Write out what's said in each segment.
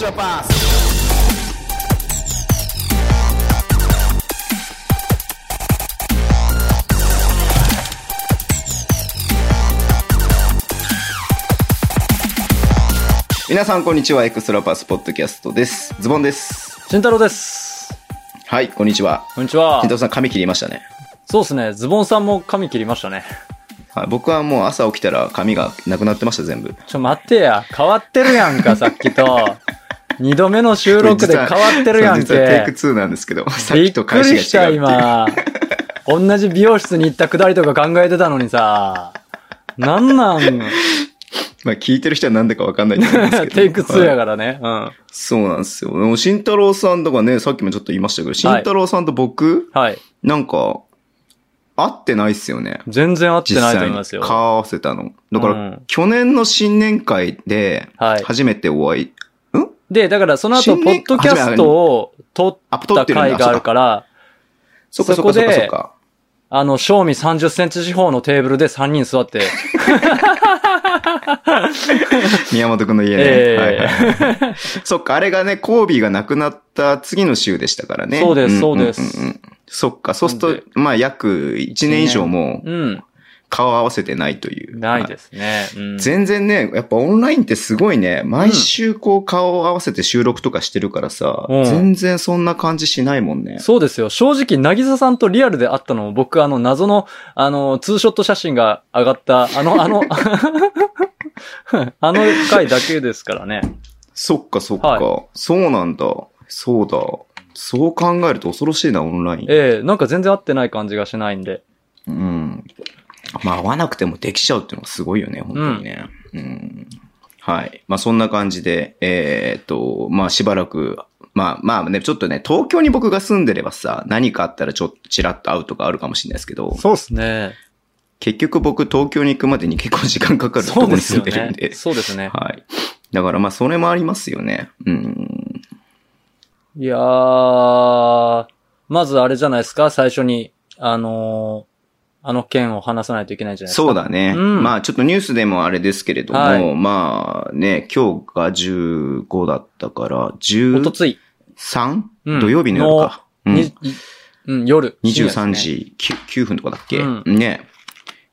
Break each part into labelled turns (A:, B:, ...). A: your past.
B: 「皆さんこんにちはエクストラパスポッドキャスト」ですズボンです
C: 慎太郎です。
B: はいこんにちは
C: こんにちは
B: 金。藤さん髪切りましたね
C: そうですね。ズボンさんも髪切りましたね。
B: はい僕はもう朝起きたら髪がなくなってました全部
C: ちょ、待ってや。変わってるや んか、さっきと。二度目の収録で変わってるやん
B: そう実はテイク
C: け。
B: 2なんですけ どさっ
C: びっ
B: きと
C: く
B: 返
C: りし
B: しが
C: た、
B: 違うっていう
C: 今。同じ美容室に行ったくだりとか考えてたのにさ。なん なん
B: まあ聞いてる人は何だか分かんないと思うんですけど
C: テイク2や
B: はい
C: からね。うん。
B: そうなんですよでも慎太郎さんとかねさっきもちょっと言いましたけど慎太郎さんと僕、
C: はい。
B: なんか会ってないっすよね
C: 全然合って
B: 実
C: ないと
B: 際
C: 思い
B: に
C: ますよ。
B: 顔合わせたの。だから、
C: うん
B: 去年の新年会で、
C: はい
B: 初めてお会い、ん
C: で、だからその後、
B: 新
C: ポ
B: 年
C: ッドキャストを撮っ
B: アップ撮
C: た
B: ってるんだ
C: 回があるから、
B: そっかそ
C: そ
B: っか
C: こ
B: そっ
C: で
B: かそっか。
C: あの、正味30センチ四方のテーブルで3人座 って、
B: 宮本くんの家ね。
C: ええ
B: はいはい そっか、あれがね、コービーが亡くなった次の週でしたからね。
C: そうです
B: んんんん
C: そうです
B: そっか、そうす
C: な
B: る
C: んで
B: と、まあ、約1年以上も
C: うん、
B: 顔合わせてないという。。
C: ないですすね。うん、
B: 全然ね、やっぱオンラインってすごいね、毎週こう顔を合わせて収録とかしてるからさ、
C: うん
B: 全然そんな感じしないもんね。
C: そうですよ。正直、なぎささんとリアルで会ったのも、僕、あの、謎の、あの、ツーショット写真が上がった、あの、あ の、あの回だけですからね。
B: そっかそっか、
C: は
B: そうなんだ。そうだ。そう考えると恐ろしいな、オンライン。
C: ええなんか全然会ってない感じがしないんで。
B: うん。まあ、合わなくてもできちゃうっていうのがすごいよね、本当にね。うん。はい。まあ、そんな感じで、えーっと、まあ、しばらく、まあまあね、ちょっとね、東京に僕が住んでればさ、何かあったらちょっとちらっと会うとかあるかもしれないですけど、
C: そうですね。
B: 結局僕東京に行くまでに結構時間かかるとこ
C: そ
B: ろ
C: うで
B: に
C: す
B: 住
C: よ
B: んでるんで。
C: ね。そうですね。
B: はい。だからまあ、それもありますよね。うん。
C: いやー、まずあれじゃないですか、最初に、あのーあの件を話さないといけないんじゃないですか。
B: そうだね。
C: うん
B: まあちょっとニュースでもあれですけれども、
C: はい
B: まあね、今日が15だったから、
C: おと
B: 13?、
C: つい、うん
B: 土曜日の夜か。うん
C: にいうん、夜。
B: 23時 9, 9分とかだっけ、
C: うん
B: ね。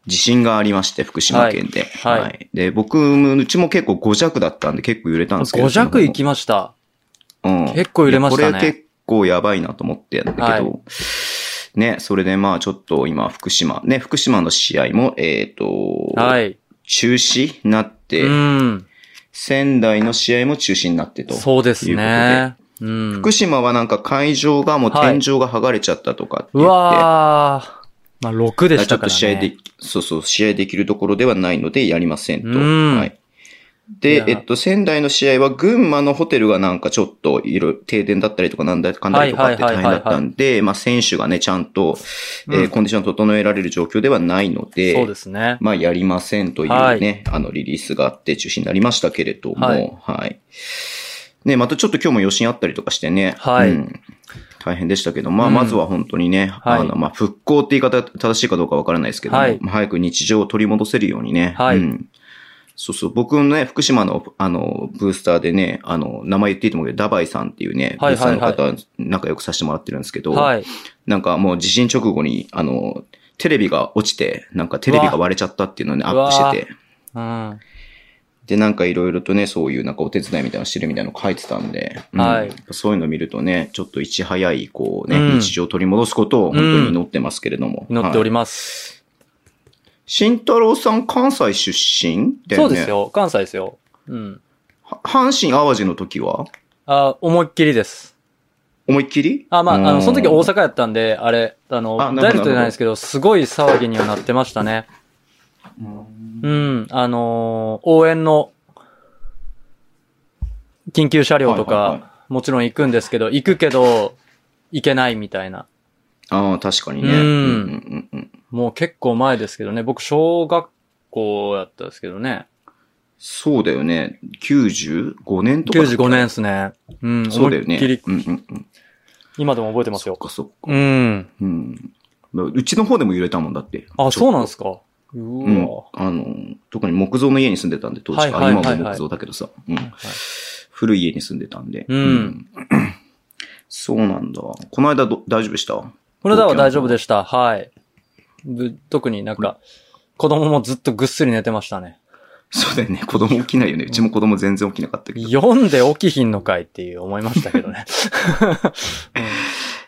B: 地震がありまして、福島県で。
C: はいはい
B: で、僕も、うちも結構5弱だったんで結構揺れたんですけど。
C: 5弱行きました。
B: うん
C: 結構揺れましたね
B: いやこれ結構やばいなと思ってやったけど、
C: はい
B: ね、それでまあちょっと今福島、ね、福島の試合も、えっ、と、
C: はい。
B: 中止になって、
C: うん。
B: 仙台の試合も中止になってと。
C: そうです
B: いう
C: ね。うん。
B: 福島はなんか会場がもう
C: はい
B: 天井が剥がれちゃったとかって
C: う
B: 言って、
C: わー。まあ、6で
B: だからち
C: し
B: ょ
C: た
B: っ
C: か
B: と
C: ら、ね。
B: 試合で、そうそう、試合できるところではないのでやりませんと。
C: うん
B: はい。
C: い
B: で
C: や、
B: えっと、仙台の試合は群馬のホテルがなんかちょっといろいろ停電だったりとかなんだかんだりとかって
C: は
B: 大
C: いはい
B: 変
C: はいはい
B: だったんで、まあ選手がね、ちゃんと、えー
C: うん
B: コンディション整えられる状況ではないので、
C: そうですね。
B: まあ、やりませんというね、
C: はい
B: あの、リリースがあって中止になりましたけれども、は
C: はいい。
B: ね、またちょっと今日も余震あったりとかしてね、
C: はい
B: うん大変でしたけど、まあ、
C: うん
B: まずは本当にね、
C: はい
B: あの、まあ、復興って言い方正しいかどうかわからないですけども、
C: はい
B: まあ早く日常を取り戻せるようにね、
C: はい
B: うんそうそう、僕のね、福島の、あの、ブースターでね、あの、名前言っていいと思うけど、ダバイさんっていうね、ブ
C: はい
B: ースタ
C: は
B: ー
C: い
B: の
C: はい
B: 方、仲良くさせてもらってるんですけど、
C: はい。
B: なんかもう地震直後に、あの、テレビが落ちて、なんかテレビが割れちゃったっていうのをね、ア
C: うわ
B: ップしてて。
C: うん。
B: で、なんかいろいろとね、そういうなんかお手伝いみたいなのしてるみたいなの書いてたんで、うん
C: はい
B: そういうの見るとね、ちょっといち早い、こうね、
C: うん
B: 日常を取り戻すことを本当に祈ってますけれども。
C: 祈っており
B: ま
C: ます。
B: す。慎太郎さん、関西出身だ
C: そ
B: よね。
C: うです。よ。関西ですよ。うん。
B: 阪神淡路の時は
C: あ、思いっきりです。
B: 思いっきり
C: あ、まあ、あの、その時
B: うん
C: 大阪やったんで、あれ、あの、
B: あなるほど
C: ダイレクトじゃないですけど、すごい騒ぎにはなってましたね。うん、あのー応援の、緊急車両とか、
B: はいはいは
C: もちろん行くんですけど、行くけど、行けないみたいな。
B: ああ、確かにね。
C: う
B: う
C: ん
B: んうん
C: もう結構前ですけどね、僕、小学校やったんですけどね。
B: そうだよね。95年とかだった。
C: 95年ですね。うん、
B: そうだよ
C: 思い
B: ね。
C: っきり、
B: うんうんうん。
C: 今でも覚えてます
B: そっ
C: よ。
B: かそっか。
C: うん。
B: うん。うちの方でも揺れたもんだって。
C: あ、そうなん
B: で
C: ですか。う
B: う
C: わ、
B: ん。あの、特に木造の家に住んでたんで、当時から、
C: はいはいはいはい
B: 今も木造だけどさ。うん。
C: はい
B: 古い家に住んでたんで。
C: うん
B: そうなんだ。この間ど大丈夫でした
C: この間は大丈夫でした。はい。ぶ特になんか、子供もずっとぐっすり寝てましたね。
B: そうだよね。子供起きないよね。うちも子供全然起きなかったけど。
C: 読んで起きひんのかいっていう思いましたけ どね。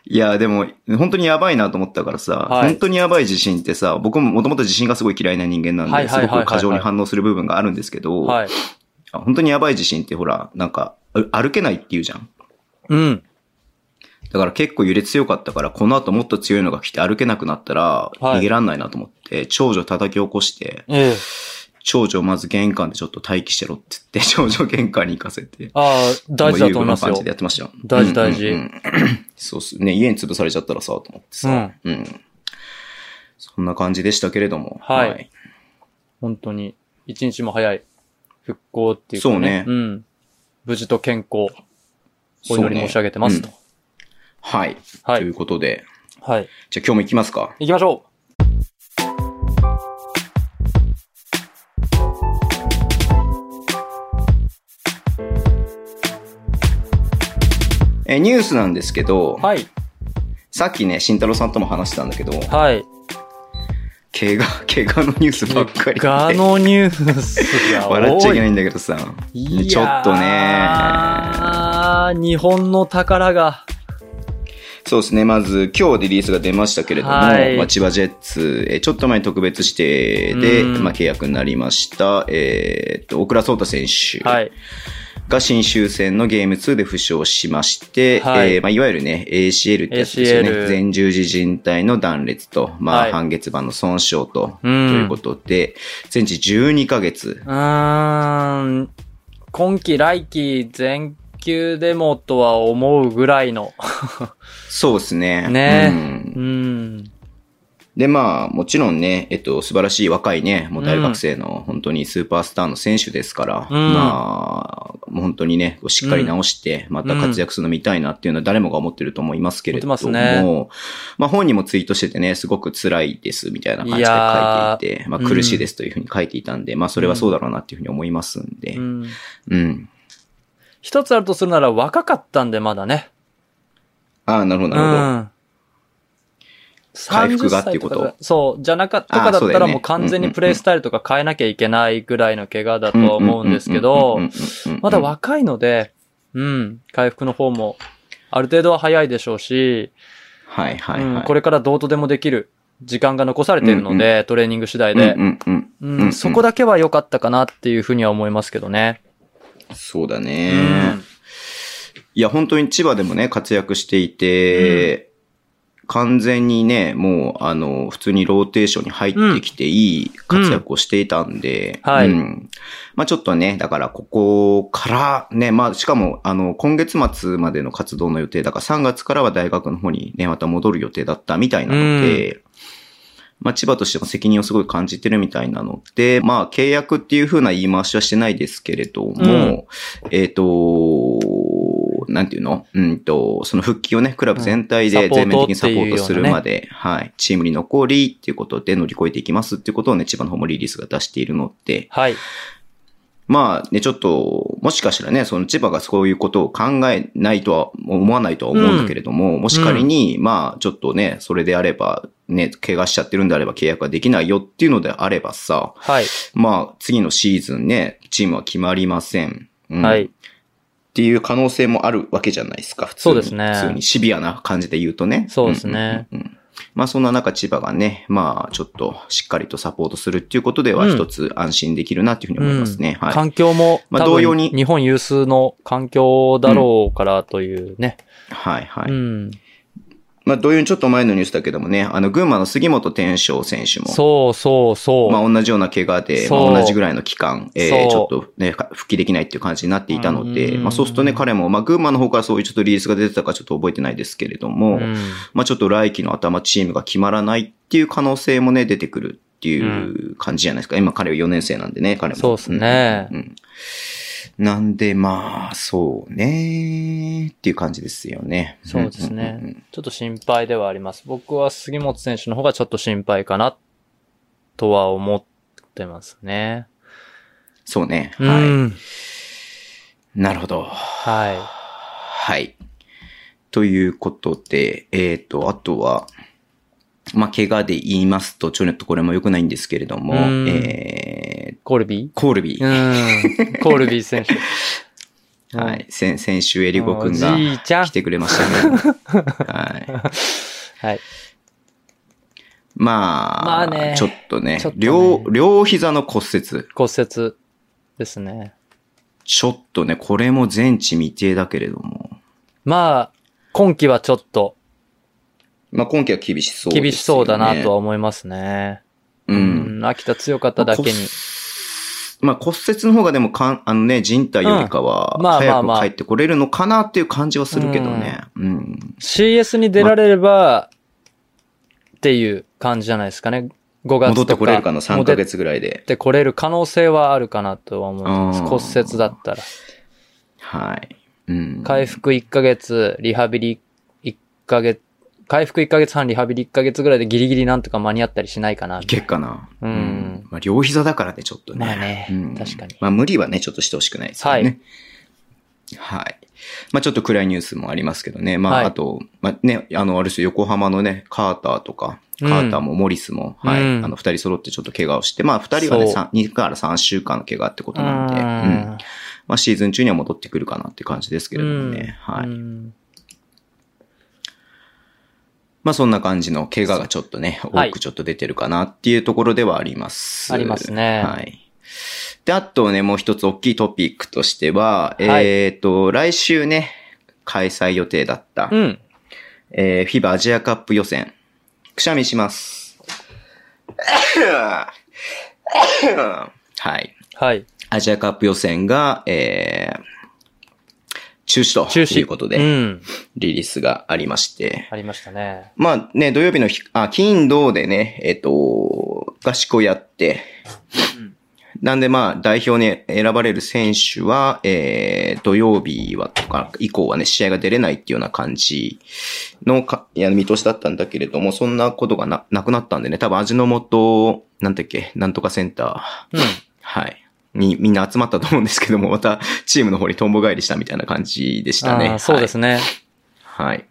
B: いや、でも、本当にやばいなと思ったからさ、
C: はい
B: 本当にやばい地震ってさ、僕ももともと地震がすごい嫌いな人間なん
C: はい
B: で、
C: はい
B: す
C: はいはいは
B: ご
C: い
B: く過剰に反応する部分があるんですけど、
C: はい。
B: あ本当にやばい地震ってほら、なんか、あ歩けないって言うじゃん。
C: うん。
B: だから結構揺れ強かったから、この後もっと強いのが来て歩けなくなったら、
C: は
B: 逃
C: い
B: げらんないなと思って、長女叩き起こして、
C: ええ。
B: 長女をまず玄関でちょっと待機してろって言って、 長女を玄関に行かせて。
C: ああ、大事だと
B: もう優雅
C: 思います
B: な感
C: よ
B: じで。やってましたよ。
C: 大事大事
B: うんうんうん そうっすね。家に潰されちゃったらさ、と思ってさ。うん。そんな感じでしたけれども。
C: はい本当に。一日も早い復興っていうか、ね。
B: そうね
C: うん。無事と健康、お祈り申し上げてますと。
B: そうねうんはい。
C: はい
B: ということで。
C: はい。
B: じゃあ今日も行きますか。
C: 行きましょ
B: えー、ニュースなんですけど、
C: うはい。
B: さっきね、慎太郎さんとも話したんだけど、
C: はい。
B: 怪我、怪我のニュースばっかりで。
C: ガのニュースが多い。
B: 笑っちゃいけないんだけどさ。
C: いやー
B: ちょっとね
C: 日本の宝が。
B: そうですね。まず、今日リリースが出ましたけれども、
C: はい
B: まあ千葉ジェッツ、えーちょっと前に特別指定で、
C: うん
B: まあ、契約になりました、えーっと、大倉壮太選手
C: はい。
B: が新州戦のゲーム2で負傷しまして、
C: はい
B: いえーまあ、いわゆるね、ACL ってやつですよね。
C: ACL
B: 前十字靭帯の断裂と、ま
C: は
B: あ、
C: い
B: 半月板の損傷と、
C: うん
B: ということで、全治12ヶ月
C: う。ーん。今季、来季、全球でもとは思うぐらいの。
B: そうですね。うん
C: ねうん。
B: で、まあ、もちろんね、えっと、素晴らしい若いね、もう大学生の本当にスーパースターの選手ですから、
C: うん
B: まあ、もう本当にね、こうしっかり直して、また活躍するの見たいなっていうのは誰もが思ってると思いますけれども、
C: 思ってますね
B: まあ本人もツイートしててね、すごく辛いですみたいな感じで書いていて、まあ
C: うん
B: 苦しいですというふうに書いていたんで、まあそれはそうだろうなっていうふうに思いますんで、
C: う
B: うん。
C: ん。一つあるとするなら若かったんで、まだね。
B: ああ、なるほど、なるほど。
C: うん。
B: 回復がっていうこと
C: 30歳かそう、じゃなかったか
B: あ
C: だ
B: ーそ
C: っ
B: うだよ
C: たら
B: ね
C: もう完全にプレイスタイルとか変えなきゃいけないぐらいの怪我だとは思うんですけど、まだ
B: わ
C: 若いので、うん、回復の方も、ある程度は早いでしょうし、
B: はいはい
C: うん
B: はい。
C: これからどうとでもできる時間が残されているので、トレーニング次第で、
B: うんうんうん
C: うん
B: うん
C: そこだけは良かったかなっていうふうには思いますけどね。
B: そうだ
C: う
B: ね。
C: ん
B: いや、本当に千葉でもね、活躍していて、完全にね、もう、あの、普通にローテーションに入ってきていい活躍をしていたんで、
C: うんはい
B: んまあちょっとね、だからここからね、まあしかも、あの、今月末までの活動の予定だから、3月からは大学の方にね、また戻る予定だったみたいなので、まあ、千葉としても責任をすごい感じてるみたいなので、まあ、契約っていう風な言い回しはしてないですけれども、
C: うん
B: えっ、と、なんていうのうんと、その復帰をね、クラブ全体
C: う
B: で
C: んサポート
B: 全面的にサポートするま
C: っ
B: で、はい、チームに残りっていうことで乗り越えていきますっていうことをね、千葉の方もリリースが出しているので、
C: はい。
B: まあね、ちょっと、もしかしたらね、その千葉がそういうことを考えないとは、思わないとは思うんだけれども、もし仮に、まあちょっとね、それであれば、ね、怪我しちゃってるんであれば契約ができないよっていうのであればさ、
C: はい。
B: まあ次のシーズンね、チームは決まりません。うん
C: は
B: っ
C: い。
B: ていう可能性もあるわけじゃないですか、普通に。
C: そうですね
B: 普通にシビアな感じで言うとね。
C: そうですね
B: うんうんうんうんまあそんな中千葉がね、まあちょっとしっかりとサポートするっていうことでは
C: うん
B: 一つ安心できるなっていうふうに思いますね。はい。
C: 環境も、
B: まあ
C: 多分
B: 同様に
C: 日本有数の環境だろうからというね。
B: はいはい。
C: うん。
B: まあ、同様にちょっと前のニュースだけどもね、あの、群馬の杉本天翔選手も、
C: そうそうそう。
B: まあ、同じような怪我で、ま
C: そう
B: あ、同じぐらいの期間、え
C: そう
B: ー、ちょっとね、か復帰できないっていう感じになっていたの
C: う
B: で、
C: ん
B: まあ、そうするとね、彼も、まあ、群馬の方からそういうちょっとリリースが出てたかちょっと覚えてないですけれども、
C: うん
B: まあ、ちょっと来季の頭チームが決まらないっていう可能性もね、出てくるっていう感じじゃないですか。今、彼は4年生なんでね、彼も。
C: そうですね
B: うん。うんなんで、まあ、そうね、っていう感じですよね。
C: そうです
B: んうんうん
C: ね。ちょっと心配ではあります。僕は杉本選手の方がちょっと心配かな、とは思ってますね。
B: そうね。
C: う
B: はい。
C: ん。
B: なるほど。
C: はい。
B: はい。ということで、えっ、と、あとは、まあ、怪我で言いますと、ちょっとこれも良くないんですけれども、
C: うん
B: えー、
C: コルビ
B: コールビ
C: ーう
B: ー。
C: ん。コルビー選手。
B: はい。先先週、エリゴくん
C: お
B: が
C: じいちゃん
B: 来てくれましたけど、はい。
C: はい。
B: まあ、
C: まあね
B: ちょっとね
C: ちょっとね
B: 両、両膝の骨折。
C: 骨折ですね。
B: ちょっとね、これも全治未定だけれども、
C: まあ、今季はちょっと
B: まあ、今季は厳しそうですよね。
C: 厳しそうだなとは思いますね。
B: うん。
C: うん。秋田強かっただけに。
B: まあ骨折の方がでもかん、あのね、人体よりかは
C: うんまあ、まあ
B: 早
C: まあ
B: く帰ってこれるのかなっていう感じはするけどね。うん。
C: CS に出られれば、っていう感じじゃないですかね。5月とか。
B: 戻ってこれるかな、3ヶ
C: 戻っ
B: 月ぐらいで。
C: てこれる可能性はあるかなとは思いま
B: うん
C: す。骨折だったら。
B: はい。うん。
C: 回復1ヶ月、リハビリ1ヶ月、回復1ヶ月半、リハビリ1ヶ月ぐらいでギリギリなんとか間に合ったりしないかな。
B: いけっかな。
C: うん
B: まあ両膝だからね、ちょっとね。
C: まあね
B: うん
C: 確かに
B: まあ無理はね、ちょっとしてほしくないですよね。はい。まあちょっと暗いニュースもありますけどね。まあ、
C: はい
B: あと、まあね、あの、あれですよ、横浜のね、カーターとか、カーターもモリスも、
C: うん
B: はい。
C: うん
B: あの、二人揃ってちょっと怪我をして、まあ二人はね、
C: そう
B: さん二から三週間の怪我ってことなんで、
C: うん
B: うんまあシーズン中には戻ってくるかなって感じですけれどもね。
C: うん
B: はい。
C: うん
B: まあそんな感じの怪我がちょっとね、
C: はい
B: 多くちょっと出てるかなっていうところではあります。
C: ありますね
B: はい。で、あとね、もう一つ大きいトピックとしては、えっ、と、来週ね、開催予定だった、
C: うん。
B: えー、FIBA アジアカップ予選。くしゃみします。 はい。
C: はい。
B: アジアカップ予選が、えー、中止と
C: 中止。
B: いうことで、
C: うん。
B: リリースがありまして、
C: ありましたね。
B: まあね、土曜日の日、あ、金、土でね、えっ、と、合宿をやって、なんでまあ、代表に選ばれる選手は、えー、土曜日はとか、以降はね、試合が出れないっていうような感じのか、いや、見通しだったんだけれども、そんなことがな、なくなったんでね、多分味の素、なんてっけ、なんとかセンター、
C: うん。
B: はい。に、みんな集まったと思うんですけども、また、チームの方にトンボ返りしたみたいな感じでした
C: あー
B: ね。
C: そう
B: はい
C: ですね。
B: はい。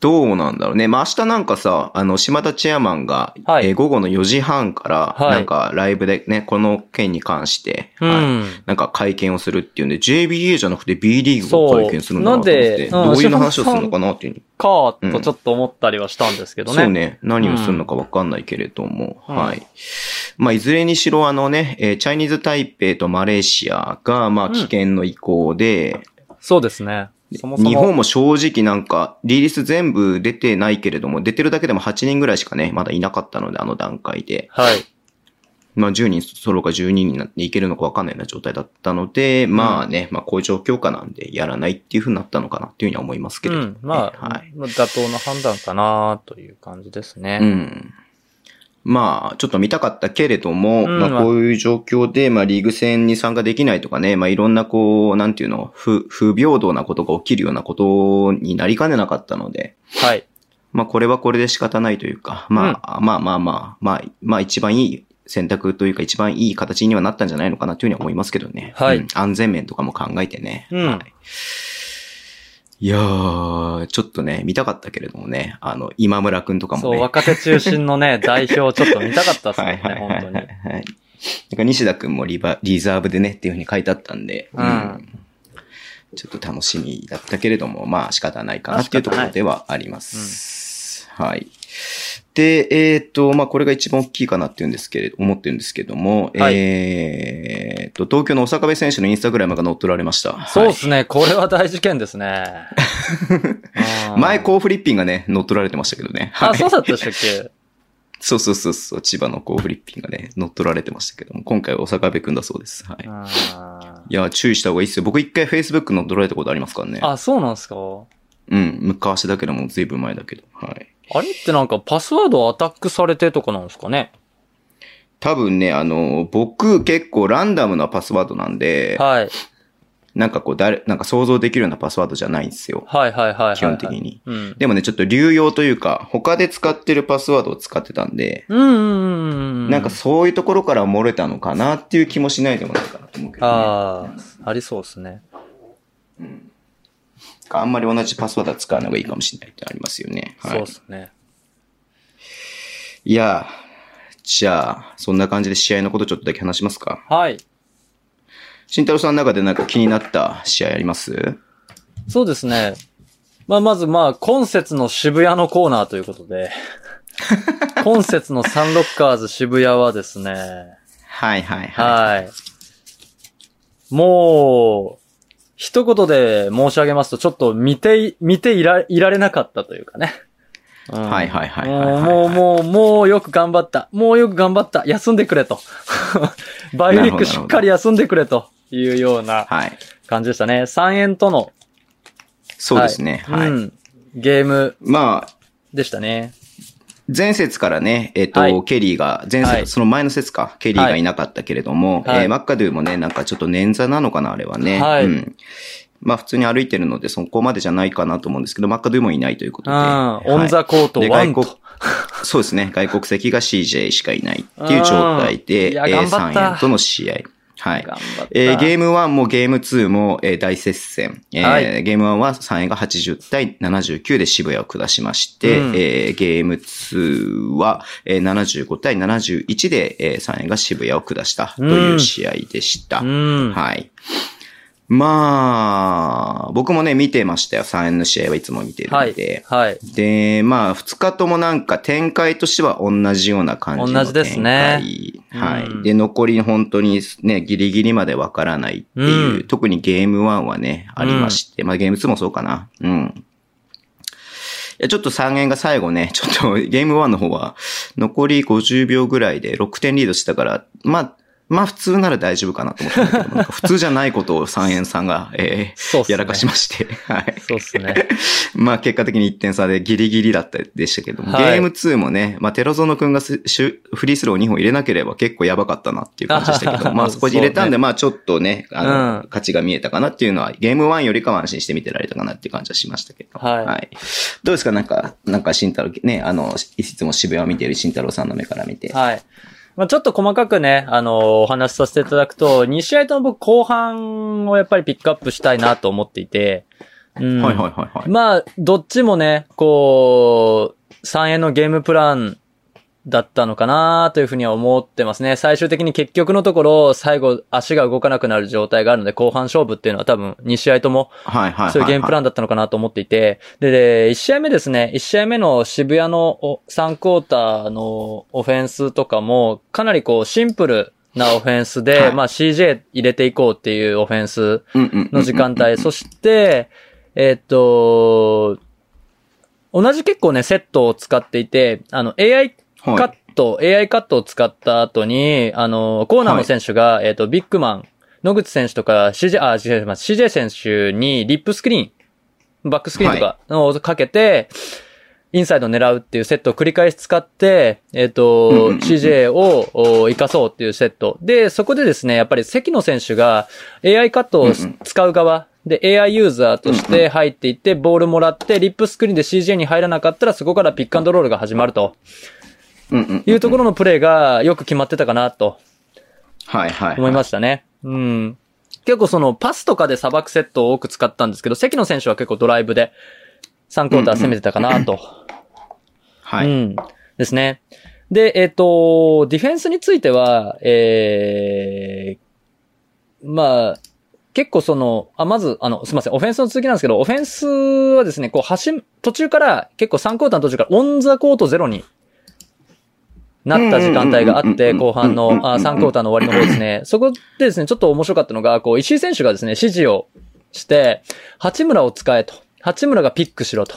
B: どうなんだろうね。まあ、明日なんかさ、あの、島田チェアマンが、
C: はい
B: えー午後の4時半か
C: は
B: ら、
C: い
B: なんかライブでね、この件に関して、
C: う
B: はい
C: ん。
B: なんか会見をするっていうんで、JBA じゃなくて B リーグ
C: そう
B: が会見するんだなと思って、
C: なんで
B: どういう
C: うん
B: 話をするのかなっていうふうに。
C: か、とちょっと思ったりはしたんですけどね。
B: そうね。何をするのかわかんないけれども、
C: うん
B: はい。まあ、いずれにしろ、あのね、えーチャイニーズ・台北とマレーシアが、まあ、危険の意向で、
C: そうですね。そもそも。
B: 日本も正直なんか、リリース全部出てないけれども、出てるだけでも8人ぐらいしかね、まだいなかったので、あの段階で。
C: はい。
B: まあ10人ソロか12人になっていけるのかわかんないような状態だったので、まあね、まあこういう状況下なんで、やらないっていう風になったのかなっていうふうには思いますけ
C: う
B: れども、
C: ん。まあ、
B: はい。
C: まあ妥当な判断かなという感じです
B: う
C: ね。
B: ん。まあ、ちょっと見たかったけれども、
C: うん
B: まあこういう状況で、まあリーグ戦に参加できないとかね、まあいろんなこう、なんていうの、不、不平等なことが起きるようなことになりかねなかったので、
C: はい。
B: まあこれはこれで仕方ないというか、まあ、まあまあまあ、まあ、まあ一番いい選択というか一番いい形にはなったんじゃないのかなというふうには思いますけどね。
C: はい
B: うん安全面とかも考えてね。
C: うん
B: はいいやー、ちょっとね、見たかったけれどもね、あの、今村くんとかも
C: そう、
B: ね。
C: 若手中心の ね、代表をちょっと見たかったです
B: は
C: ね
B: いはい、はい
C: 本
B: はい
C: 当
B: はい。
C: に。
B: なんか西田くんもリバリザーブでねっていうふうに書いてあったんで、
C: うん
B: ちょっと楽しみだったけれども、まあ仕方ないかなっていうところではあります。はい。で、えっ、と、まあこれが一番大きいかなっていうんですけれど、思ってるんですけども、
C: はい
B: えっ、と、東京の大阪部選手のインスタグラムが載っ取られました。
C: そうで
B: は
C: すね、これは大事件ですね。
B: い 前、
C: う
B: コーフリッピンがね、乗っ取られてましたけどね。
C: ん。あ、
B: はい
C: そうだったでしたっけ
B: そうそうそうそう、千葉のこうフリッピンがね、乗っ取られてましたけども、今回は大阪部くんだそうです。はい。
C: うん
B: いや、注意した方がいいっすよ。僕一回 Facebook 乗っ取られたことありますからね。
C: あ、そうなんですか
B: うん、昔だけども、ずいぶん前だけど。はい。
C: あれってなんかパスワードをアタックされてとかなんですかね
B: 多分ね、あの、僕結構ランダムなパスワードなんで、
C: はい。
B: なんかこう、誰、なんか想像できるようなパスワードじゃないんですよ。
C: はいはいはいはいはい。
B: 基本的。に。
C: うん。
B: でもね、ちょっと流用というか、他で使ってるパスワードを使ってたんで、
C: うんうんうんうん。
B: なんかそういうところから漏れたのかなっていう気もしないでもないかなと思うけど、ね。
C: ああ、ありそうですね。
B: うん。あんまり同じパスワードは使わない方がいいかもしれないってありますよね。はい、
C: そうですね。
B: いやー、じゃあ、そんな感じで試合のことちょっとだけ話しますか。
C: はい。
B: 慎太郎さんの中でなんか気になった試合あります
C: そうですね。まあ、まずまあ、今節の渋谷のコーナーというこ とで、今節のサンロッカーズ渋谷はですね、
B: はいはいは
C: はい。もう、一言で申し上げますと、ちょっと見てい、見ていら、いられなかったというかね。うん
B: い。はいはいはいはいはい。
C: もう、もう、もうよく頑張った。もうよく頑張った。休んでく れと。バイウィックしっかり休んでくれというような
B: はい。
C: 感じでしたね。3円との、
B: そうですね。はい。
C: うん、ゲーム
B: まあ、
C: でしたね。
B: 前節からね、えっ、と、
C: はい
B: ケリーが、前節、
C: はい
B: その前の節か、ケリーがいなかったけれども、
C: はい
B: えーマッカドゥもね、なんかちょっと捻挫なのかな、あれはね。
C: はい
B: うん。まあ普通に歩いてるので、そこまでじゃないかなと思うんですけど、マッカドゥもいないということ
C: うん。
B: で。はい
C: オンザコート
B: で
C: 1
B: 外
C: と
B: 国。 そうですね。外国籍が CJ しかいないっていう状態
C: うん
B: で、
C: い
B: え
C: や
B: ー
C: 頑張った
B: 3円との試合。はい。
C: 頑張った。
B: えーゲーム1もゲーム2も、えー大接戦、えー
C: はい
B: ゲーム1は3円が80対79で渋谷を下しまして、
C: うん
B: えーゲーム2は、えー75対71で、え3円が渋谷を下したという試合でした。
C: うん。
B: はい。まあ、僕もね、見てましたよ。3円の試合はいつも見てる
C: は
B: の
C: い
B: で。。
C: はい。
B: で、まあ、二日ともなんか展開としては同じような感じの展開。
C: 同じですね
B: は
C: う
B: い。
C: ん
B: で、残り本当にね、ギリギリまでわからないっていう、
C: うん
B: 特にゲーム1はね、ありまして、まあゲーム2もそうかな。うん。いや、ちょっと3円が最後ね、ちょ っとゲーム1の方は、残り50秒ぐらいで6点リードしたから、まあ、まあ普通なら大丈夫かなと思ったんだけど、なんか普通じゃないことを3円さんが、え
C: そうっ
B: ー、
C: すね。
B: やらかしまして、 はい。
C: そうっすね。
B: まあ結果的に1点差でギリギリだったでしたけども、
C: はい
B: ゲーム2もね、まあテロゾノ君がすシュフリースロー2本入れなければ結構やばかったなっていう感じでしたけど、まあそこで入れたん
C: そうね
B: で、まあちょっとね、あの、
C: うん
B: 価値が見えたかなっていうのは、ゲーム1よりかは安心して見てられたかなっていう感じはしましたけど。
C: はい
B: どうですかなんか、なんか慎太郎、ね、あの、いつも渋谷を見ている慎太郎さんの目から見て。
C: はい。まあ、ちょっと細かくね、あのお話しさせていただくと、2試合とも僕後半をやっぱりピックアップしたいなと思っていて、うん。
B: はいはいはいはい。
C: まあ、どっちもね、こう、3円のゲームプランだったのかなというふうには思ってますね。最終的に結局のところ、最後足が動かなくなる状態があるので、後半勝負っていうのは多分2試合とも
B: はいはいはいはい。
C: そういうゲームプランだったのかなと思っていて、で、で1試合目ですね、1試合目の渋谷のお3クォーターのオフェンスとかも、かなりこうシンプルなオフェンスで、
B: はい
C: まあ CJ 入れていこうっていうオフェンス
B: うんうんうんうん
C: の時間帯、そして、えっと、同じ結構ね、セットを使っていて、あの AI
B: はい
C: カット、AI カットを使った後に、あの、コーナーの選手が、えっ、と、ビッグマン、野口選手とか、CJ、あ、違います。CJ 選手にリップスクリーン、バックスクリーンとかをかけて、インサイドを狙うっていうセットを繰り返し使って、えっ、と、
B: うんうんうん
C: CJ をお生かそうっていうセット。で、そこでですね、やっぱり関野選手が AI カットを
B: うんうん
C: 使う側、で、AI ユーザーとし
B: うんう
C: て入っていって、ボールもらって、リップスクリーンで CJ に入らなかったら、そこからピックアンドロールが始まると。
B: うんうん
C: いうところのプレーがよく決まってたかなと
B: はいはいはい。
C: 思いましたね。うん。結構そのパスとかで砂漠セットを多く使ったんですけど、関野選手は結構ドライブで3クォーター攻めてたかなと。
B: はい。
C: うん。ですね。で、えっ、と、ディフェンスについては、えー、まあ、結構その、あ、まず、あの、すみません、オフェンスの続きなんですけど、オフェンスはですね、こう、端、途中から、結構3クォーターの途中から、オンザコートゼロになった時間帯があっ
B: う
C: て、
B: んうんうんうん
C: 後半
B: うんうんうん
C: の、あ3クォーターの終わりの方ですね。そこでですね、ちょっと面白かったのが、こう、石井選手がですね、指示をして、八村を使えと。八村がピックしろと。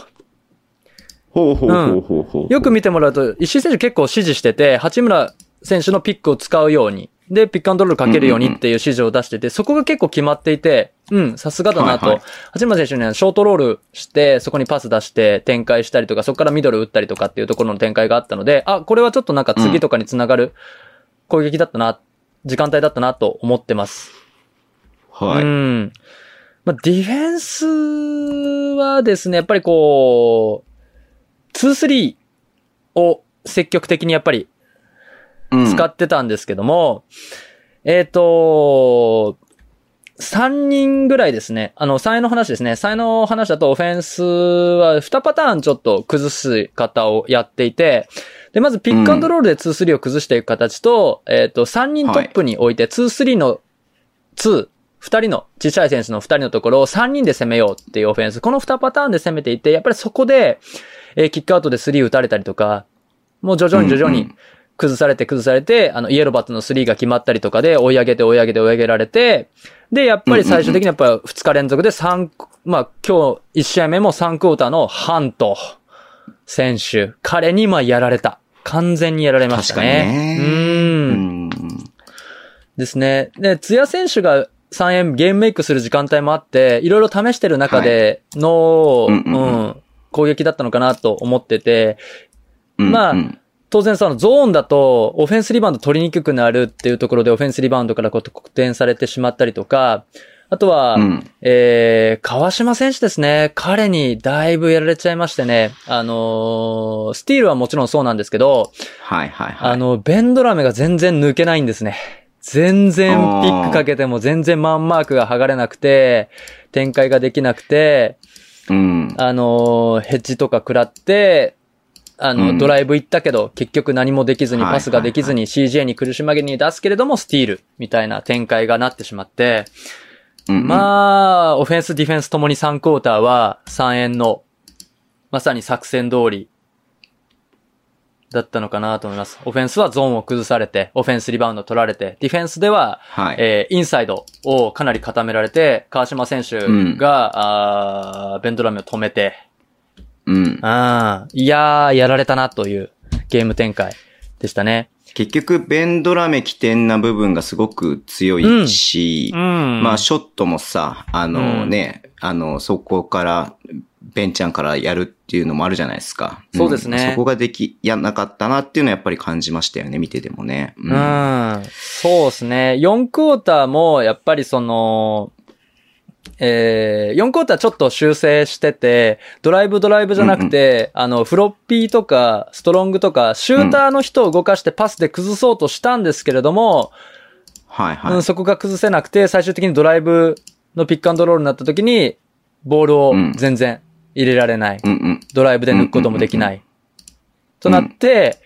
B: ほうほうほうほうほう。
C: よく見てもらうと、石井選手結構指示してて、八村選手のピックを使うように、で、ピックアンドロールかけるようにっていう指示を出してて、そこが結構決まっていて、うん、さすがだなと。
B: はいはい
C: 八村選手にはショートロールして、そこにパス出して展開したりとか、そこからミドル打ったりとかっていうところの展開があったので、あ、これはちょっとなんか次とかにつながる攻撃だったな、時間帯だったなと思ってます。
B: はい。
C: うん。まあ、ディフェンスはですね、やっぱりこう、2-3を積極的にやっぱり
B: うん
C: 使ってたんですけども、えっ、と、 3人ぐらいですね。あの、才能の話ですね。才能の話だとオフェンスは2パターンちょっと崩す方をやっていて、で、まずピックアンドロールで2-3を崩していく形と、えっ、と、3人トップに置いて2-3の2、2人の、小さい選手の2人のところを3人で攻めようっていうオフェンス。この2パターンで攻めていて、やっぱりそこで、えーキックアウトで3打たれたりとか、もう徐々に徐々
B: うんう
C: に
B: ん
C: 崩されて崩されて、あの、イエローバットの3が決まったりとかで、追い上げて追い上げて追い上げられて、で、やっぱり最終的にやっぱ2日連続で3、まあ今日1試合目も3クォーターのハント選手、彼にまあやられた。完全にやられましたね。
B: 確かにね
C: うん
B: う。ん。
C: ですね。で、津谷選手が3円ゲームメイクする時間帯もあって、いろいろ試してる中での、
B: うん
C: う
B: うんうん
C: ん攻撃だったのかなと思ってて、
B: うん
C: まあ
B: うん
C: 当然そのゾーンだと、オフェンスリバウンド取りにくくなるっていうところで、オフェンスリバウンドからこう得点されてしまったりとか、あとは、
B: うん。
C: えー、川島選手ですね。彼にだいぶやられちゃいましてね。あのースティールはもちろんそうなんですけど、
B: はいはいはい。
C: あの、ベンドラメが全然抜けないんですね。全然ピックかけても全然マンマークが剥がれなくて、展開ができなくて、
B: うん。
C: あのーヘッジとか食らって、あの、
B: うん
C: ドライブ行ったけど、結局何もできずに、
B: はい
C: パスができずに、CJ に苦し紛れに出すけれども、スティール、みたいな展開がなってしまって、
B: あ、
C: まあ、オフェンス、ディフェンスともに3クォーターは3円の、まさに作戦通り、だったのかなと思います。オフェンスはゾーンを崩されて、オフェンスリバウンド取られて、ディフェンスでは、
B: はい。
C: えーインサイドをかなり固められて、川島選手が、
B: うん
C: あーベンドラメを止めて、
B: うん。
C: あーいやー、やられたなというゲーム展開でしたね。
B: 結局、ベンドラメ起点な部分がすごく強いし、
C: ん
B: まあ、ショットもさ、あのね、あの、そこから、ベンちゃんからやるっていうのもあるじゃないですか。ん
C: そうですね
B: そこができ、やんなかったなっていうのはやっぱり感じましたよね、見ててもね。う
C: うん。そうですね。4クォーターも、やっぱりその、えー、4クォーターちょっと修正してて、ドライブドライブじゃなくて、あの、フロッピーとか、ストロングとか、シューターの人を動かしてパスで崩そうとしたんですけれども、
B: はいはい。
C: うんそこが崩せなくて、最終的にドライブのピックアンドロールになった時に、ボールを
B: うん
C: 全然入れられない。
B: うんうん。
C: ドライブで抜くこともできない。となって、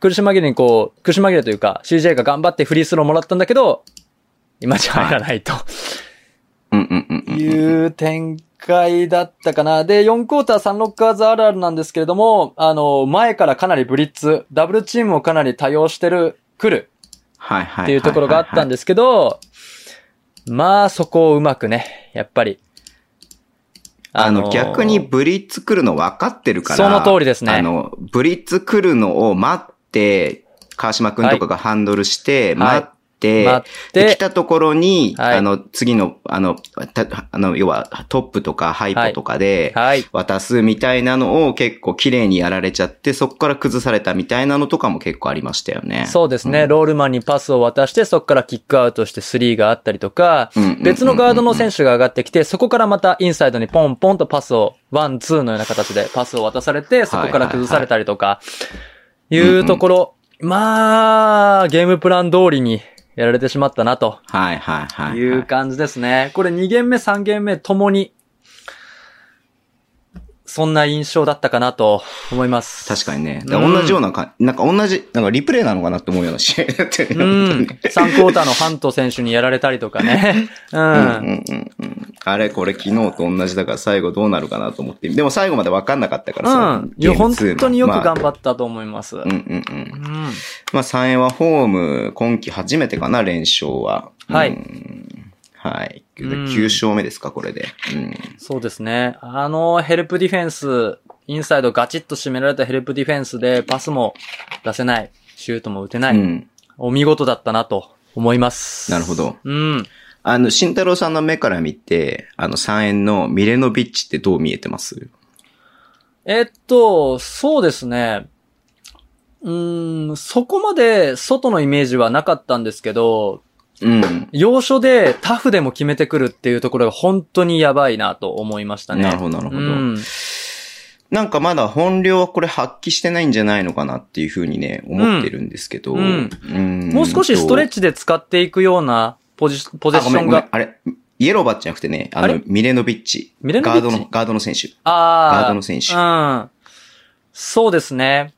C: 苦し紛れにこう、苦し紛れというか、CJ が頑張ってフリースローもらったんだけど、今じゃ入らないと
B: うんうんうんうん。
C: いう展開だったかな。で、4クォーター3ロッカーズあるあるなんですけれども、あの、前からかなりブリッツ、ダブルチームをかなり多用してる、来る
B: はいはい。
C: っていうところがあったん
B: で。
C: ですけど、まあそこをうまくね、やっぱり。
B: あの、
C: ー
B: 逆にブリッツ来るの分かってるから。
C: その通りですね
B: あの、ブリッツ来るのを待って、川島くんとかがハンドルして、
C: はい
B: 待って、
C: 待っ
B: で、来
C: て、
B: たところに、
C: はい
B: あの、次の、あの、たあの、要は、トップとかハイポとかで、
C: はい。
B: 渡すみたいなのを結構綺麗にやられちゃって、そこから崩されたみたいなのとかも結構ありましたよね。
C: そうですね、
B: うん
C: ロールマンにパスを渡して、そこからキックアウトしてスリーがあったりとか、
B: うんうんうんうん
C: 別のガードの選手が上がってきて、そこからまたインサイドにポンポンとパスを、ワン、ツーのような形でパスを渡されて、そこから崩されたりとか、い
B: いはいはいう
C: ところ、まあ、ゲームプラン通りにやられてしまったなと
B: はいはいはい、はい。
C: いう感じですね。これ2ゲーム目、3ゲーム目ともに、そんな印象だったかなと思います。
B: 確かにね。で
C: うん
B: 同じようなか、なんか同じ、なんかリプレイなのかなって思うような 試合だったよ
C: う
B: ね。
C: ん。3クォーターのハント選手にやられたりと かね。うん。
B: うんうんうんあれ、これ昨日と同じだから最後どうなるかなと思って。でも最後まで分かんなかったからさ。
C: うん。い
B: ゲ
C: や、
B: ーム
C: 本
B: ツーも
C: 当によく頑
B: ま
C: 張ったと思います。う
B: あうん
C: ん。
B: うんうん。まあ、3円はホーム、今季初めてかな、連勝は。
C: はい
B: うんはい。
C: うん
B: 9勝目ですか、これで。うん。
C: そうですね。あの、ヘルプディフェンス、インサイドガチッと締められたヘルプディフェンスで、パスも出せない、シュートも打てない、
B: うん。
C: お見事だったなと思います。
B: なるほど。
C: うん。
B: あの、慎太郎さんの目から見て、あの、3円のミレノビッチってどう見えてます
C: えっと、そうですね。うーん、そこまで外のイメージはなかったんですけど、
B: うん。
C: 要所でタフでも決めてくるっていうところが本当にやばいなと思いましたね。
B: なるほど、なるほど。
C: うん。
B: なんかまだ本領はこれ発揮してないんじゃないのかなっていうふうにね、思ってるんですけど。
C: うん
B: ん
C: もう少しストレッ
B: チ
C: チで使っていくようなポジシポ
B: ポ
C: ゼッションが。
B: あれ、イエローバッチじゃなくてね、あ
C: あ
B: の、
C: れ
B: ミレノビッチ。
C: ミレノビッチ
B: ガードの、ガードの選手。
C: ああ。
B: ガードの選手
C: うん。そうですね。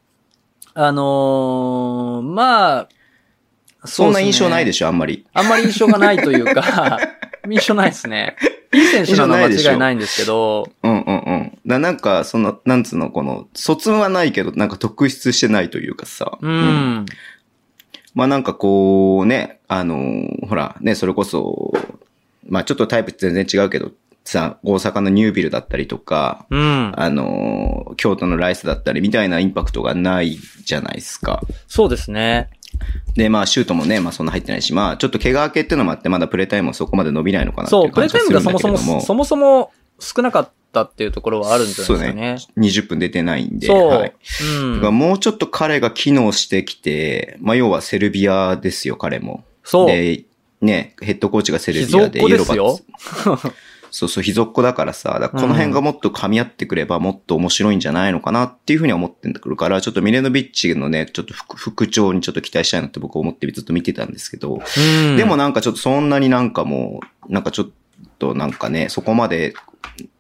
C: あのーまあ、
B: そんな印象ない
C: で
B: でしょ、あんまり。
C: あんまり印象がないという か、印象ないですね。いい選手なのは間違いないんですけど、
B: うんうんうん。だなんか、その、なんつうの、この、卒はないけど、なんか特筆してないというかさ。
C: う
B: うん
C: ん。
B: まあなんかこうね、あのーほら、ね、それこそ、まあちょっとタイプ全然違うけど、さ、大阪のニュービルだったりとか、
C: うん。
B: あのー京都のライスだったりみたいなインパクトがないじゃないですか。
C: そうですね。
B: で、まあシュートもね、まあそんな入ってないし、まあちょっと怪我明けっていうのもあって、まだプレータイムもそこまで伸びないのかなってい
C: そう、
B: う
C: プレ
B: 感
C: イ
B: じがす
C: タイ
B: る
C: ムが
B: ん
C: そ
B: だ
C: も
B: け
C: そ
B: ど
C: も、
B: も。
C: そもそも少なかったっていうところはあるんじゃないですかね。
B: そうね。20分出てないんで。
C: そう。
B: はいだから
C: うん。
B: もうちょっと彼が機能してきて、まあ、要はセルビアですよ、彼も。
C: そう。
B: で、ね、ヘッドコーチがセル
C: 秘
B: ビア
C: 蔵っ
B: で
C: 子です
B: イエローバッ
C: よ
B: ツ。そうそう、秘蔵っ子だからさ、だからこの辺がもっと噛み合ってくればもっと面白いんじゃないのかなっていうふうには思ってくるから、ちょっとミレノビッチのね、ちょっと副副長にちょっと期待したいなって僕は思ってずっと見てたんですけど、
C: うん
B: でもなんかちょっとそんなになんかもう、なんかちょっとなんかね、そこまで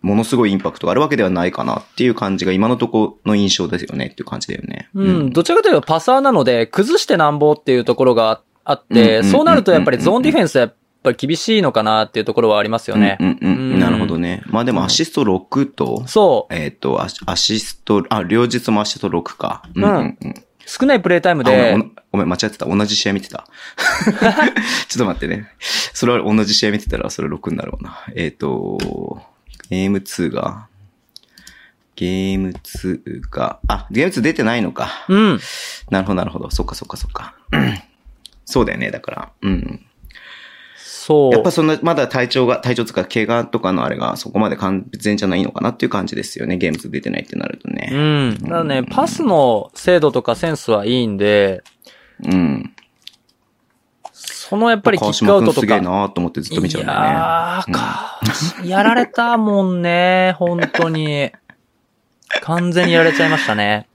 B: ものすごいインパクトがあるわけではないかなっていう感じが今のところの印象ですよねっていう感じだよね。
C: うん、どちらかというとパサーなので、崩してなんぼっていうところがあって、
B: うん
C: そうなるとやっぱりゾーンディフェンスはやっぱり厳しいのかなっていうところはありますよね。
B: うんうんうん
C: うん
B: なるほどね。まあでもアシスト6と、
C: そう。
B: えっ、とアシ、アシスト、あ、両日もアシスト6か。うんうんうん。
C: 少ないプレイタイム
B: あごめん
C: で
B: お、なごめん、間違ってた。同じ試合見てた。 ちょっと待ってね。それは同じ試合見てたら、それ6になるわな。えっ、と、ゲーム2が、ゲーム2が、あ、ゲーム2出てないのか。
C: うん。
B: なるほど、なるほど。そっかそっかそっか。そうだよね、だから。うん。
C: そう。
B: やっぱそんな、まだ体調が、体調とか怪我とかのあれがそこまで完全じゃないのかなっていう感じですよね。ゲーム2出てないってなると
C: う
B: ね。
C: ん。だからね、パスの精度とかセンスはいいんで、
B: うん。
C: そのやっぱりキ
B: 川
C: ックア
B: 島
C: ウ
B: 君
C: トと
B: すげ
C: か。
B: えなーと思ってずっと見ちゃうんだよね。
C: いやーか、やられたも んね、本当に。完全にやられちゃいましたね。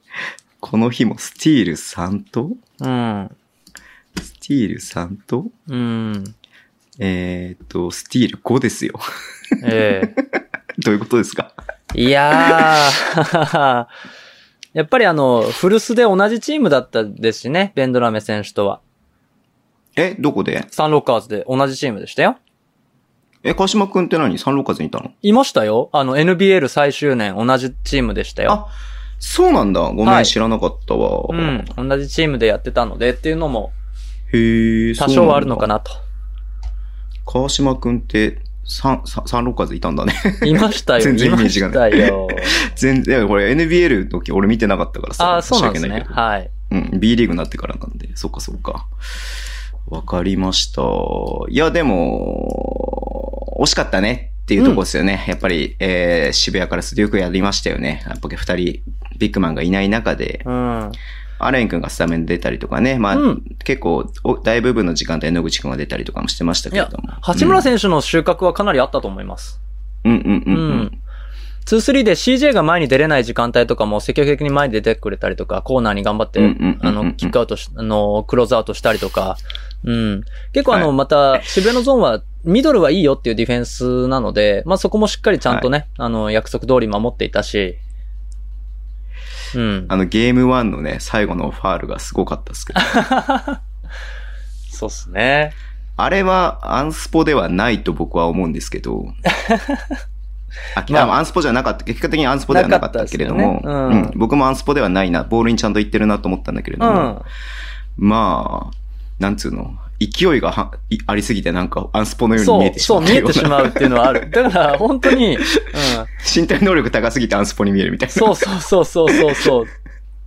B: この日もスティール3と、
C: うん。
B: スティール3と、
C: うん。
B: えーっと、スティール5ですよ。
C: ええ
B: どういうことですか
C: いやー、 やっぱりあの、古巣で同じチームだったですしね、ベンドラメ選手とは。
B: え、どこで
C: サンロッカーズで同じチームでしたよ。
B: え、川島くんって何サンローカーズにいたの
C: いましたよ。あの、NBL 最終年同じチームでしたよ。
B: あ、そうなんだ。ごめん、
C: はい
B: 知らなかったわ。
C: うん。同じチームでやってたのでっていうのも
B: へえ。
C: 多少はあるのか
B: な。
C: なと。
B: 川島くんって、サン、サンサンローカーズいたんだね。
C: いましたよ。
B: 全然イメージがない
C: ましたよ。
B: 全然、いやこれ NBL の時俺見てなかったからさ。
C: ああ、そうなんです
B: 申し
C: ね。
B: 訳
C: はい。
B: いけどうん、B リーグになってからなんで、そっかそっか。わかりました。いや、でも、惜しかったねっていうところですよね。やっぱり、えー、渋谷からすよくやりましたよね。やっぱり二人、ビッグマンがいない中で、
C: うん。
B: アレン君がスタメンで出たりとかね。まあ、
C: うん
B: 結構、お大部分の時間で野口君が出たりとかもしてましたけれども。
C: 八村選手の収穫はかなりあったと思います。
B: うんうんうんうん。う
C: うんん2-3で CJ が前に出れない時間帯とかも積極的に前に出てくれたりとか、コーナーに頑張って、
B: うんうんうんうん
C: あの、キックアウトし、あの、クローズアウトしたりとか、うん。結構あの、
B: は
C: また、渋谷のゾーンは、ミドルはいいよっていうディフェンスなので、まあ、そこもしっかりちゃんとね、あの、約束通り守っていたし、うん
B: あ。の、ゲーム1のね、最後のファールがすごかったですけど。
C: そうっすね。
B: あれはアンスポではないと僕は思うんですけ ど。あ
C: まあ
B: あのアンスポじゃなかった、結果的にアンスポではなかったけれども
C: な、かったですよねうん
B: 僕もアンスポではないな、ボールにちゃんと行ってるなと思ったんだけれ
C: う
B: ども、
C: ん。
B: まあ、なんつうの、勢いがはいありすぎてなんかアンスポのように
C: そ
B: 見え
C: う、
B: てしま
C: そ
B: っ
C: う、見
B: た
C: え
B: よう
C: て
B: な
C: しまうっていうのはある。だから、本当に、うん。
B: 身体能力高すぎてアンスポに見えるみたいな。
C: そうそうそうそうそうそう。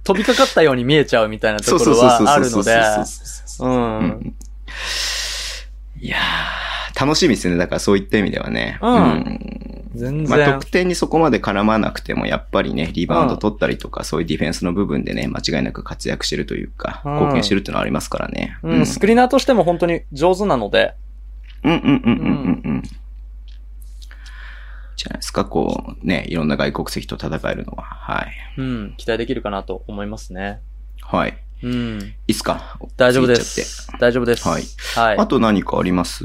C: 飛びかかったように見えちゃうみたいなと
B: そう
C: こ
B: そう
C: ろ
B: そうそう
C: はあ
B: そう
C: る
B: そ
C: の
B: う
C: で。。
B: そうううんんいやー、楽しみですね。だからそういった意味ではね。
C: うん
B: ん
C: 全
B: まあ、
C: 然
B: 得。点にそこまで絡まなくても、やっぱりね、リバウンド取ったりとか、そういうディフェンスの部分でね、間違いなく活躍してるというか、
C: うん
B: 貢献してるっていうのはありますからね。
C: うん、スクリーナーとしても本当に上手なので。
B: うんうんうんうんうんうん。じゃないですか、こう、ね、いろんな外国籍と戦えるのは。はい。
C: うん、期待できるかなと思いますね。
B: はい。
C: うん。
B: いいっすか
C: 大丈夫で
B: ついちゃって
C: す。大丈夫です。
B: はい。
C: はい。
B: あと何かあります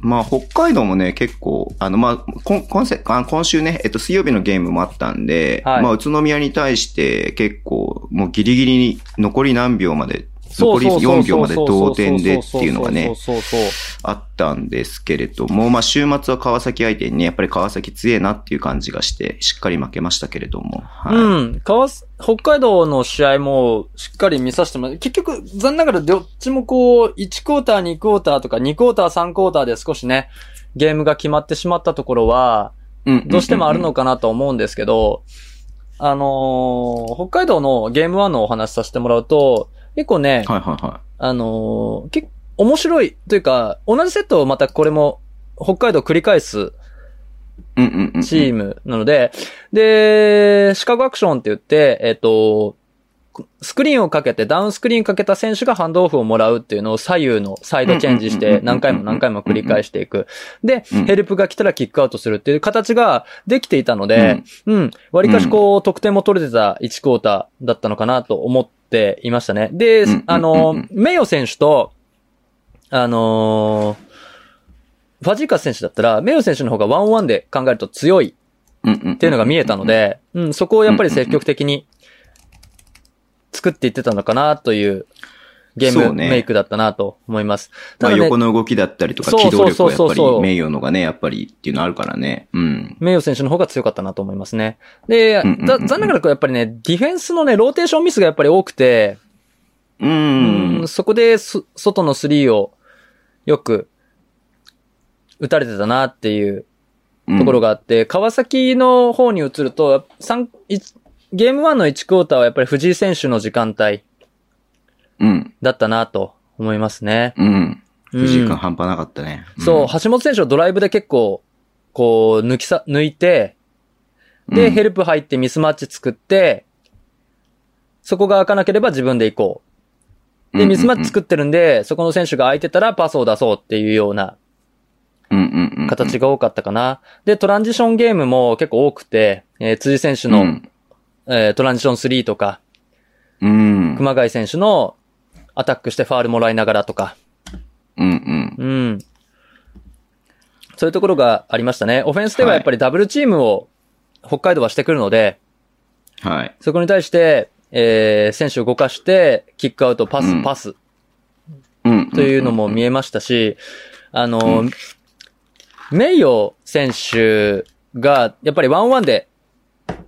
B: まあ、北海道もね、結構、あの、まあ、こん今せあ今週ね、えっと、水曜日のゲームもあったんで、
C: はい
B: まあ、宇都宮に対して結構、もうギリギリに残り何秒まで、残り4秒まで同点でっていうのがね、
C: そうそうそう
B: あったんですけれども、まあ、週末は川崎相手にね、やっぱり川崎強えなっていう感じがして、しっかり負けましたけれども。はい。
C: うん。かわす、北海道の試合もしっかり見させてもらう。結局、残念ながらどっちもこう、1クォーター、2クォーターとか、2クォーター、3クォーターで少しね、ゲームが決まってしまったところは、
B: うん
C: どうしてもあるのかなと思うんですけど、あのー北海道のゲーム1のお話しさせてもらうと、結構ね、
B: はいはいは
C: あのー結構面白いというか、同じセットをまたこれも北海道繰り返
B: い。
C: す
B: うんうんうんうん。
C: チームなので、で、シカゴアクションって言って、えっと、スクリーンをかけて、ダウンスクリーンかけた選手がハンドオフをもらうっていうのを左右のサイドチェンジし
B: うんうんうん
C: て
B: うん
C: 何回も何回も繰り返していく。で、
B: うん
C: ヘルプが来たらキックアウトするっていう形ができていたので、うん、割かしこう得点も取れてた1クォーターだったのかなと思っていましたね。で
B: うんうんうんうん、
C: あの、名誉選手と、あのーファジーカス選手だったら、メヨ選手の方がワンワンで考えると強い
B: うんうんうん
C: っていうのが見えたの、で、うん、そこをやっぱり積極的に作っていってたのかなというゲー
B: そ
C: ム
B: うね
C: メイクだったなと思います。
B: ま
C: た
B: あ、
C: だね
B: 横、の動きだったりとか、
C: そうそ
B: 機
C: う
B: 動力はやっ
C: そうそ
B: ぱ
C: うそう
B: り、名誉のがね、やっぱりっていうのあるからね。うん。
C: 名誉選手の方が強かったなと思いますね。で、
B: うんうんうん
C: だ残念ながらこうやっぱりね、ディフェンスのね、ローテーションミスがやっぱり多くて、
B: う
C: うんん。そこでそ外のスリーをよく打たれてたなっていうところ
B: が。
C: があって、川崎の方に移ると、三一ゲーム1の1クォーターはやっぱり藤井選手の時間帯
B: うん。
C: だったなと思いますね。
B: うん。
C: うん
B: 藤井君半端なかったね。
C: そう、橋本選手をドライブで結構、こう、抜きさ、抜いて、で、ヘ
B: ル
C: ルプ入ってミスマッチ作って、そこが開かなければ自分で行こう。で、ミスマッチ作ってるんで、そこの選手が空いてたらパスを出そうっていうような
B: る
C: 形が多かったかな。で、トランジションゲームも結構多くて、えー辻選手の、えートランジション3とか、
B: うん。
C: 熊谷選手のアタックしてファールもらいながらとか、
B: うんうん。
C: うん。そういうところがありましたね。オフェンスではやっぱりダブルチームを北海道はしてくるので、
B: はい。
C: そこに対して、えー、選手を動かして、キックアウト、パス、
B: うん
C: パス
B: うん。
C: というのも見えましたし、あの、名誉選手が、やっぱりワンワンで、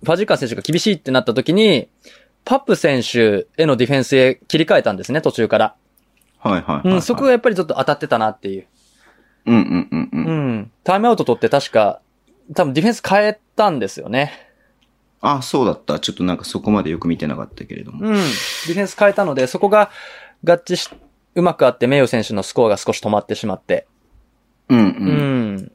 C: ファジーカー選手が厳しいってなった時に、パップ選手へのディフェンスへ切り替えたんですね、途中から。
B: はいはい。
C: うん、そこが
B: が。
C: やっぱりちょっと当たってたなっていう。
B: うんうんうんう。
C: うんん。タイムアウト取って確か、多分ディフェンス変えたんですよね。
B: あ、そうだった。ちょっとなんかそこまでよく見てなかったけれども。
C: うん。ディフェンス変えたので、そこが合致し、うまくあって、名誉選手のスコアが少し止まってしまって、
B: うんう。
C: うんん。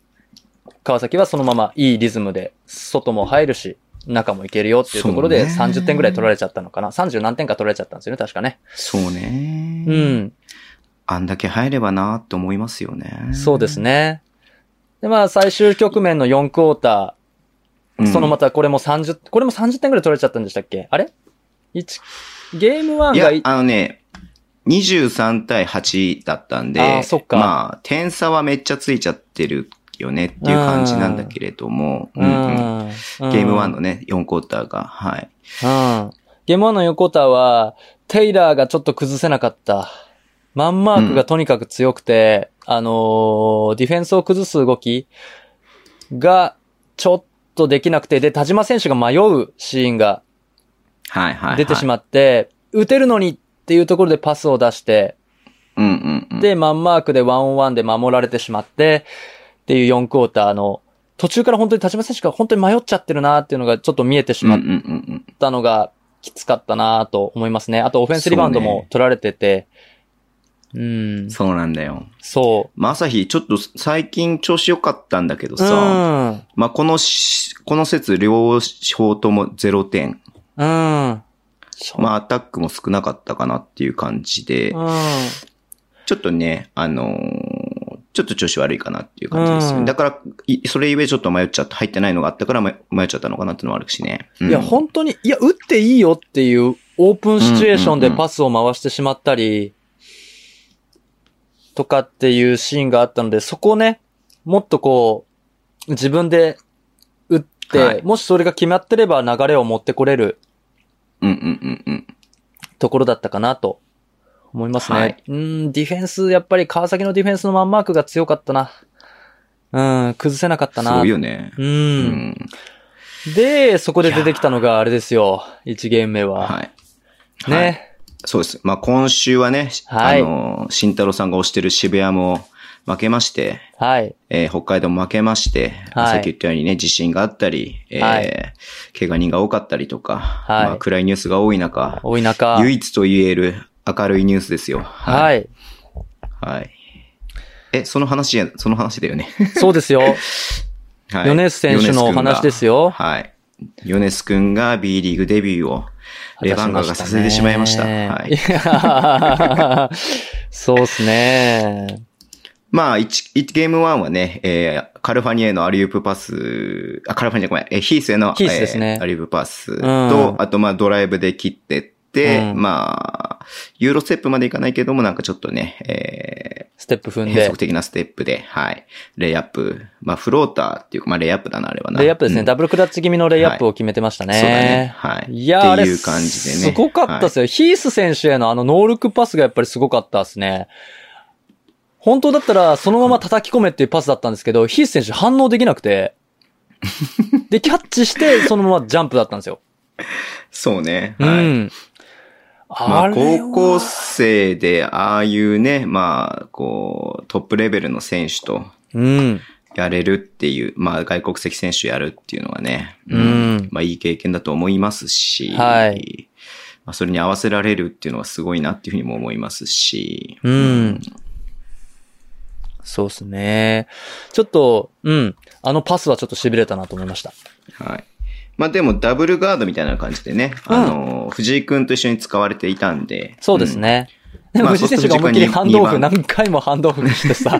C: 川崎はそのままいいリズムで、外も入るし、中もいけるよっていうところで
B: そうね
C: 30点ぐらい取られちゃったのかな。30何点か取られちゃったんですよね、確かね。
B: そうね。
C: う。ん。
B: あんだけ入ればなって思いますよね。
C: そうですね。で、まあ、最終局面の4クォータ
B: うん。
C: ー、そのまたこれも30、これも30点ぐらい取られちゃったんでしたっけあれ ?1、ゲーム1
B: いや
C: がい、
B: あのね、23対8だったんで、
C: あーそっか
B: まあ、点差はめっちゃついちゃってるよねっていう感じなんだけれども、
C: う
B: うんうん
C: ん
B: ゲーム1のね、4クォーターが、はい。
C: うん。ゲーム1の横田は、テイラーがちょっと崩せなかった。マンマークがとにかく強くて、あのーディフェンスを崩す動きがちょっとできなくて、で、田島選手が迷うシーンが
B: はいはい、はい。
C: 出てし
B: ま
C: まって、打てるのにっていうところでパスを出して、
B: う。うんうんうん。、
C: で、マンマークでワンオンワンで守られてしまって、っていう4クォーターの、途中から本当に田島選手が本当に迷っちゃってるなっていうのがちょっと見えてし
B: うん
C: ま
B: う
C: っ
B: んうん
C: ったのがきつかったなと思いますね。あとオフェンスリバウンドも取られてて。う
B: うんん。。そうなんだよ。
C: そ
B: まあ、朝日、ちょっと最近調子良かったんだけど
C: う。う
B: さ、
C: ん。
B: まあ、このし、この説両方とも0点。
C: うん。そう
B: まあ、アタックも少なかったかなっていう感じで、ちょっとね、あのーちょっと調子悪いかなっていう感じですよね。
C: うん
B: だから、いそれゆえちょっと迷っちゃった、入ってないのがあったから迷迷っちゃったのかなっていうのもあるしね。う
C: うんん。いや、本当に、いや、打っていいよっていうオープンシチュエーションでパスを回してしまったり、とかっていうシーンがあったので、そこをね、もっとこう、自分で打って、
B: はい
C: もしそれが決まってれば流れを持ってこれる
B: うんうんうんうん。
C: ところだったかなと思いますね。
B: はい
C: うん、ディフェンス、やっぱり川崎のディフェンスのマンマークが強かったな。うん、崩せなかった
B: す
C: な。
B: ごいよね。
C: う。
B: うんん。
C: で、そこで出てきたのがあれですよ。1ゲーム目は。
B: はい。
C: ね。
B: はいそうです。まあ、今週はね、
C: はい
B: あの、慎太郎さんが推してる渋谷も負けまして、
C: はい。
B: えー北海道も負けまして、
C: はい
B: さっき言ったようにね、地震があったり、えー
C: はい
B: 怪我人が多かったりとか、
C: はい
B: まあ、暗いニュースが多い中、
C: 多い中。
B: 唯一と言える明るいニュースですよ。は。
C: はいい。
B: はい。え、その話や、その話だよね。
C: そうですよ。
B: はい。
C: ヨネス選手のお話です
B: ヨネ
C: よ
B: ス君がはい。ヨネス君が B リーグデビューを、レバンガがさせてしまいました。はい
C: い やーそうですね。
B: まあ、1、一ゲーム1はね、えー、カルファニエのアリウープパス、あ、カルファニエごめん、えーヒースへの
C: ヒースですね
B: えーアリウープパスと、
C: ん
B: あとまあドライブで切ってって、
C: うん
B: まあ、ユーロステップまでいかないけども、なんかちょっとね、
C: ステップ
B: えー、
C: 踏ん
B: 変
C: で
B: 則。的なステップで、はい、レイアップ、まあフローターっていうか、まあレイアップだな、あれはな。
C: レイアップですね、
B: うん
C: ダブルクラッチ気味のレイアップを決めてましたね。
B: はいそうだねはい
C: いやーあ
B: って
C: れ、
B: いう感じでね
C: すごかったですよ、ヒース選手へのあのノールックパスがやっぱりすごかったですね。本当だったら、そのまま叩き込めっていうパスだったんですけど、ヒース選手反応できなくて、で、キャッチして、そのままジャンプだったんですよ。
B: そうね。
C: う
B: はい
C: ん。
B: ま
C: あ
B: あ、
C: れは
B: 高校生で、ああいうね、まあ、こう、トップレベルの選手と
C: うん。
B: やれるっていう、まあ、外国籍選手やるっていうのはね、
C: うん
B: まあ、いい経験だと思いますし、
C: はい
B: まあ、それに合わせられるっていうのはすごいなっていうふうにも思いますし、
C: うん。そうですね。ちょっと、うん。あのパスはちょっと痺れたなと思いました。
B: はい。まあ、でも、ダブルガードみたいな感じでね、
C: うん
B: あの、藤井くんと一緒に使われていたんで、
C: そうですね。でも
B: まあ
C: 藤井選手が思いっきり
B: そう
C: ハ
B: す
C: ン
B: ると二
C: ドオフ、
B: 番
C: 何回もハンドオフして さ、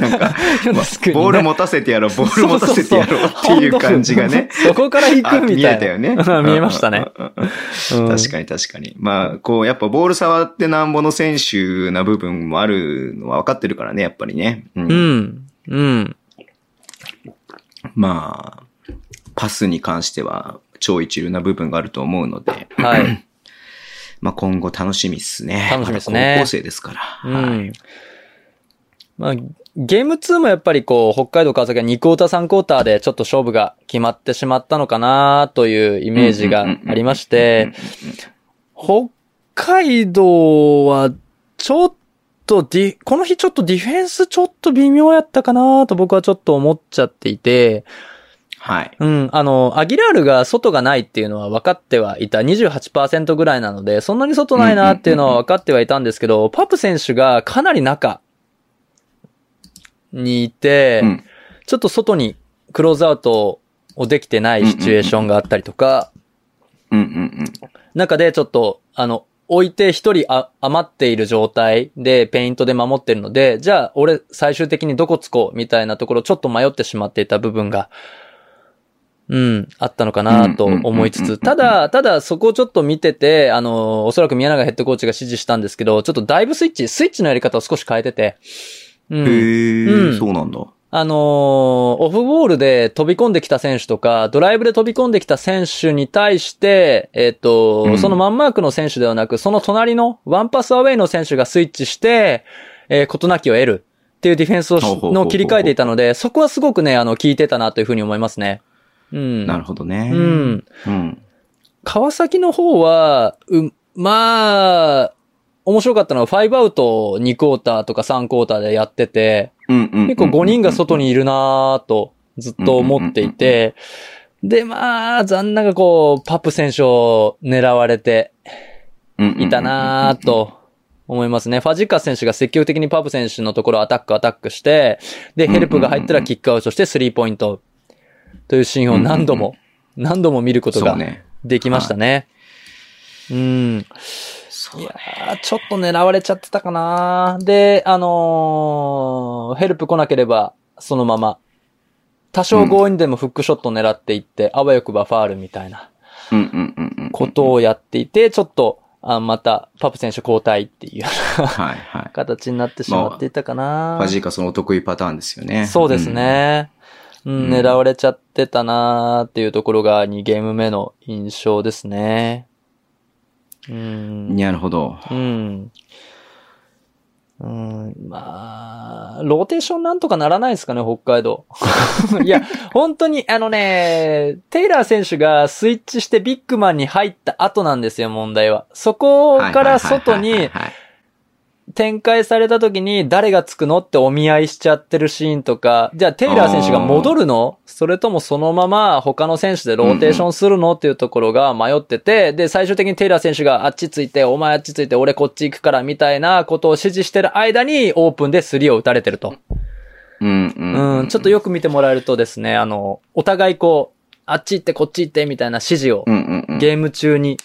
B: なん か、
C: ヨ
B: ま
C: ネ
B: あ
C: ス君にね
B: ボール持たせてやろう、ボール持たせてやろうっていう感じがね。
C: そうそうそうハンドオフそこから行くみ
B: あ
C: たいな。
B: 見えたよね。
C: うん 見えましたね。
B: うんうんうんうん。確
C: か
B: かに確かに。まあ、こう、やっぱボール触ってなんぼの選手な部分もあるのは分かってるからね、やっぱりね。うん
C: うん。うん。
B: まあ、パスに関しては超一流な部分があると思うので、
C: はい。
B: まあ今後楽しみっすね。
C: 楽しみっすね
B: まだ高校生ですから。
C: う
B: はい
C: ん。まあ、ゲーム2もやっぱりこう、北海道川崎は2クォーター3クォーターでちょっと勝負が決まってしまったのかなというイメージがありまし
B: うん
C: て
B: うん、
C: 北海道はちょっとディ、この日ちょっとディフェンスちょっと微妙やったかなと僕はちょっと思っちゃっていて、
B: はい。
C: うん、あの、アギラールが外がないっていうのは分かってはいた。28%ぐらいなので、そんなに外ないなっていうのは分かってはいたんですけど、パプ選手がかなり中にいて、
B: うん
C: ちょっと外にクローズアウトをできてないシチュエーションがあったりとか、
B: うんうん
C: 中でちょっと、あの、置いて一人あ余っている状態でペイントで守ってるので、じゃあ俺最終的にどこつこうみたいなところちょっと迷ってしまっていた部分が、うん、あったのかなと思いつ
B: うんうんうんうんう
C: つ、
B: ん
C: ただ、ただそこをちょっと見てて、あの、おそらく宮永ヘッドコーチが指示したんですけど、ちょっとダイブスイッチ、スイッチのやり方を少し変えてて、う
B: うん。
C: ん。
B: へ
C: う
B: え、
C: ん
B: そうなんだ。
C: あのーオフボールで飛び込んできた選手とか、ドライブで飛び込んできた選手に対して、えっ、と、
B: うん
C: そのマンマークの選手ではなく、その隣のワンパスアウェイの選手がスイッチして、えー、ことなきを得るっていうディフェンスをし
B: ほうほうほうほう
C: の切り替えていたので、そこはすごくね、あの、効いてたなというふうに思いますね。うん。
B: なるほどね。
C: うん。
B: うん。
C: 川崎の方は、う、まあ、面白かったのは、5アウトを2クォーターとか3クォーターでやってて、
B: うんうんうんうん。
C: 結構5人が外にいるなぁとずっと思っていて、で、まあ、残念ながらこう、パップ選手を狙われていたなぁと思いますね。ファジカス選手が積極的にパップ選手のところをアタックアタックして、で、ヘルプが入ったらキックアウトしてスリーポイントというシーンを何度も、何度も見ること
B: そう
C: が
B: ね。
C: できましたね。うん。
B: そう
C: い
B: ね
C: やーちょっと狙われちゃってたかなで、あのーヘルプ来なければ、そのまま。多少強引でもフックショット狙っていって、あわよくばファールみたいな。
B: うんうんうんうん。
C: ことをやっていて、ちょっと、あまた、パプ選手交代っていうような
B: はいはい。
C: 形になってしまっていたかな
B: ファ。ジーカそのお得意パターンですよね。
C: そうですね。うん、
B: うん
C: 狙われちゃってたなーっていうところが2ゲーム目の印象ですね。う
B: うん。
C: ん。
B: なるほど。
C: うん。うん、まあ、ローテーションなんとかならないですかね、北 海道。いや、本当に、あのね、テイラー選手がスイッチしてビッグマンに入った後なんですよ、問題は。そこから外
B: はいはい
C: に
B: はいはい
C: 展開された時に誰がつくのってお見合いしちゃってるシーンとか、じゃあテイラー選手が戻るのそれともそのまま他の選手でローテーションするのっていうところが迷ってて、で、最終的にテイラー選手があっちついて、お前あっちついて、俺こっち行くからみたいなことを指示してる間にオープンでスリーを打たれてると。
B: うんうんうん。
C: うん、ちょっとよく見てもらえるとですね、あの、お互いこう、あっち行ってこっち行ってみたいな指示を
B: うんうんうん。
C: ゲーム中に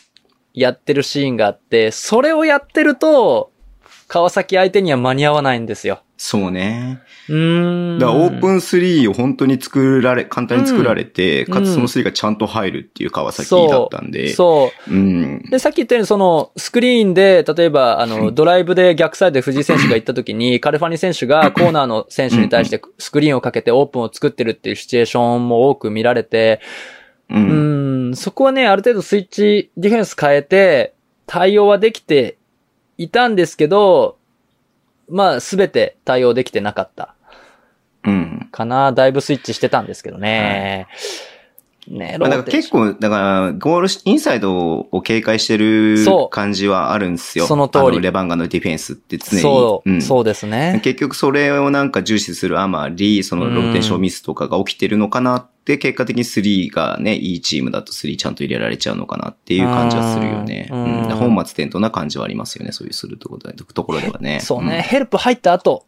C: やってるシーンがあって、それをやってると、川崎相手には間に合わないんですよ。
B: そうね。
C: うーん。
B: だからオープ
C: ン
B: ン3を本当に作られ、簡単に作られて、
C: うん
B: かつその3がちゃんと入るっていう川崎だったんで。。
C: そう
B: ん
C: う。。で、さっき言ったように、その、スクリーンで、例えば、あの、ドライブで逆サイドで藤井選手が行った時に、カルファニ選手がコーナーの選手に対してスクリーンをかけてオープンを作ってるっていうシチュエーションも多く見られて、
B: う
C: う。ん、そこはね、ある程度スイッチディフェンス変えて、対応はできていたんですけど、まあ、すべて対応できてなかった
B: うん。
C: かな。だいぶスイッチしてたんですけどね。ね
B: まあ、だから結構、だから、ゴールし、インサイドを警戒してる
C: そう
B: 感じはあるんですよ。
C: その通り
B: あレバンガのディフェンスって常に。
C: そう、
B: ん、
C: そうですね。
B: 結局それをなんか重視するあまり、そのローテーションミスとかが起きてるのかなって、結果的に3がね、いいチームだと3ちゃんと入れられちゃうのかなっていう感じはするよね。
C: う
B: うんん。だから本末転倒な感じはありますよね、そういうするところでところではね。
C: そうね、ヘルプ入った後。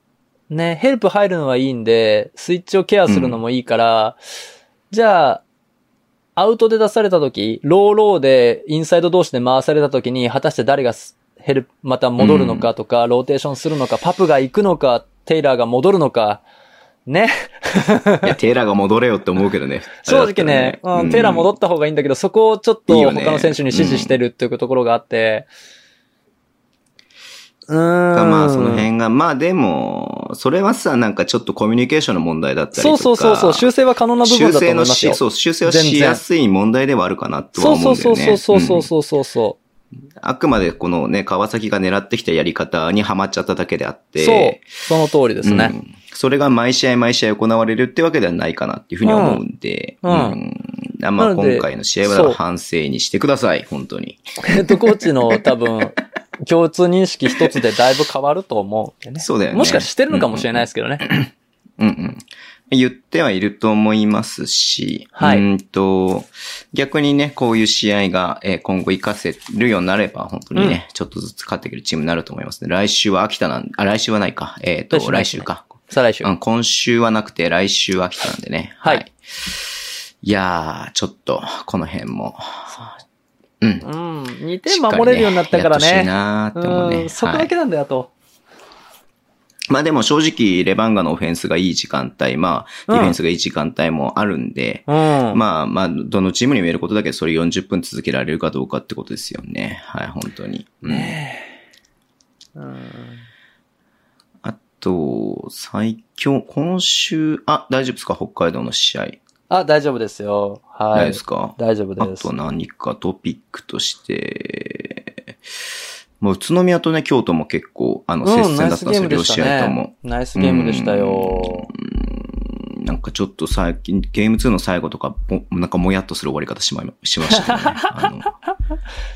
C: ね、ヘルプ入るのはいいんで、スイッチをケアするのもいいから、じゃあ、アウトで出された時、ローローでインサイド同士で回された時に、果たして誰がすヘルプ、また戻るのかとか、ローテーションするのか、パプが行くのか、テイラーが戻るのか、ね。
B: うん。いや、テイラーが戻れよって思うけどね。
C: 正直ね、
B: あれだったら
C: うん、テイラー戻った方がいいんだけど、そこをちょっと
B: いい
C: 他
B: よね
C: の選手に指示してるっていうところがあって、うーん。
B: まあその辺が、まあでも、それはさ、なんかちょっとコミュニケーションの問題だったりと
C: そう
B: か。
C: そうそうそう、修正は可能な部分
B: 修
C: だと
B: 正
C: 思
B: の
C: いますよ。
B: し、そう、修正をしやすい問題ではあるかなとは
C: そう
B: 思
C: そううん
B: だよ
C: そう
B: ね。
C: そうそうそう
B: うん
C: そうそうそ
B: あくまでこのね、川崎が狙ってきたやり方にはまっちゃっただけであっ
C: う。
B: て。
C: その通りです
B: う
C: ね。
B: んそれが毎試合毎試合行われるってわけではないかなっていうふうに思うんで。
C: うんうん
B: あまあ
C: なので
B: 今回の試合はだから反省にしてください、本当に。
C: ヘッドコーチの多分、共通認識一つでだいぶ変わると思うんでね。
B: そうだよね
C: もしかしてるのかもしれないですけどね。
B: うんうん。言ってはいると思いますし、
C: はい
B: うんと、逆にね、こういう試合が、えー今後活かせるようになれば、本当にね、ちょっとずつ勝ってくるチームになると思いますね。来週は秋田なん、あ、来週はないか。えっ、と、
C: 来週な
B: 来
C: いですね
B: 週か。
C: 再来週。
B: うん、今週はなくて、来週は秋田なんでね。
C: はい
B: いやー、ちょっと、この辺も、うん。
C: うん。2点守れるようになったから
B: しっかり
C: ね。
B: やってほしいなーって思うね。
C: うん。そこだけなんだよ、あと。
B: まあでも正直、レバンガのオフェンスがいい時間帯、まあ、
C: うん
B: ディフェンスがいい時間帯もあるんで、
C: うん。
B: まあまあ、どのチームにも言えることだけど、それ40分続けられるかどうかってことですよね。はい、本当に。うん、
C: うん
B: あと、最強、今週、あ、大丈夫ですか北海道の試合。
C: あ、大丈夫ですよ。
B: 大丈夫
C: はい
B: です。か
C: 大丈夫
B: あ
C: です
B: と。何かトピックとして、まあ、宇都宮とね、京都も結構、あの、接
C: うん、ナ
B: 戦
C: イ
B: だっ
C: ス
B: たんで
C: ゲ
B: すよ、
C: ームで
B: 両
C: し
B: 試
C: た
B: 合と
C: ね
B: も。。
C: ナイスゲームでしたよ。
B: なんかちょっと最近、ゲーム2の最後とか、ぼなんかもやっとする終わり方しまいしましたね。 あの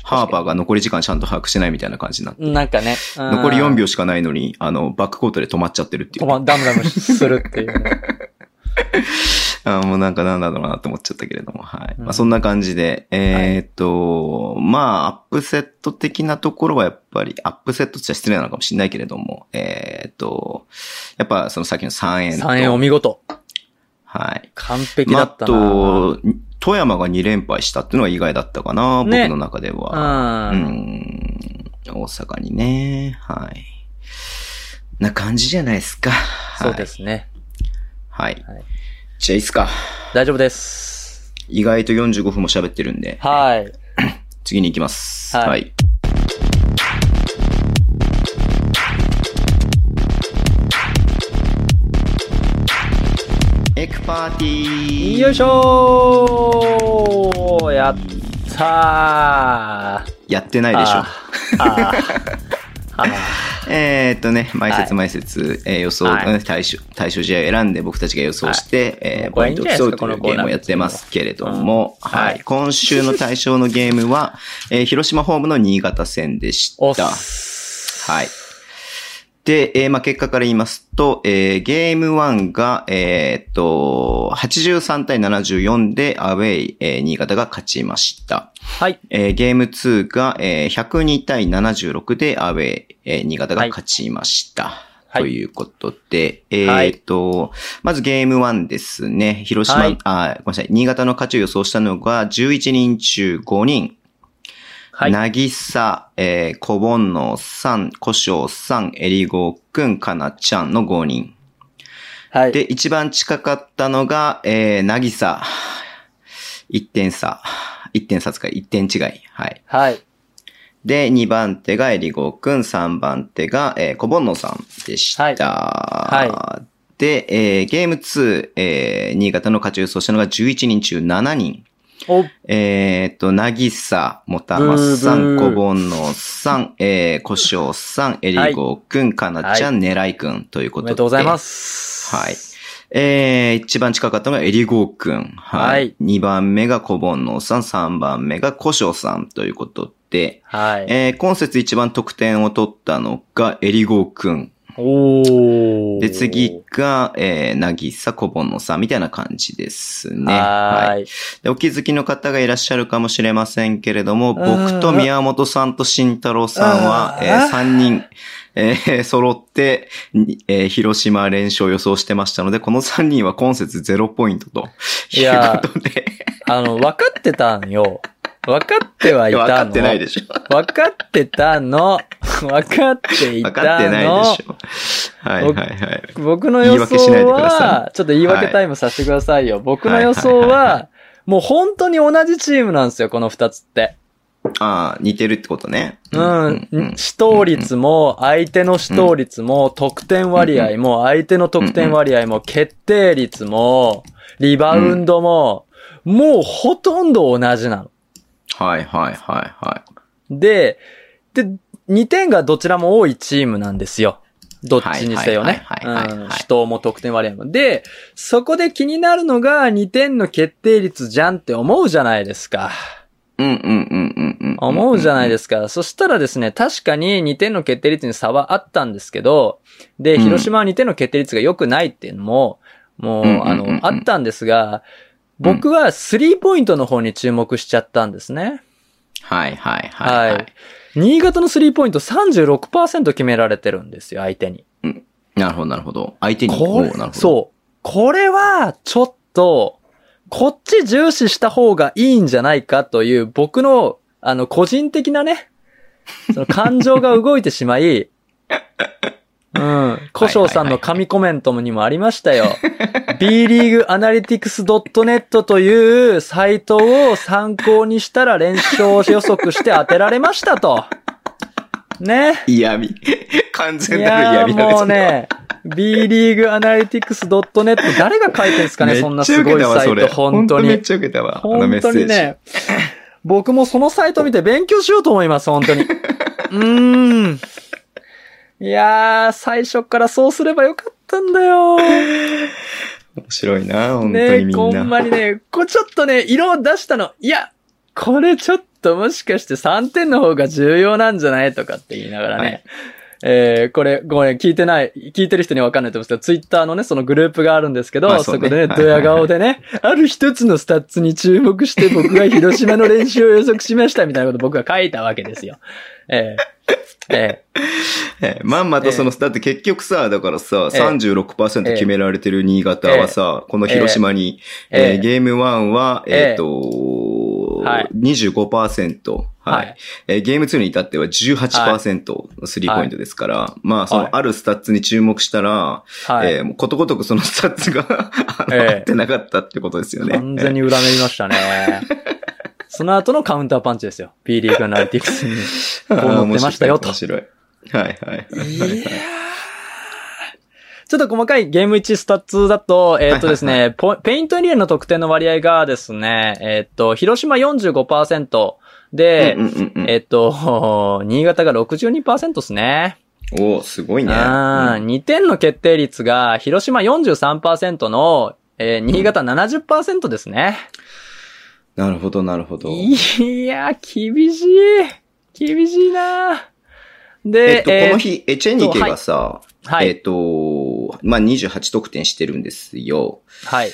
B: ハーパーが残り時間ちゃんと把握してないみたいな感じになって。
C: なんかね。うん
B: 残り4秒しかないのに、あの、バックコートで止まっちゃってるってい
C: 止
B: う。
C: ま ダムダムするっていうね。
B: あもうなんかなんだろうなと思っちゃったけれども、はい。
C: うん
B: まあそんな感じで、えーっと、まあ、アップセット的なところはやっぱり、アップセットっちゃ失礼なのかもしれないけれども、えーっと、やっぱその先の3円と。
C: 3円お見事。
B: はい。
C: 完璧だったな。
B: まああと、富山が2連敗したっていうのは意外だったかな、
C: ね
B: 僕の中では。う
C: うん。
B: ん。大阪にね、はい。な感じじゃないですか。はい、
C: そうですね。
B: はい。
C: はい
B: じゃあいいっすか。
C: 大丈夫です。
B: 意外と45分も喋ってるんで、
C: はい。
B: 次に行きます。
C: はい
B: はい。エクパーティー
C: よいしょーやったー
B: やってないでしょ
C: あ。ーあー あ
B: えーっとね、毎節毎節、えー予想、
C: はい
B: うん対象、対象試合を選んで僕たちが予想して、えー
C: こ
B: ポ
C: れい
B: イ
C: い
B: ン
C: ん
B: ト
C: じ
B: を
C: ゃないです
B: 競
C: か
B: うという
C: このコー
B: ゲー
C: ナー
B: ムをやってますけれども、
C: うん
B: はい、
C: はい
B: 今週の対象のゲームは、えー広島ホームの新潟戦でし。
C: ーおったす。
B: はい。で、えーまあ、結果から言いますと、えーゲーム1が、えーっと、83対74でアウェイ、えー新潟が勝ちました。
C: はい。
B: えーゲーム2が、えー102対76でアウェイ、えー新潟が勝ちました。
C: はい
B: ということで、え
C: はい
B: ーっと、まずゲーム1ですね。広島、
C: はい
B: あ、ごめんなさい。新潟の勝ちを予想したのが11人中5人。
C: はい。
B: なぎさ、えー、こぼんのさん、こしょうさん、えりごくん、かなちゃんの5人。
C: はい。
B: で、一番近かったのが、えー、なぎさ。1点差。1点差使い、1点違い。はい。
C: はい。
B: で、2番手がえりごくん、3番手が、えー、こぼんのさんでした。
C: はいは
B: で、えー、ゲーム2、えー、新潟の勝ち予想したのが11人中7人。
C: お、
B: えーっと、なぎさ、もたまさん、
C: ブーブ
B: こ
C: ー
B: ぼんのさん、えー、こしょうさん、えりごうくん、かなちゃん、ねらいくんという
C: お
B: こと
C: め
B: で。。
C: でとうございますす。
B: はい。えー、一番近かったのがえりごうくん。は
C: はいい。
B: 二、番目がこぼんのさん、三番目がこしょうさんということで、
C: はい。
B: えー、今節一番得点を取ったのがえりごうくん。
C: おー。
B: で、次が、えー、なぎさ、こぼんのさんみたいな感じですね。
C: はーい。
B: でお気づきの方がいらっしゃるかもしれませんけれども、
C: うん
B: 僕と宮本さんと慎太郎さんは、
C: うん
B: え3人、えー 揃って、にえー広島連勝を予想してましたので、この3人は今節0ポイントと
C: い
B: い
C: やー
B: うことで、
C: あの、分かってたんよ。分かってはい
B: 分
C: たの。
B: かってないでしょ。
C: 分かってたの。 分かっていた
B: 分
C: の。
B: かってないでしょ。はいはいはい。
C: 僕の予
B: 言い訳し
C: 想
B: ないでくださ
C: は、ちょっと言い訳タイムさせてくださいよ。僕の予
B: は
C: 想
B: いはいはい
C: は、もう本当に同じチームなんですよ、この二つって。
B: ああ、似てるってことね。
C: うん。死闘率も、相手の死闘率も、得点割合も、相手の得点割合も、決定率も、リバウンドも、もうほとんど同じなの。
B: はいはいはいは
C: で、で、2点がどちらも多いチームなんですよ。どっちにせよね。
B: はいはいは
C: う
B: いはいはい
C: ん死闘も得点割合も。で、そこで気になるのが2点の決定率じゃんって思うじゃないですか。
B: い。うんうんうんうんうん。
C: 思うじゃない
B: で
C: ですか。そしたらですね、確かに2点の決定率に差はあったんですけど、で、
B: うん
C: 広島は2点の決定率が良くないっていうのも、もう、
B: うんうんうん
C: あ
B: うん
C: の、あったんですが、僕は3ポイントの方に注目しちゃったんですね。
B: すか。はいはいはい、は
C: はい
B: い。
C: 新潟の3ポイント36%決められてるんですよ、相手に。
B: なるほどなるほど。相手に、
C: こ
B: おうなるほ
C: れ、
B: ど。
C: そう。これは、ちょっと、こっち重視した方がいいんじゃないかという、僕の、あの、個人的なね、その感情が動いてしまい、うん。古生さんの神コメントにもありましたよ。b リーグアナリティクス .net というサイトを参考にしたら連勝予測して当てられましたと。ね。
B: 嫌味。 完全
C: い
B: なる
C: や
B: 嫌
C: ー
B: 味だね。
C: もうね、B リーグアナリティクス .net 誰が書いてるんですかね、そんなすごいサイト、本当
B: めっ
C: に。
B: ちゃ受けたわ、あのメ
C: 本
B: ッセ
C: 当
B: ージ。
C: にね、僕もそのサイト見て勉強しようと思います、本当に。うーん。いやー、最初からそうすればよかったんだよ。
B: 面白いな、本当に
C: ね
B: み
C: こ
B: んな。
C: んまにね、こうちょっとね、色を出したの。いや、これちょっともしかして3点の方が重要なんじゃないとかって言いながらね。
B: はい
C: えー、これ、ごめん、聞いてない、聞いてる人にはわかんないと思うんですけど、ツイッターのね、そのグループがあるんですけど、
B: まあ
C: そ
B: そうね
C: こでね、
B: はい
C: ドヤ顔でね、ある一つのスタッツに注目して僕が広島の練習を予測しましたみたいなことを僕が書いたわけですよ。えー、え
B: ええまんまとその、だって結局さ、だからさ、
C: ええ
B: 36%決められてる新潟はさ、この広島に、
C: え
B: え
C: え
B: ーゲーム1は、
C: ええ
B: えっ、と、
C: はい
B: 25%。はい。
C: はい
B: えーゲーム2に至っては18%のスリーポイントですから、まあ、そ
C: はい
B: のあるスタッツに注目したら、
C: はい。
B: えーもうことごとくそのスタッツが、あの、
C: ええ
B: 合ってなかったってことですよね。
C: 完全に裏目りました ね。その後のカウンターパンチですよ。B リーグアナリティクスに。
B: えー
C: こうなってましたよ と
B: 面白い。面白いはいはいはい。
C: ちょっと細かいゲーム1スタッツだと、えーっ、とです
B: はい
C: ね、ポペイントエリアの得点の割合がですね、えーっ、と、広島45%で、
B: うんうんうんうん
C: えーっ、と、 新潟が62%ですね。
B: おーすごいね。
C: あ
B: うん
C: 2点の決定率が、広島43%の、えー新潟70%ですね。
B: なるほど、なるほど。
C: いや、厳しい。厳しいな
B: え
C: で、
B: っと、この日、エチェニケがさ、
C: はい
B: えっと、まあ、28得点してるんですよ。
C: はい。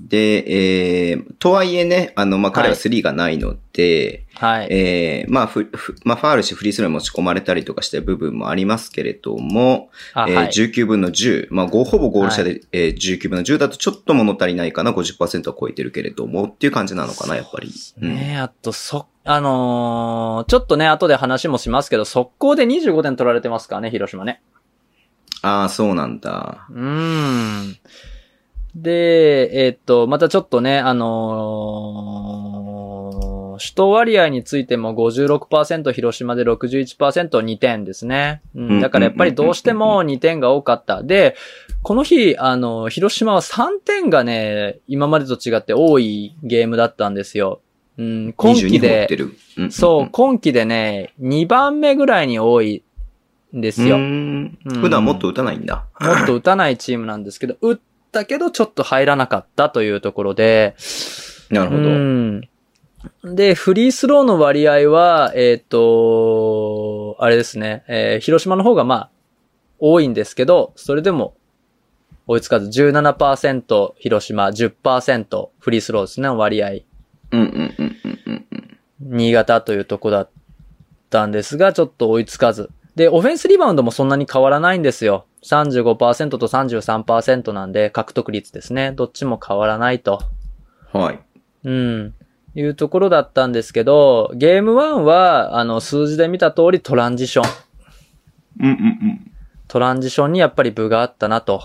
B: で、えー、とはいえね、あの、まあ、彼は
C: はい
B: 3がないので、
C: はい。
B: えーまあふ、ふまあ、ファールしフリースローに持ち込まれたりとかした部分もありますけれども、
C: あ、
B: えー
C: はい。
B: 19分の10、まあ、ごほぼゴール下で、えー19分の10だとちょっと物足りないかな、50%は超えてるけれども、っていう感じなのかな、やっぱり。
C: ねえ、あと、そ、あのーちょっとね、後で話もしますけど、速攻で25点取られてますからね、広島ね。
B: うん、ああ、そうなんだ。
C: うーん。で、えっと、またちょっとね、あのー、首都割合についても56%広島で 61%2 点ですね。う
B: うん
C: ん。だからやっぱりどうしても2点が多かった。で、この日、あの、広島は3点がね、今までと違って多いゲームだったんですよ。うん、今季
B: 22本打
C: で
B: って、る。うん
C: そう、今季でね、2番目ぐらいに多いんですよ。
B: うーん
C: うん
B: 普段もっと打たないんだ。
C: もっと打たないチームなんで すけど、打ったけどちょっと入らなかったというところで、
B: なるほど。
C: うんで、フリースローの割合は、えっ、と、あれですね、えー広島の方がまあ、多いんですけど、それでも追いつかず17%、広島10%、フリースローですね、割合。
B: うんうんうんうんうんうん。
C: 新潟というとこだったんですが、ちょっと追いつかず。で、オフェンスリバウンドもそんなに変わらないんですよ。35%と33%なんで、獲得率ですね。どっちも変わらないと。
B: はい。
C: うん。いうところだったんですけど、ゲーム1は、あの、数字で見た通りトランジション。
B: うんうんうん。
C: トランジションにやっぱり部があったなと。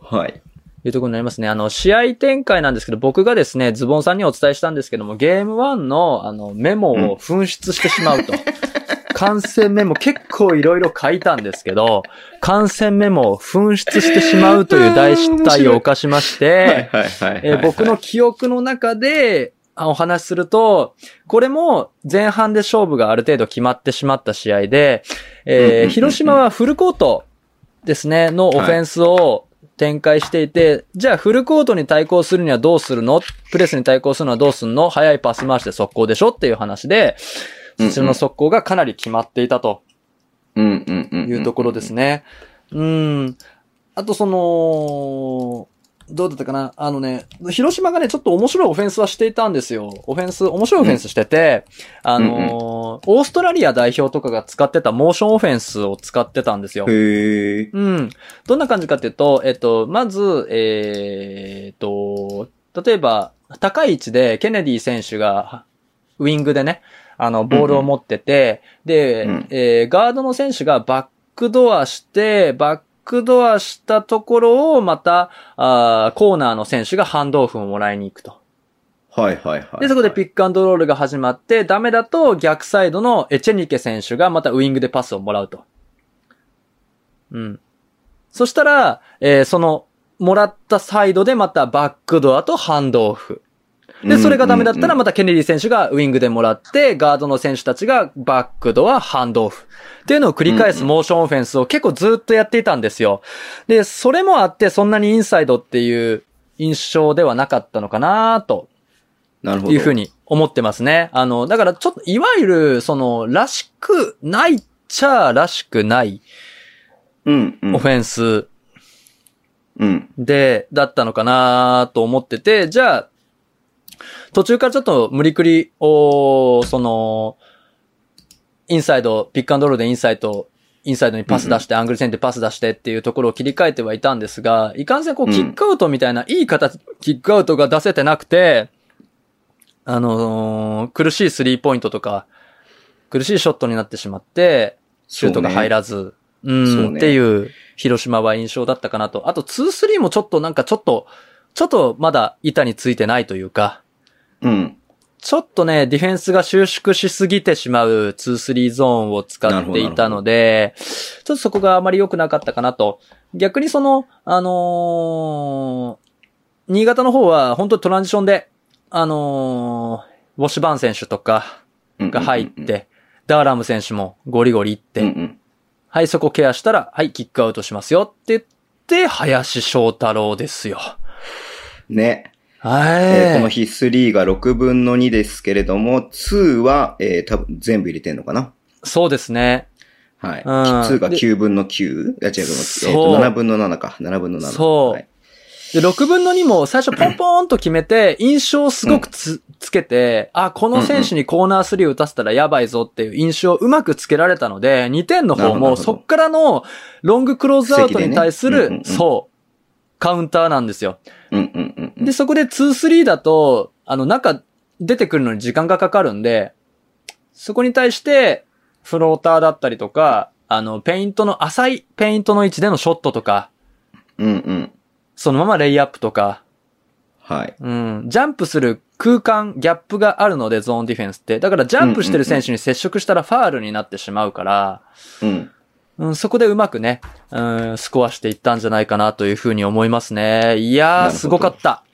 B: はい。
C: いうところになりますね。あの、試合展開なんですけど、僕がですね、ズボンさんにお伝えしたんですけども、ゲーム1の、あの、メモを紛失してしまうと。 感染メモ結構いろいろ書いたんですけど、感染メモを紛失してしまうという大失態を犯しまし
B: はい
C: て、
B: はいはいはい。
C: えー僕の記憶の中であお話しすると、これも前半で勝負がある程度決まってしまった試合で、
B: うんうんうん
C: え
B: う
C: ー
B: ん
C: 広島はフルコートですね、のオフェンスを展開していて、じゃあフルコートに対抗するにはどうするのプレスに対抗するのはどうするの速いパス回しで速攻でしょっていう話
B: うんう
C: で、そ
B: ん
C: ちらの速攻がかなり決まっていたと
B: うんうんうん。
C: いうところですね。うん。あとその、どうだったかなあのね、広島がね、ちょっと面白いオフェンスはしていたんですよ。オフェンス、面白いオフェンスしてて、あのーオーストラリア代表とかが使ってたモーションオフェンスを使ってたんですよ。
B: へえ。
C: うん。どんな感じかっていうと、えっと、まず、えーっと、例えば、高い位置でケネディ選手が、ウィングでね、あの、ボールを持ってて、で、
B: うん
C: えーガードの選手がバックドアして、バックドアしたところをまた、あーコーナーの選手がハンドオフをもらいに行くと。
B: はいはいはい。
C: で、そこでピックアンドロールが始まって、ダメだと逆サイドのエチェニケ選手がまたウイングでパスをもらうと。うん。そしたら、えーその、もらったサイドでまたバックドアとハンドオフ。で、それがダメだったらまたケネディ選手がウイングでもらって、ガードの選手たちがバックドア、ハンドオフ。っていうのを繰り返すモーションオフェンスを結構ずっとやっていたんですよ。で、それもあってそんなにインサイドっていう印象ではなかったのかなと
B: なるほ
C: っ
B: ど。
C: ていうふう。に思ってますね。あの、だからちょっと、いわゆる、その、らしくないっちゃらしくない
B: うんうん。
C: オフェンス
B: うん。
C: で、だったのかなと思ってて、じゃあ、途中からちょっと無理くり、おーその、インサイド、ピックアンドロールでインサイド、インサイドにパス出して、アングル戦でパス出してっていうところを切り替えてはいたんですが、いかんせんこう、
B: うん
C: キックアウトみたいな、いい形、キックアウトが出せてなくて、あのー苦しいスリーポイントとか、苦しいショットになってしまって、シュートが入らず、う、
B: そうんね
C: っていう、広島は印象だったかなと。あと、2-3もちょっとなんかちょっと、ちょっとまだ板についてないというか、
B: うん。
C: ちょっとね、ディフェンスが収縮しすぎてしまう2-3ゾーンを使っていたので、ちょっとそこがあまり良くなかったかなと。逆にその、あのー新潟の方は本当にトランジションで、あのーウォシュバーン選手とか
B: うん。
C: が入って、ダーラム選手もゴリゴリいっ
B: うんう
C: て、
B: ん。
C: はい、そこケアしたら、はい、キックアウトしますよって言って、林翔太郎ですよ。
B: ね。
C: はい。
B: えーこの日3が6分の2ですけれども、2は、えー、多分全部入れてんのかな
C: そうですね。
B: はい。
C: うん
B: 2が
C: で
B: 9分の 9? あ、違う、えー
C: そう
B: と、7分の7か。7分の7。
C: そう
B: はい
C: で、6分の2も最初ポンポーンと決めて、印象をすごくつ、つけて、あ、この選手にコーナー3打たせたらやばいぞっていう印象をうまくつけられたので、2点の方
B: なるほどなるほ
C: も
B: ど
C: そっからのロングクローズアウトに対す
B: 布石でねうんうんう
C: る
B: ん、
C: そう、カウンターなんですよ。
B: うんうんうんうん。
C: で、そこで2-3だと、あの、中、出てくるのに時間がかかるんで、そこに対して、フローターだったりとか、あの、ペイントの、浅いペイントの位置でのショットとか、
B: うんうん。
C: そのままレイアップとか、
B: はい。
C: うん。ジャンプする空間、ギャップがあるので、ゾーンディフェンスって。だから、ジャンプしてる選手に接触したらファールになってしまうから、
B: うん。
C: うん、そこでうまくね、うん、スコアしていったんじゃないかなというふうに思いますね。いや
B: な
C: ー、
B: るほど
C: すごかった。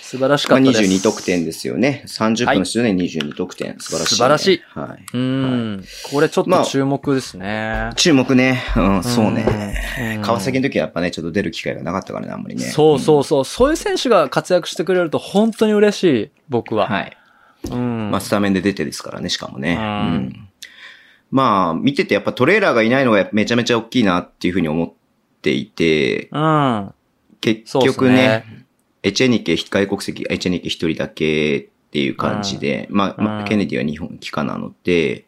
C: 素晴らしか
B: まあ、
C: ったです。
B: 22得点ですよね。30分の出場で22得点。素晴らしい、ね。
C: 素晴らしい。
B: はい。
C: うん。これちょっ
B: ま
C: と
B: あ
C: 注目ですね。
B: 注目ね。うん、そうね。
C: うん
B: 川崎の時はやっぱね、ちょっと出る機会がなかったからね、あんまりね。
C: そうそうそう。そういう選手が活躍してくれると本当に嬉しい、僕
B: うん。
C: は。
B: はい。
C: うん。
B: まあ、スタメンで出てですからね、しかもね。
C: う
B: うんん。まあ、見ててやっぱトレーラーがいないのがめちゃめちゃ大きいなっていうふうに思っていて、
C: うん。
B: 結
C: そうっす
B: 局ね
C: ね、。
B: エチェニケ、外国籍、エチェニケ一人だけっていう感じで、まあ、ま
C: う
B: あ、
C: ん
B: ケネディは日本機関なので、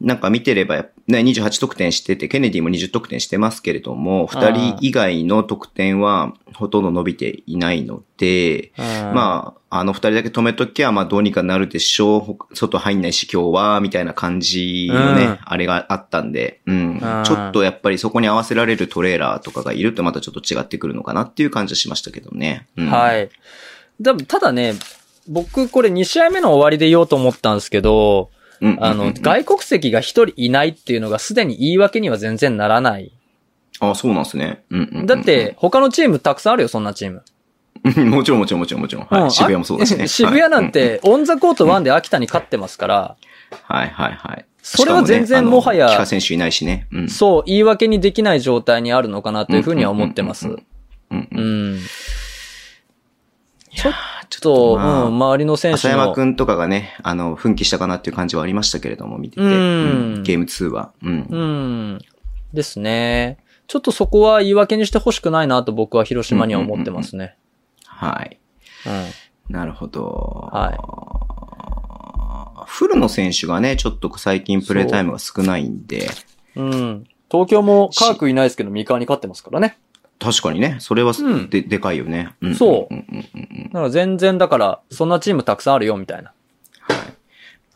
B: なんか見てれば、ね、28得点してて、ケネディも20得点してますけれども、
C: うん
B: 2人以外の得点はほとんど伸びていないので、
C: うん。あ
B: まあ、あの2人だけ止めときゃ、まあどうにかなるでしょうほか、外入んないし今日は、みたいな感じのね、
C: うん
B: あれがあったんで、うん、
C: ん
B: ちょっとやっぱりそこに合わせられるトレーラーとかがいるとまたちょっと違ってくるのかなっていう感じはしましたけどね。うん、。
C: はいい。だただね、僕これ2試合目の終わりで言おうと思ったんですけど、
B: うんうんうん
C: あの、外国籍が1人いないっていうのがすでに言い訳には全然ならない。
B: あ、そうなんですね。うんうんうんうん
C: だって、、他のチームたくさんあるよ、そんなチーム。
B: もちろんもちろんもちろんもちろん。はい
C: うん
B: 渋谷もそうだしね。
C: 渋谷なんて、オンザコート1で秋田に勝ってますから、
B: はいはいはい。
C: それは全然
B: しかね
C: もはや
B: あの帰化選手いないしね。うん。
C: そう、言い訳にできない状態にあるのかなというふうには思ってます。
B: うん
C: う
B: うんうんうん。
C: ん。ちょっ
B: ちょっ
C: と、
B: まあ
C: うん、周りの選
B: 浅
C: 手
B: 山
C: の
B: く。んとかがね、あの、奮起したかなっていう感じはありましたけれども、見てて。
C: うん
B: うんゲーム2は。うん。
C: うん。ですね。ちょっとそこは言い訳にしてほしくないなと僕は広島には思ってますね。
B: はい。
C: う
B: なるほど。。
C: はい
B: 古野選手がね、ちょっと最近プレータイムが少ないんで、
C: ん。うん。東京もカークいないですけど、三河に勝ってますからね。
B: 確かにね、それはで、
C: うん
B: でかいよね。うん
C: そう
B: うんうんうんうん
C: だから全然、だから、そんなチームたくさんあるよ、みたいな。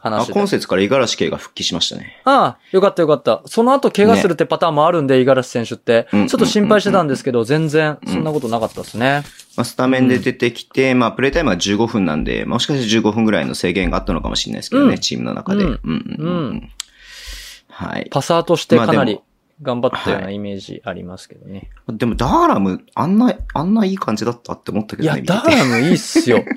B: あ、
C: 話で。
B: 今節から五十嵐圭が復帰しましたね。
C: ああ、よかったよかった。その後怪我するってパターンもあるんで、五十嵐選手って。ち
B: う
C: ょ
B: ん
C: っと心配してたんですけど、全然そんなことなかったですね。
B: まあ、スタメンで出てきて、まあ、プレイタイムが15分なんで、もしかして15分ぐらいの制限があったのかもしれないですけどね、
C: うん
B: チームの中で。
C: う
B: うんんうんうんう。
C: うん
B: はい。
C: パサーとしてかなり頑張ったよう
B: まあでもは
C: な
B: い
C: イメージありますけどね。
B: でも、ダーラム、あんな、あんないい感じだったって思ったけ
C: い
B: ど
C: や、
B: ね、見て
C: ダ
B: て
C: ーラムいいっすよ。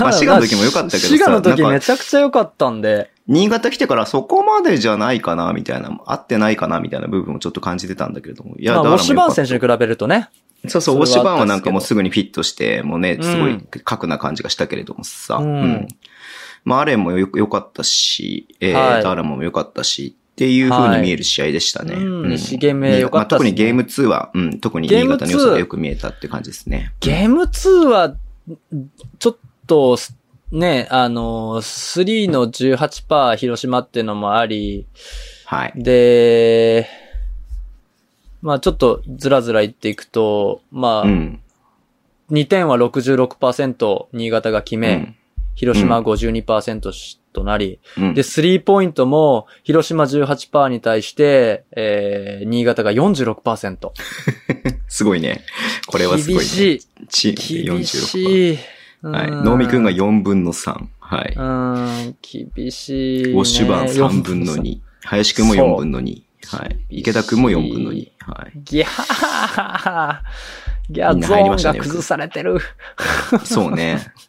B: まあ滋賀の時も良かったけどさ
C: 滋賀の時
B: なんか
C: めちゃくちゃ良かったんで。
B: 新潟来てからそこまでじゃないかな、みたいな、合ってないかな、みたいな部分もちょっと感じてたんだけれども。い
C: まあ、
B: ダ
C: ウ
B: ーラ
C: ォ
B: ム
C: シュ
B: 良
C: バ
B: か
C: ー
B: っ
C: ン
B: た
C: 選手に比べるとね。
B: そうそう、ウォ
C: それは
B: ッシュバーンはなんか
C: あったん
B: もう
C: ですけど
B: すぐにフィットして、もうね、すご
C: う
B: い
C: ん
B: 核な感じがしたけれどもさ。
C: う
B: うんん。まあ、アレンもよ良かったし、えー
C: はい
B: ダーラムも良かったし、っていう風に見える試合でしたね。
C: はいうん一ゲーム目良かったっ
B: まあ
C: すね
B: 特にゲーム2は、うん、特に新潟の良さがよく見えたって感じですね。
C: ゲーム2は、ちょっとす、ね、あの、3の18%広島っていうのもあり、
B: はい。
C: で、まあちょっとずらずら言っていくと、まあ
B: うん。
C: 2点は66%新潟が決め、
B: うん
C: 広島52%となり、
B: うん
C: で、スリーポイントも、広島18%に対して、えー、新潟が46%。
B: すごいね。これはすごい、ね。
C: 厳し
B: ち
C: い。厳
B: 46%。
C: しい。
B: はい。
C: うん
B: 能見くんが4分の3。はい。
C: う
B: ウ
C: ーん、厳しい、ね。
B: ォッシュバーン3分の2。林くんも4分の2。はい。池田くんも4分の
C: 厳
B: 2
C: し。
B: はい。
C: ギャーギャ
B: みん
C: ー
B: な
C: ゾ
B: 入りまし
C: ー
B: た
C: ンが
B: ね
C: 崩されてる。
B: そうね。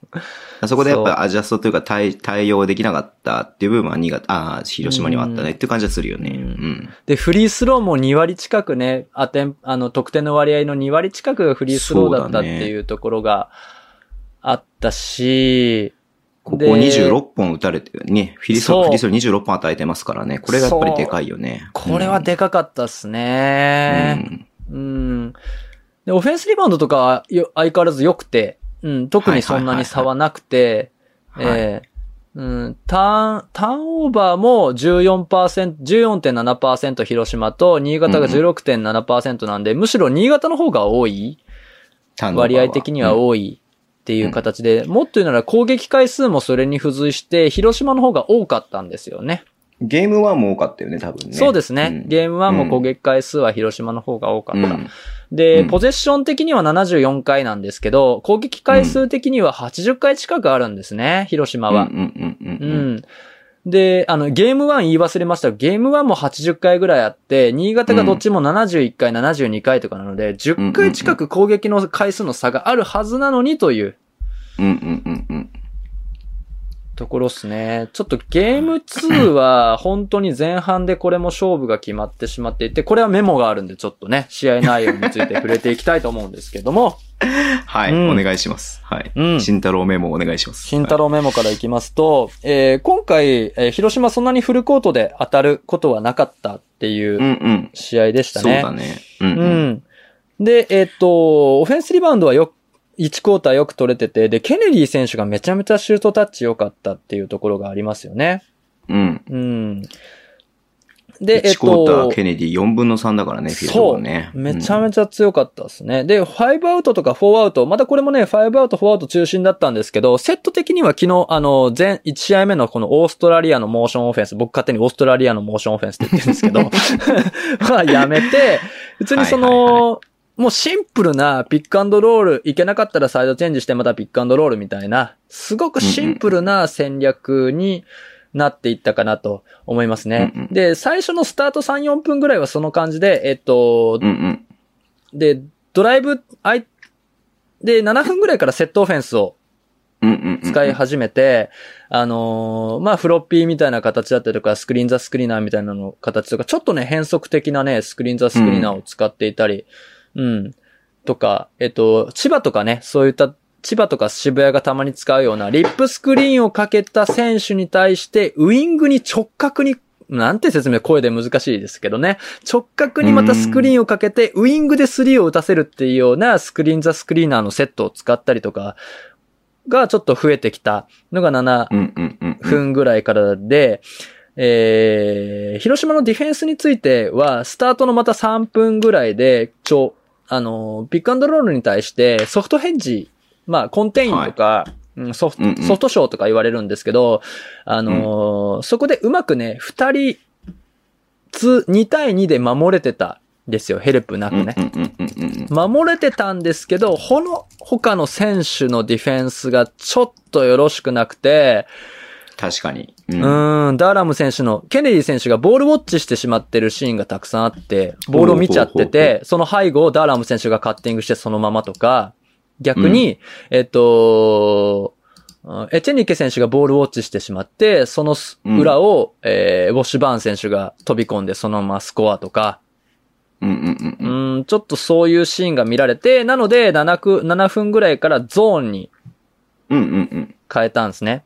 B: そこでやっぱアジャストというか対対応できなかったっていう部分は新潟、ああ、広島にはあったねっていう感じはするよね。
C: う
B: うんん。
C: で、フリースローも2割近くね、あてん、あの、得点の割合の2割近くがフリースローだったっていうところがあったし、
B: ここ
C: で
B: 26本打たれてるね。フィリス
C: そ
B: ロ
C: う
B: ー、フィリスロー26本与えてますからね。これがやっぱりでかいよね。
C: これはでかかったっす
B: うん
C: ね。
B: うん
C: うん。で、オフェンスリバウンドとかはよ相変わらず良くて、うん、特にそんなに差はなくて、
B: はいはいはい
C: えーうん、ターン、ターンオーバーも14%、14.7%広島と、新潟が16.7%なんで、むしろ新潟の方が多い割合的には多いっていう形で、もっと言うなら攻撃回数もそれに付随して、広島の方が多かったんですよね。
B: ゲーム1も多かったよね、多分ね。
C: そうですね。ゲーム1も攻
B: 撃
C: 撃回数は広島の方が多かった。
B: うん
C: で、
B: うん
C: ポゼッション的には74回なんですけど、攻撃回数的には80回近くあるんですね、広島は
B: う。んうんう
C: うん
B: うん。
C: ん。で、あの、ゲーム1言い忘れましたがゲーム1も80回ぐらいあって、新潟がどっちも71回、72回とかなので、10回近く攻撃の回数の差があるはずなのにという
B: うんうんうんうん。
C: ところっすね。ちょっとゲーム2は 本当に前半でこれも勝負が決まってしまっていて、これはメモがあるんでちょっとね、試合内容について触れていきたいと思うんですけど も、
B: はい、
C: うん
B: お願いします。はい。
C: うん
B: 慎太郎メモお願いします。
C: 慎太郎メモからいきますと、えー今回、えー広島そんなにフルコートで当たることはなかったってい
B: はいう
C: うん
B: うん。
C: 試合でした
B: そう
C: ね。
B: だね。うん
C: う
B: うん。
C: ん。で、えーっと、オフェンスリバウンドはよく、1クォーターよく取れてて、で、ケネディ選手がめちゃめちゃシュートタッチ良かったっていうところがありますよね。
B: うん。
C: うん。で、え
B: 1
C: ーっ
B: クォーター、
C: と、
B: ケネディ4分の3だからね、フィールド
C: そ
B: は
C: う
B: ね。
C: めちゃ
B: ち
C: めちゃ強かったですね。で、5アウトとか4アウト、またこれもね、5アウト、4アウト中心だったんですけど、セット的には昨日、あの、前、1試合目のこのオーストラリアのモーションオフェンス、僕勝手にオーストラリアのモーションオフェンスって言ってるんですけど、 まあやめて、普通にその、
B: はいはい
C: もうシンプルなピックアンドロール、いけなかったらサイドチェンジしてまたピックアンドロールみたいな、すごくシンプルな戦略になっていったかなと思いますね。
B: うんうん
C: で、最初のスタート3、4分ぐらいはその感じで、えっと、
B: うんうん。
C: で、ドライブ、あい、で、7分ぐらいからセットオフェンスを
B: うんうんうん。
C: 使い始めて、あのーまあ、フロッピーみたいな形だったりとか、スクリーンザスクリーナーみたいなの形とか、ちょっとね、変則的なね、スクリーンザスクリーナーを使っていたり、うん、とか、えっと、千葉とかね、そういった、千葉とか渋谷がたまに使うような、リップスクリーンをかけた選手に対して、ウイングに直角に、なんて説明、声で難しいですけどね。直角にまたスクリーンをかけて、ウイングでスリーを打たせるっていうようなスクリーンザスクリーナーのセットを使ったりとか、がちょっと増えてきたのが7
B: うんうんうんうん。
C: 分ぐらいからで、えー、広島のディフェンスについては、スタートのまた3分ぐらいで、ちょ、あのー、ピックアンドロールに対してソフトヘッジ、まあ、コンテインとか、うんソフ
B: うんう
C: ト、
B: ん
C: ソフトショーとか言われるんですけど、あのーそこでうまくね、二人、つ、2対2で守れてたんですよ、ヘルプなくね。
B: うんうんうんうんうん。
C: 守れてたんですけど、この他の選手のディフェンスがちょっとよろしくなくて、
B: 確かに。う
C: うんーん、ダーラム選手の、ケネディ選手がボールウォッチしてしまってるシーンがたくさんあって、ボールを見ちゃって
B: ほうほうほう
C: て、その背後をダーラム選手がカッティングしてそのままとか、逆に、えっと、うんエチェニケ選手がボールウォッチしてしまって、そのす
B: うん
C: 裏を、えーウォッシュバーン選手が飛び込んでそのままスコアとか、
B: うんうんうん
C: うん、ちょっとそういうシーンが見られて、なので7く、7分ぐらいからゾーンに
B: うん。うんうん
C: 変えたんですね。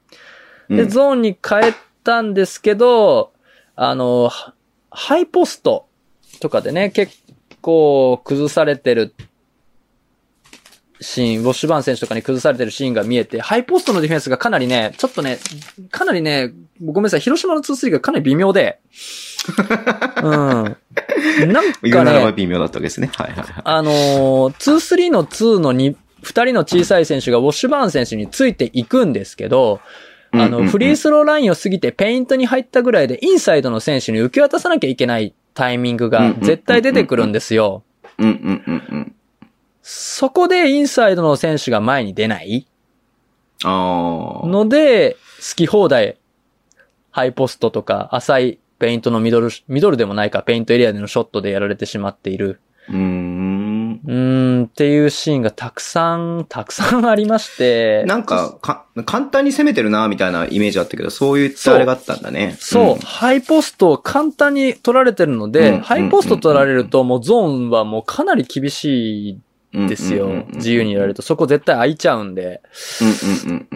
B: うん。
C: で、ゾーンに変えたんですけど、あの、ハハイポストとかでね、結構崩されてるシーン、ウォッシュバーン選手とかに崩されてるシーンが見えて、ハイポストのディフェンスがかなりね、ちょっとね、かなりね、ごめんなさい、広島の2-3がかなり微 妙で、うん。なん
B: 言う
C: か
B: ならば
C: ね、
B: 微妙だったわけですね。はいはいはい。
C: あのー、2-3の2の2二人の小さい選手がウォッシュバーン選手についていくんですけど、
B: う
C: あ
B: んうんう
C: の、
B: ん
C: フリースローラインを過ぎてペイントに入ったぐらいで、インサイドの選手に受け渡さなきゃいけないタイミング
B: うんうん
C: が
B: うんうん
C: 絶対出てくるんですよ。
B: うんうんうんうん。
C: そこでインサイドの選手が前に出ない
B: ああ。
C: ので、好き放題、ハイポストとか浅いペイントのミドル、ミドルでもないか、ペイントエリアでのショットでやられてしまっている。
B: うーん。
C: うーん、っていうシーンがたくさん、たくさんありまして。
B: なんか、か、簡単に攻めてるな、みたいなイメージあったけど、そういったあれがあったんだね。
C: そう、
B: ん
C: ハイポストを簡単に取られてるので、
B: うん
C: ハイポスト取られるともうゾーンはもうかなり厳しい
B: うん
C: ですよ。自由にやられると。そこ絶対空いちゃうんで。
B: うんうん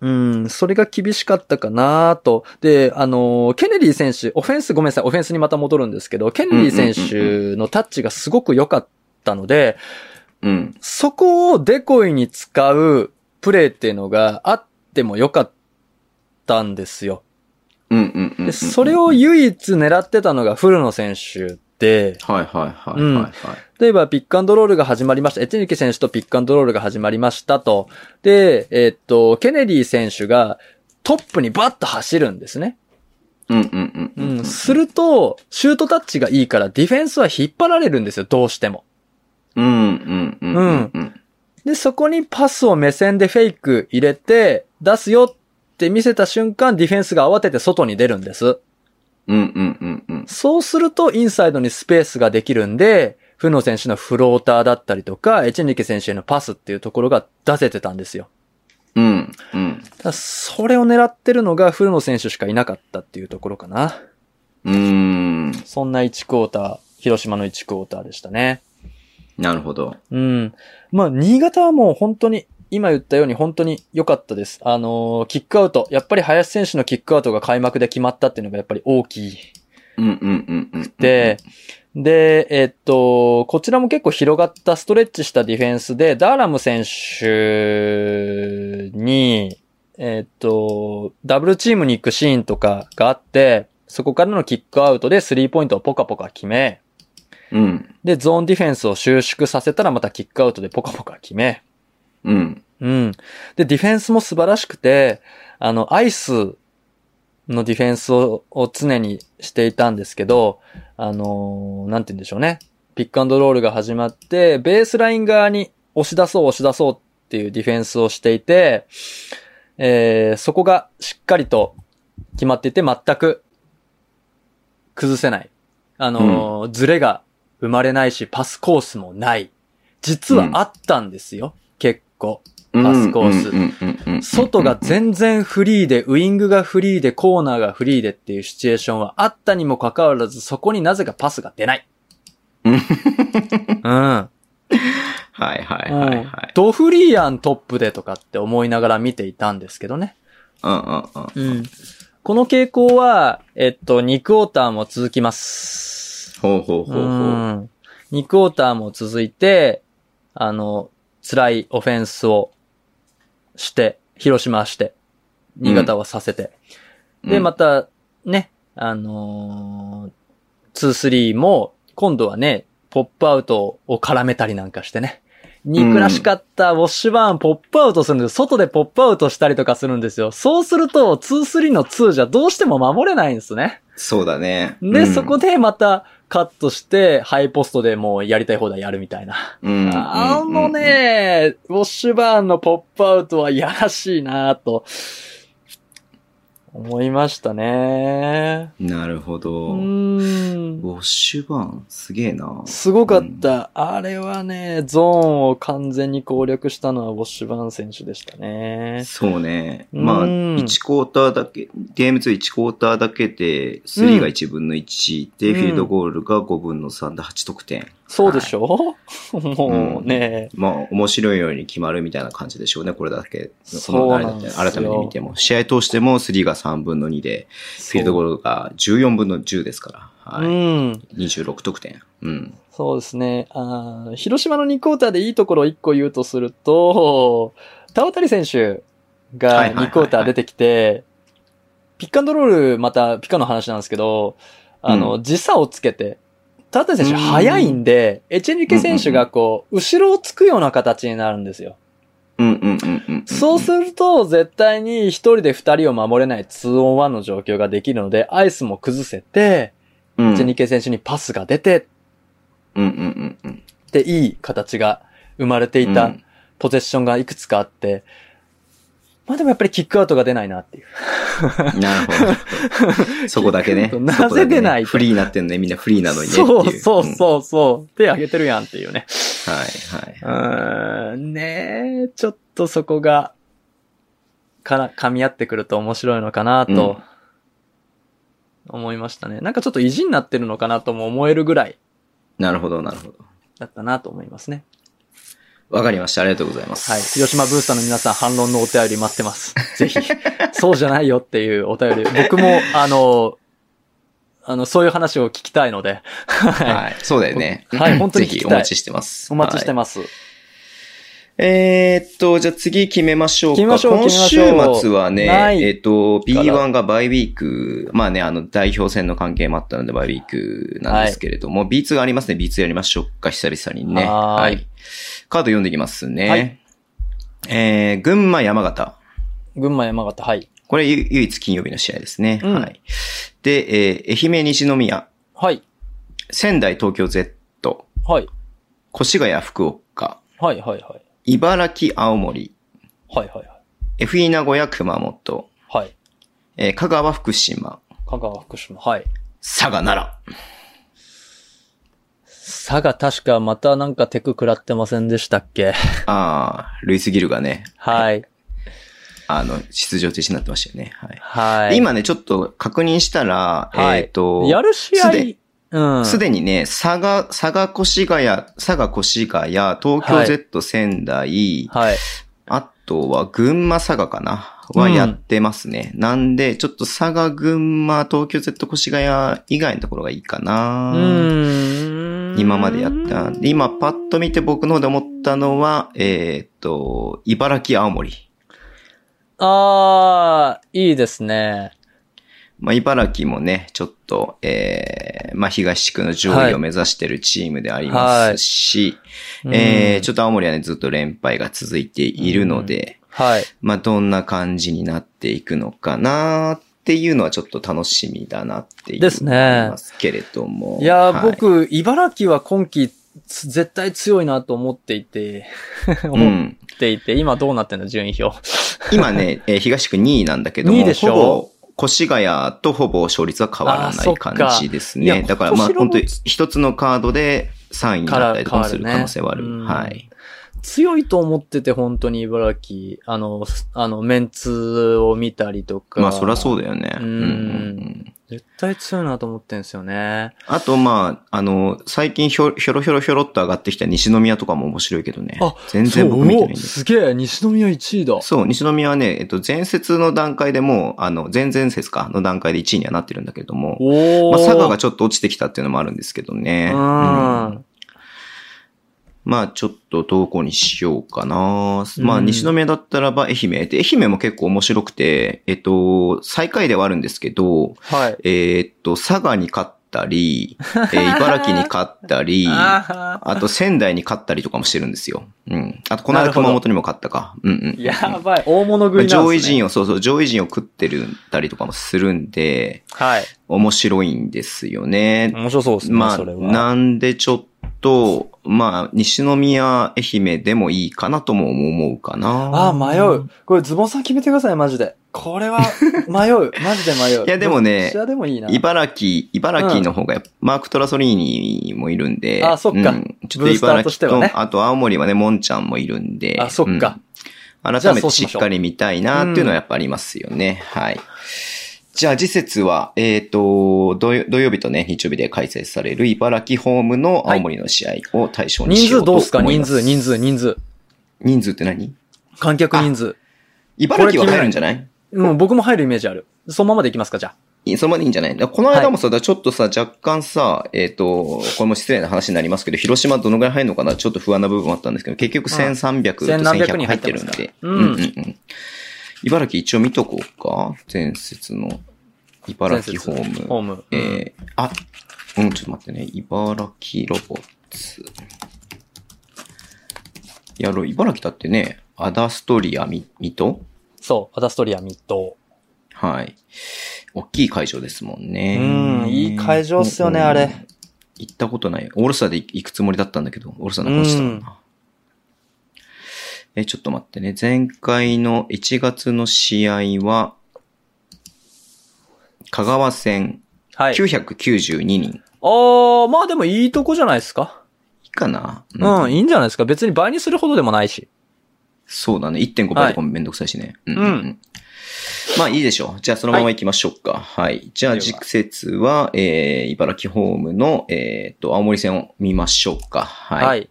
B: うん
C: うん、それが厳しかったかなと。で、あのー、ケネディ選手、オフェンス、ごめんなさい、オフェンスにまた戻るんですけど、ケネディ選手のタッチがすごく良かったので、
B: うん。うん。
C: そこをデコイに使うプレーっていうのがあっても良かったんですよ。
B: うんうんうんうんうん。
C: で、それを唯一狙ってたのが古野選手で、
B: はいはいはい
C: うん
B: はいはい。
C: 例えばピックアンドロールが始まりました。エチェニケ選手とピックアンドロールが始まりましたと。で、えっと、ケネディ選手がトップにバッと走るんですね。
B: うんうんうんうん。
C: すると、シュートタッチがいいからディフェンスは引っ張られるんですよ、どうしても。
B: うんうんうんうんうん。
C: で、そこにパスを目線でフェイク入れて、出すよって見せた瞬間、ディフェンスが慌てて外に出るんです。
B: うんうんうんうん。
C: そうすると、インサイドにスペースができるんで、フノ選手のフローターだったりとか、エチェニケ選手へのパスっていうところが出せてたんですよ。
B: うんうん。
C: ただそれを狙ってるのがフノ選手しかいなかったっていうところかな。
B: うーん。
C: そんな1クォーター、広島の1クォーターでしたね。
B: なるほど。
C: うん。まあ、新潟はもう本当に、今言ったように本当に良かったです。あのーキックアウト。やっぱり林選手のキックアウトが開幕で決まったっていうのがやっぱり大きい。
B: うんうんうんうん。
C: で、、で、えっと、こちらも結構広がったストレッチしたディフェンスで、ダーラム選手に、えっと、ダブルチームに行くシーンとかがあって、そこからのキックアウトでスリーポイントをポカポカ決め、
B: うん
C: で、ゾーンディフェンスを収縮させたらまたキックアウトでポカポカ決め、
B: うん
C: うん。で、ディフェンスも素晴らしくて、あの、アイスのディフェンスをを常にしていたんですけど、あのーなんて言うんでしょうね。ピックアンドロールが始まって、ベースライン側に押し出そう押し出そうっていうディフェンスをしていて、えー、そこがしっかりと決まっていて、全く崩せない。あのーズレが生まれないし、パスコースもない。実はあったんですよ。結構。
B: うん。
C: パスコース
B: うんうんうんうんうん
C: 外が全然フリーで、ウイングがフリーで、コーナーがフリーでっていうシチュエーションはあったにもかかわらず、そこになぜかパスが出ない。
B: うん
C: うん。
B: はいはいはいはい。
C: ドフリーアントップでとかって思いながら見ていたんですけどね。
B: うんうんうん。
C: この傾向は、えっと、2クォーターも続きます。
B: ほうほうほうほう。
C: 2クォーターも続いて、あの、辛いオフェンスをして、広島はして、新潟はさせて、で、ま
B: た、
C: た、ね、あのー、2-3も、今度はね、ポップアウトを絡めたりなんかしてね。憎らしかったウォッシュバーンポップアウトするんです。外でポップアウトしたりとかするんですよ。そうすると、2-3の2じゃどうしても守れないんですね。
B: そうだね。
C: で、
B: うん
C: そこ、でまたカットして、ハイポストでもうやりたい放題やるみたいな。
B: うん
C: あの。ね、ウォッシュバーンのポップアウトはやらしいなぁと、思いましたね。
B: うんうんなるほ
C: う
B: ど。ウ
C: ーん。
B: ォッシュバーン、すげえな。
C: すごかった。あれはね、ゾーンを完全に攻略したのはウォッシュバーン選手でしたね。
B: そうね。
C: うん
B: まあ、1クォーターだけ、ゲーム2、1クォーターだけで、3が1分の1で、
C: うん
B: フィールドゴールが5分の3で8得点。
C: そうでしょ、 もうね、
B: まあ、面白いように決まるみたいな感じでしょうね、これだけ。
C: そう
B: この
C: なんですよ
B: 改めて見ても。試合通しても3が3分の2で、フィールドゴールが14分の10ですから、はい
C: うん。
B: 26得点。うん。
C: そうですね。あー広島の2クォーターでいいところを1個言うとすると、田渡選手
B: はいは
C: が
B: いはいはい
C: 2クォーター出てきて、ピックアンドロール、またピカの話なんですけど、あの、
B: う
C: 時差をつけて、トラッタン選手速いんで、エチェリケ選手がこう、後ろをつくような形になるんですよ。
B: うんうんうんうん。
C: そうすると、絶対に一人で二人を守れない 2on1 の状況ができるので、アイスも崩せて、
B: うん、う
C: エ
B: ん
C: チェリケ選手にパスが出て、
B: うんうんうん。
C: っていい形が生まれていたポゼッションがいくつかあって、まあでもやっぱりキックアウトが出ないなっていう。
B: うん なるほど。そこだ けね。
C: なぜ
B: そこだけね
C: 出ないと
B: フリーになってんね。みんなフリーなのにねってい
C: そうそう
B: うん
C: そうそう。手挙げてるやんっていうね。
B: はいはい。
C: うーん、ねえ、ちょっとそこが、から、噛み合ってくると面白いのかなと、思いましたね。なんかちょっと意地になってるのかなとも思えるぐらい
B: なるほど、なるほど。
C: だったなと思いますね。
B: わかりました。ありがとうございます。
C: はい。広島ブースターの皆さん、反論のお便り待ってます。ぜひ。そうじゃないよっていうお 便り。僕も、あの、あの、そういう話を聞きたいので。は
B: はい。そうだよね。
C: はい本当に聞
B: ぜ
C: き
B: ひ
C: たい
B: お待ちしてます。
C: い。お待ちして
B: ま
C: ます。
B: す。えーっと、じゃあ次決めましょうか。
C: 決めましょう
B: 今週
C: 決めましょう
B: 末はね、
C: はい
B: えーっと、B1 がバイウィーク、まあね、あの、代表戦の関係もあったのでバイウィークなんですけれども、B2 がありますね。B2 やりましょうか、久々にね。
C: はーい
B: カード読んでいきますね。
C: はい
B: えー、群馬、山形。
C: 群馬、山形、はい。
B: これゆ唯一金曜日の試合ですね。
C: うん
B: はい。で、えー愛媛、西宮、
C: はい。
B: 仙台、東京 Z、
C: はい。
B: 越谷、福岡、
C: はい、はい、はい。
B: 茨城、青森、
C: はい、はい、はい。
B: FE 名古屋、熊本、
C: はい。
B: えー香川、福島、
C: 香川、福島、はい。
B: 佐賀、奈 良。
C: 佐賀、確かまたなんかテク食らってませんでしたっけ
B: ああ、ルイス・ギルがね、
C: はい。
B: あの、出場停止になってましたよね。はい。
C: はい。、
B: 今ね、ちょっと確認したら、
C: はい
B: えっ、と、
C: やる試合
B: すで、
C: うん。
B: すでにね、佐賀、佐賀越谷、佐賀越谷、東
C: は
B: 京
C: い
B: Z 仙台、
C: はい。
B: あとは群馬佐賀かなはやってますね。なんで、ちょっと佐賀、群馬、東京 Z 越谷以外のところがいいか
C: う
B: な。
C: ーん。
B: 今までやった。で今パッと見て僕の方で思ったのは、えーっと、茨城、青森。
C: あー、いいですね。
B: まあ、茨城もね、ちょっと、えー、まあ、東地区の上位を目指してるチームでありますし、えー、ちょ
C: っ
B: っと青森はね、ずっと連敗が続いているので、
C: と。はい。
B: まあ、どんな感じになっていくのかなっていうのはちょっと楽しみだなっていう。
C: ですね
B: 思いますけれども。
C: いやー、
B: は
C: 僕、茨城は今季、つ絶対強いなと思って いて、
B: う
C: 思っ
B: ん。
C: ていて、今どうなってんの順位表。
B: 今 ね、えー東区2位なんだけど
C: 2位
B: も、
C: でしょ
B: ほぼ、越谷とほぼ勝率は変わら
C: あー
B: な
C: そっ
B: い
C: か
B: 感じです
C: いや
B: ね。だから、まあ、
C: 今年
B: 本
C: の
B: 当に一つのカードで3位になったりとかもする
C: から
B: 可能性はある。
C: 変わるね
B: はい。
C: 強いと思ってて、本当に茨城、あの、すあの、メンツを見たりとか。
B: まあ、そりゃ
C: う。
B: そうだよね。
C: う
B: うんんうんうん
C: 絶対強いなと思ってんすよね。
B: あと、まあ、あの、最近ひょひょろひょろひょろっと上がってきた西宮とかも面白いけどね
C: あ。
B: 全然僕見てないん
C: そうお
B: です
C: すげえ、西宮1位だ。
B: そう、西宮はね、えっと、前節の段階でもう、あの、前々節か、の段階で1位にはなってるんだけども、
C: おー。
B: まあ、佐賀がちょっと落ちてきたっていうのもあるんですけどね。
C: うん。
B: うんまあ、ちょっとどこにしようかな。ま
C: う
B: あ、
C: ん
B: 西宮だったらば愛媛。で、愛媛も結構面白くて、えっと、最下位ではあるんですけど、
C: はい。
B: えーっと、佐賀に勝った り、えー茨城に勝ったり、
C: あ
B: あと仙台に勝ったりとかもしてるんですよ。うん。あと、この
C: なる
B: 間
C: ほど
B: 熊本にも勝ったか。うんうんうんうん。
C: ーやばい。大物食いなんですね。
B: 上位陣を、そうそう、上位陣を食ってるたりとかもするんで、
C: はい。
B: 面白いんですよね。
C: 面白そうですね、
B: まあ、
C: それは。
B: なんでちょっと、まあ、西宮、愛媛でもいいかなとも思うかな。
C: ああ、迷う。これズボンさん決めてください、マジで。こ れは、迷う。マジで迷う。
B: いやでもね
C: どっちらでもいいな。
B: 茨城、茨城の方がやっぱ、マーク・トラソリーニもいるんで。
C: あそっか
B: うんちょっ
C: ブ
B: と
C: ースター
B: 茨
C: として
B: 城と、
C: はね
B: あと青森はね、モンちゃんもいるんで。
C: あ、そっ
B: うん
C: か。じゃ
B: 改
C: あ
B: めて
C: そうし
B: し
C: ま
B: っ
C: しょう
B: かり見たいなっていうのはやっぱありますよね。はい。じゃあ次節は、えっ、と土曜、土曜日とね、日曜日で開催される茨城ホームの青森の試合を対象にし
C: 人
B: よ
C: 数
B: うと
C: どう
B: 思い
C: すか人
B: ます、
C: 数、人数、人数。
B: 人数って何
C: 観客人数。
B: 茨城は入るんじゃない
C: うん、僕も入るイメージある。そのままでいきますか、じゃ
B: いやそのまでいいんじゃないだからこの間もさ、だからちょっとさ、若干さ、えっ、と、これも失礼な話になりますけど、広島どのぐらい入るのかなちょっと不安な部分もあったんですけど、結局1300と
C: うん
B: 1100入ってるん
C: 1700
B: で。
C: うん
B: ん。茨城一応見とこうか前節の
C: あ。
B: 茨城ホ
C: 前節
B: ーム。
C: ホーム。
B: えーあ、うん、ちょっと待ってね。茨城ロボッツ。やろう。茨城だってね、アダストリアミ、ミト
C: そう、アダストリアミッド。
B: はい。大きい会場ですもんね。
C: うんいい会場っすよね
B: うん
C: あれ。
B: 行ったことない。オールスターで行くつもりだったんだけど、オールスターなくした
C: うん
B: な。え、ちょっと待ってね。前回の1月の試合は、香川戦
C: はい。
B: 992人。
C: あー、まあでもいいとこじゃないですか。
B: いいかな
C: うん、
B: うん
C: いいんじゃないですか。別に倍にするほどでもないし。
B: そうだね。1.5倍とかもめんどくさいしね。うんうんうんまあいいでしょう。じゃあそのまま行きましょうか。はい。じゃあ
C: では
B: 次節は、えー、茨城ホームの、えーっと、青森戦を見ましょうか。はい。
C: はい。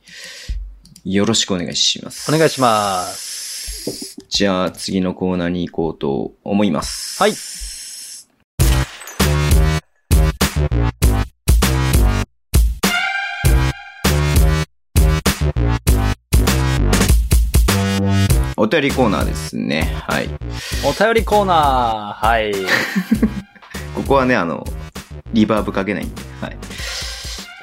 B: よろしくお願いします。
C: お願いします。
B: す。じゃあ次のコーナーに行こうと思います。
C: はい。
B: お便りコーナーですね。はい。
C: お便りコーナー。はい。
B: ここはね、あの、リバーブかけないんで、はい。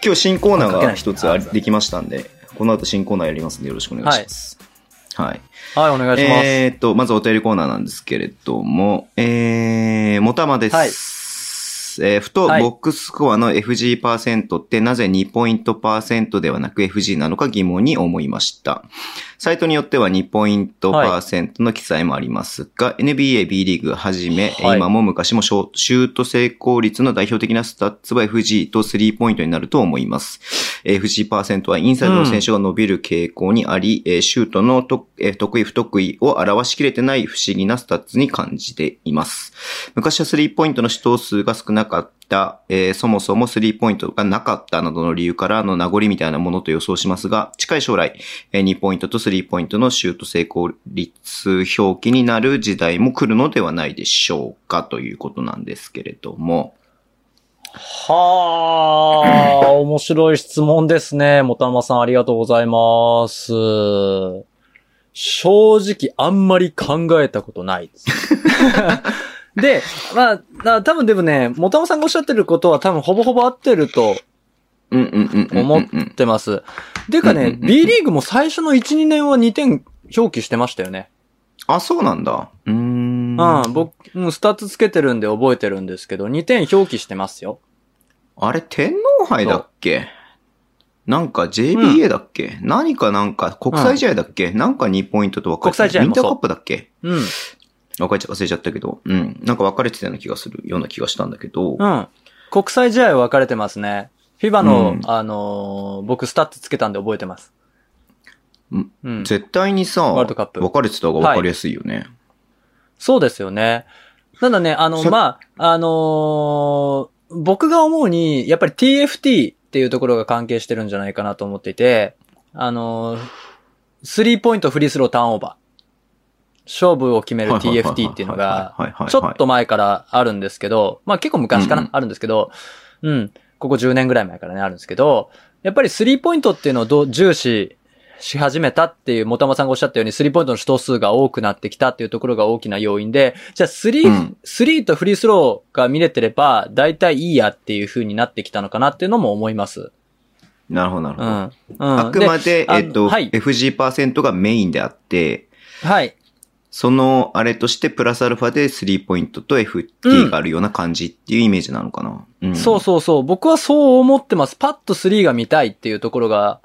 B: 今日新コーナーが一つありできましたんで、この後新コーナーやりますんでよろしくお願いします。はい。
C: はい、お願いします。
B: えーっと、まずお便りコーナーなんですけれども、えー、もたまです。
C: はい
B: えーふと、ボ
C: はい
B: ックススコアの FG パーセントってなぜ2ポイントパーセントではなく FG なのか疑問に思いました。サイトによっては2ポイントパーセントの記載もありますが、NBA、B リーグはじめ、
C: はい
B: 今も昔もショシュート成功率の代表的なスタッツは FG と3ポイントになると思います。えー FG パーセントはインサイドの選手が伸びる傾向にあり、えーシュートのと、えー得意不得意を表しきれてない不思議なスタッツに感じています。昔はスリーポイントの主投数が少なかった、えーそもそもスリーポイントがなかったなどの理由からの名残みたいなものと予想しますが、近い将来、えー2ポイントと3ポイントのシュート成功率表記になる時代も来るのではないでしょうかということなんですけれども。
C: はあ、面白い質問ですね。もたまさんありがとうございます。正直あんまり考えたこ とないです。で、まあ、な多分でもね、もたまさんがおっしゃってることは多分ほぼほぼ合ってると
B: うんうんうんうんうんうん。
C: 思ってます。てか
B: うん
C: ね
B: う、んうん
C: B リーグも最初の1、2年は2点表記してましたよね。
B: あ、そうなんだ。うーん。
C: うん、僕、うんスタッツつけてるんで覚えてるんですけど、2点表記してますよ。
B: あれ、天皇杯だっけなんか JBA だっけ、何かなんか国際試合だっけ、なんか2ポイントと分かれて
C: 国際試
B: ウ
C: 合
B: ィン
C: もそ
B: タ
C: う
B: ーカップだっけ
C: うん、うん。
B: 分かれちゃ忘れちゃったけど。うん。なんか分かれてたような気がする、ような気がしたんだけど。
C: うん。国際試合は分かれてますね。フィバの、
B: うん
C: あのー僕スタッツつけたんで覚えてます。
B: うん
C: うん。
B: 絶対にさ、
C: ワールドカップ
B: 分かれてた方が分かりやすいよね。
C: そうですよね。ただね、あの、
B: さ
C: まあ、あのー僕が思うに、やっぱり TFT っていうところが関係してるんじゃないかなと思っていて、あのースリーポイントフリースローターンオーバー。勝負を決める TFT っていうのが、
B: が
C: ちょっと前からあるんですけど、まあ結構昔かな、
B: うんうん
C: あるんですけど、うん、ここ10年ぐらい前からね、あるんですけど、やっぱりスリーポイントっていうのをどう重視し始めたっていう、もたまさんがおっしゃったように、スリーポイントの主投数が多くなってきたっていうところが大きな要因で、じゃあスリー、
B: うん
C: スリーとフリースローが見れてれば、大体いいやっていう風になってきたのかなっていうのも思います。
B: なるほど、なるほ
C: う
B: ど。
C: ん。うん。
B: あくまで、
C: あの
B: えっと、
C: はい
B: FG パーセントがメインであって、
C: はい。
B: そのあれとしてプラスアルファで3ポイントと FT があるような感じっていうイメージなのかな。うん
C: そうそうそう。僕はそう思ってます。パッとスリーが見たいっていうところが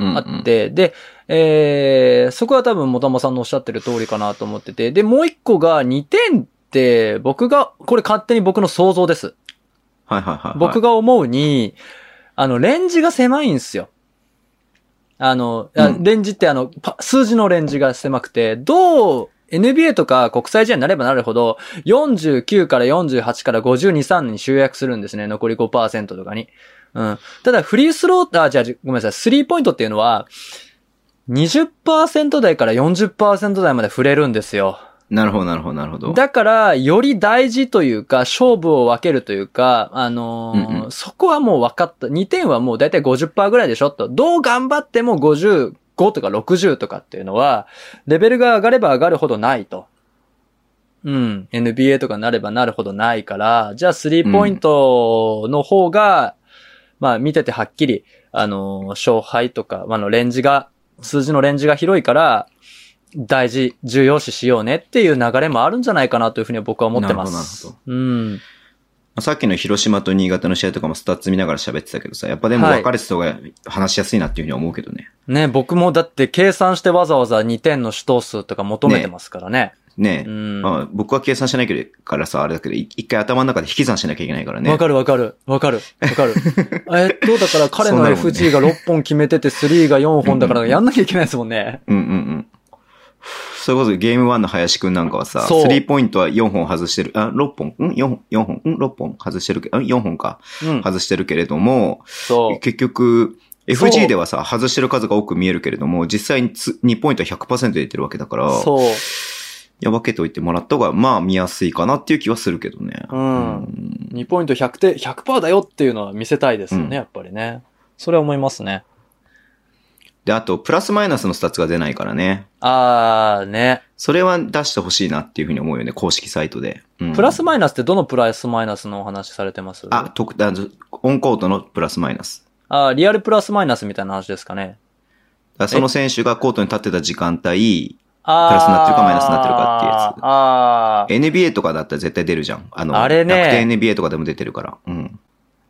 B: うんうん。
C: あって、で、えー、そこは多分もたまさんのおっしゃってる通りかなと思ってて、で、もう一個が2点って、僕が、これ勝手に僕の想像です。
B: はいはいはいはい。
C: 僕が思うに、あの、レンジが狭いんですよ。あの、あ
B: うん
C: レンジってあの、パ数字のレンジが狭くて、どう、NBA とか国際試合になればなるほど、49から48から52、3に集約するんですね。残り5%とかに。うん。ただ、フリースロー、あ、じゃあ、ごめんなさい、スリーポイントっていうのは、20%台から40%台まで触れるんですよ。
B: なるほど、なるほど、なるほど。
C: だから、より大事というか、勝負を分けるというか、あのー
B: うんう
C: そこはもう分かった。2点はもうだいたい50%ぐらいでしょと。どう頑張っても55とか60とかっていうのは、レベルが上がれば上がるほどないと。うん。NBA とかになればなるほどないから、じゃあスリーポイントの方が、まあ見ててはっきり、あのー勝敗とか、まああの、レンジが、数字のレンジが広いから、大事、重要視しようねっていう流れもあるんじゃないかなというふうには僕は思ってます。
B: なるほどなる
C: うん。
B: さっきの広島と新潟の試合とかもスタッツ見ながら喋ってたけどさ、やっぱでも
C: はい
B: 分かれてた方が話しやすいなっていうふうには思うけどね。
C: ね、僕もだって計算してわざわざ2点の主投数とか求めてますからね。
B: ねえ
C: う。ん。
B: ま
C: わ、
B: あ、僕は計算しなきゃからさ、あれだけど、い一回頭の中で引き算しなきゃいけないからね。
C: かるわかる。わかる。わ かる。えっと、だから彼
B: そう
C: の
B: なるもんね
C: FG が6本決めてて3が4本だからやんなきゃいけないですもんね。
B: うんうんうん。それこそゲーム1の林くんなんかはさ、
C: そう
B: スリーポイントは4本外してる、あ、6本ん ?4 本、4本ん ?6 本外してるけど、4本か。
C: うん。
B: 外してるけれども、
C: そう。
B: 結局、
C: そう
B: FG ではさ、外してる数が多く見えるけれども、実際につ2ポイントは100%出てるわけだから、い
C: そう。
B: や、分けといてもらった方が、まあ見やすいかなっていう気はするけどね。
C: うん
B: ん
C: 2ポイント100点、100%だよっていうのは見せたいですよね、
B: うん
C: やっぱりね。それは思いますね。
B: で、あと、プラスマイナスのスタッツが出ないからね。
C: あーね。
B: それは出してほしいなっていうふうに思うよね、公式サイトで。うん
C: プラスマイナスってどのプラスマイナスのお話されてます
B: あ、特あオンコートのプラスマイナス。
C: あーリアルプラスマイナスみたいな話ですかね。
B: だからその選手がコートに立ってた時間帯、
C: あー
B: プラスになってるかマイナスになってるかっていうやつ
C: あー
B: NBA とかだったら絶対出るじゃん。あの、
C: あれね
B: 楽天 NBA とかでも出てるから。うん。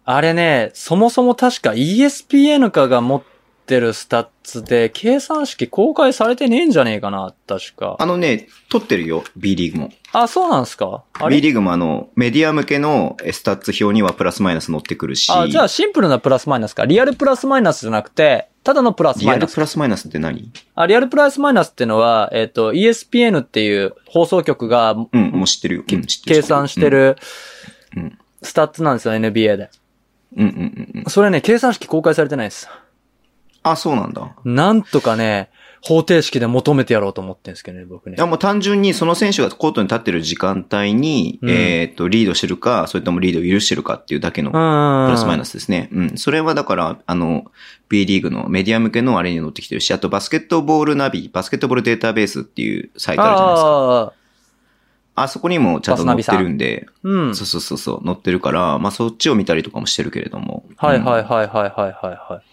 C: あれね、そもそも確か ESPN かが持ってるスタッツで、計算式公開されてねえんじゃねえかな、確か。
B: あのね、取ってるよ、B リーグも。
C: あ、そうなんですかあ
B: B
C: れ
B: リーグもあの、メディア向けのえスタッツ表にはプラスマイナス乗ってくるし、
C: あ、じゃあシンプルなプラスマイナスか。リアルプラスマイナスじゃなくて、ただのプラス
B: リ
C: マ
B: ア
C: イナ
B: ル
C: ス
B: プラスマイナスって何
C: あ、リアルプラスマイナスっていうのは、えっ、と、ESPN っていう放送局が
B: うん、もう知ってるよ。うん、知ってる
C: 計算して。る
B: うんうん
C: スタッツなんですよ、NBA で。
B: うんうんうんうん。
C: それね、計算式公開されてないです。
B: あ、そうなんだ。
C: なんとかね、方程式で求めてやろうと思ってるんですけどね、僕ね
B: いや。もう単純にその選手がコートに立ってる時間帯に、
C: うん
B: えっ、と、リードしてるか、それともリードを許してるかっていうだけの
C: う
B: プ
C: ん。
B: ラスマイナスですね。うん。それはだから、あの、B リーグのメディア向けのあれに乗ってきてるし、あとバスケットボールナビ、バスケットボールデータベースっていうサイトあるじゃないですか。
C: ああ、
B: あそこにもちゃんと載ってるんで、
C: うん。
B: そうそうそうそう、載ってるから、まあそっちを見たりとかもしてるけれども。
C: はいはい
B: うん
C: はいはいはいはい。はい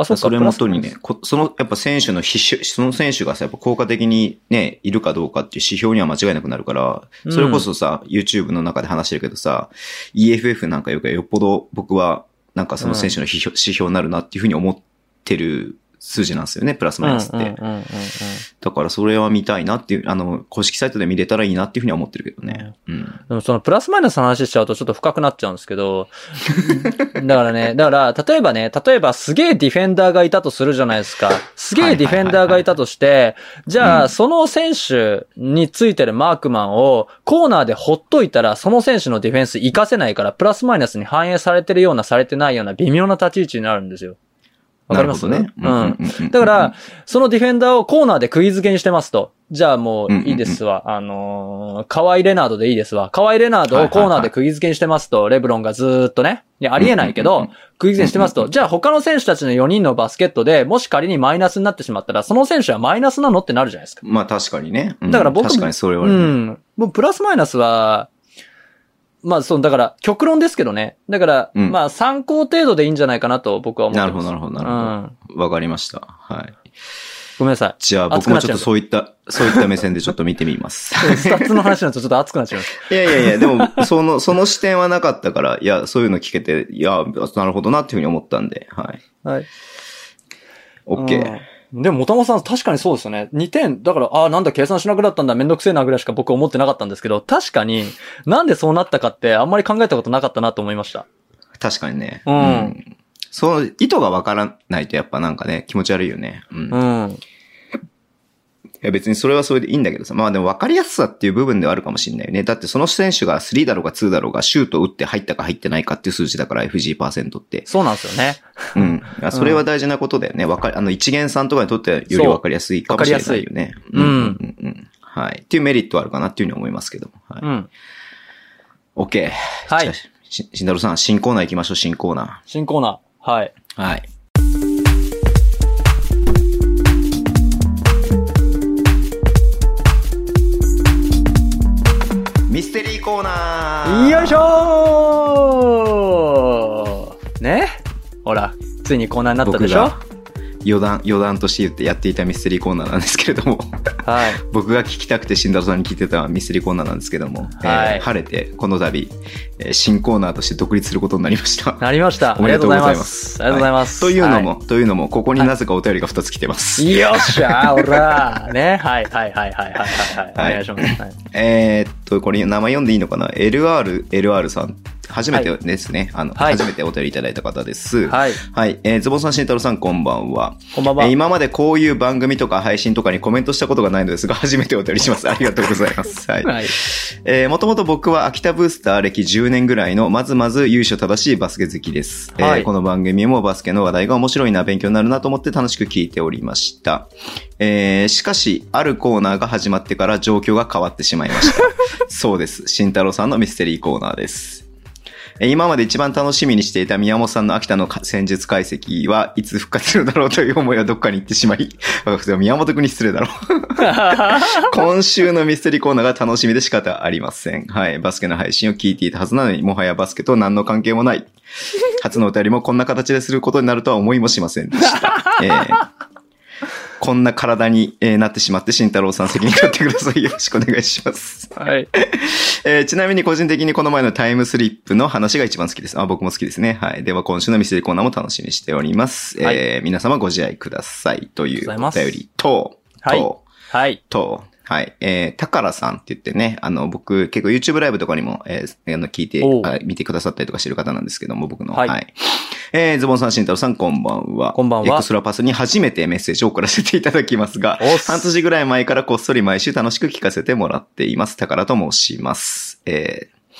C: あ、そっか。
B: それ
C: プラ
B: も
C: ス
B: とにね、こその、やっぱ選手の必修、その選手がさ、やっぱ効果的にね、いるかどうかっていう指標には間違いなくなるから、
C: うん
B: それこそさ、YouTube の中で話してるけどさ、EFF なんかよくよっぽど僕は、なんかその選手の指標,、指標になるなっていうふうに思ってる数字なんですよね、プラスマイナスって。
C: うんうんうんうんうん
B: だからそれは見たいなっていう、あの、公式サイトで見れたらいいなっていうふうには思ってるけどね。うん。
C: でもそのプラスマイナスの話しちゃうとちょっと深くなっちゃうんですけ ど、だからね、だから、例えばね、例えばすげえディフェンダーがいたとするじゃないですか。すげえディフェンダーがいたとして、じゃ
B: う
C: あ、
B: ん
C: その選手についてるマークマンをコーナーでほっといたら、その選手のディフェンス活かせないから、プラスマイナスに反映されてるような、されてないような微妙な立ち位置になるんですよ。わかります
B: なるほどね。
C: うん。
B: うんうんうん
C: だから、、そのディフェンダーをコーナーで釘付けにしてますと。じゃあもういいですわ。あのー、河合レナードでいいですわ。河合レナードをコーナーで釘付けにしてますと、レブロンがずーっとね。いや、ありえないけ
B: うんうん
C: ど
B: う、
C: 釘付けにしてますと。じゃあ他の選手たちの4人のバスケットで、もし仮にマイナスになってしまったら、その選手はマイナスなのってなるじゃないですか。
B: まあ確かにね。うん
C: だから僕も
B: 確かにそれは
C: う
B: ね、
C: ん。もうプラスマイナスは、まあそう、だから、極論ですけどね。だから、
B: うん
C: まあ参考程度でいいんじゃないかなと僕は思って
B: な
C: ます。
B: るほど、なるほど、なる
C: う
B: ほ
C: ん。
B: ど。わ、かりました。はい。
C: ごめんなさい。
B: じゃあ
C: 熱
B: 僕
C: くな
B: も
C: っ
B: ち
C: ち
B: ょ
C: ゃ
B: っ
C: う
B: とそういった、そういった目線でちょっと見てみます。
C: スタッツの話になるとちょっと熱くなっちゃいま す。
B: いやいやいや、で も、その、その視点はなかったから、いや、そういうの聞けて、いや、なるほどなっていうふうに思ったんで、はい。
C: はい。
B: OK。
C: うん。でも、もたまさん、確かにそうですよね。2点、だから、ああ、なんだ、計算しなくなったんだ、めんどくせえな、ぐらいしか僕思ってなかったんですけど、確かに、なんでそうなったかって、あんまり考えたことなかったなと思いました。
B: 確かにね。
C: うん
B: その意図がわからないとやっぱなんかね、気持ち悪いよね。うん。
C: う
B: い
C: ん。
B: や別にそれはそれでいいんだけどさ。まあでも分かりやすさっていう部分ではあるかもしれないよね。だってその選手が3だろうが2だろうがシュート打って入ったか入ってないかっていう数字だから、FG パーセントって。
C: そうなんですよね。
B: うん。いやそれは大事なことだよね。わかり、あの、一元さんとかにとってはより
C: そう
B: わかりやすいかもしれないよね。
C: りやすいうん
B: うんうん。はい。っていうメリットはあるかなっていうふうに思いますけど。はい。
C: うん。
B: OK。
C: はい
B: じゃあ。し慎太郎さん、新コーナー行きましょう、新コーナ
C: 新コーナー。はい。
B: ー。はい。ミステリーコーナー
C: よいしょーねついにコーナーになったでし
B: 僕
C: ょ
B: が余談、余談として言ってやっていたミステリーコーナーなんですけれども、
C: はい。
B: 僕が聞きたくて慎太郎さんに聞いてたミステリーコーナーなんですけども、
C: は
B: え
C: い
B: ー晴れてこの度、えー新コーナーとして独立することになりました。
C: なりました。あ
B: おめ
C: り
B: でと
C: がと
B: うご
C: うご
B: ざ
C: ざ
B: い
C: い
B: ます
C: ます。ありがとうございます。
B: というの
C: は
B: も、というのも、ここになぜかお便りが2つ来てます。
C: い。よっしゃー、おらーね。はい、はい、はい、はい、はい、はい。はいお願いします。はい
B: えーっと、これ名前読んでいいのかな ?LR、LR さん。初めてですね。あの、
C: はい
B: 初めてお便りいただいた方です。はい。
C: はい。
B: えーズボンさん、慎太郎さん、こんばんは。
C: こんばん
B: え
C: は
B: ー。今までこういう番組とか配信とかにコメントしたことがないのですが、初めてお便りします。ありがとうございます。 はい。
C: はい。
B: えー、もともと僕は秋田ブースター歴10年ぐらいのまずまず優秀正しいバスケ好きです、えー
C: はい
B: この番組もバスケの話題が面白いな、勉強になるなと思って楽しく聞いておりました。えー、しかし、あるコーナーが始まってから状況が変わってしまいま した。そうです。慎太郎さんのミステリーコーナーです。えー今まで一番楽しみにしていた宮本さんの秋田のか戦術解析はいつ復活するだろうという思いはどっかに行ってしまい、 宮本くんに失礼だろう。今週のミステリーコーナーが楽しみで仕方ありません。はい。バスケの配信を聞いていたはずなのに、もはやバスケと何の関係も ない。初のお便りもこんな形ですることになるとは思いもしませんで した。えーこんな体に、えーなってしまって、慎太郎さん 責任取ってください。よろしくお願いします。
C: はい。
B: えーちなみに個人的にこの前のタイムスリップの話が一番好きです。あ、僕も好きですね。はい。では今週のミステリーコーナーも楽しみにしております。
C: は
B: えー皆様ご自愛ください。というお
C: ありがとうございます
B: 便りと、
C: はい
B: と、
C: はい。
B: と、はい、えー、タカラさんって言ってね、あの、僕、結構 YouTube ライブとかにも、えーあの、聞いて
C: おう
B: あ、見てくださったりとかしてる方なんですけども、僕の。は。
C: はいい
B: えー、ズボンさん、慎太郎さん、こんばんは。
C: こんばんは
B: エクストラパスに初めてメッセージを送らせていただきますが、
C: おっす
B: 半年ぐらい前からこっそり毎週楽しく聞かせてもらっています。タカラと申します。えー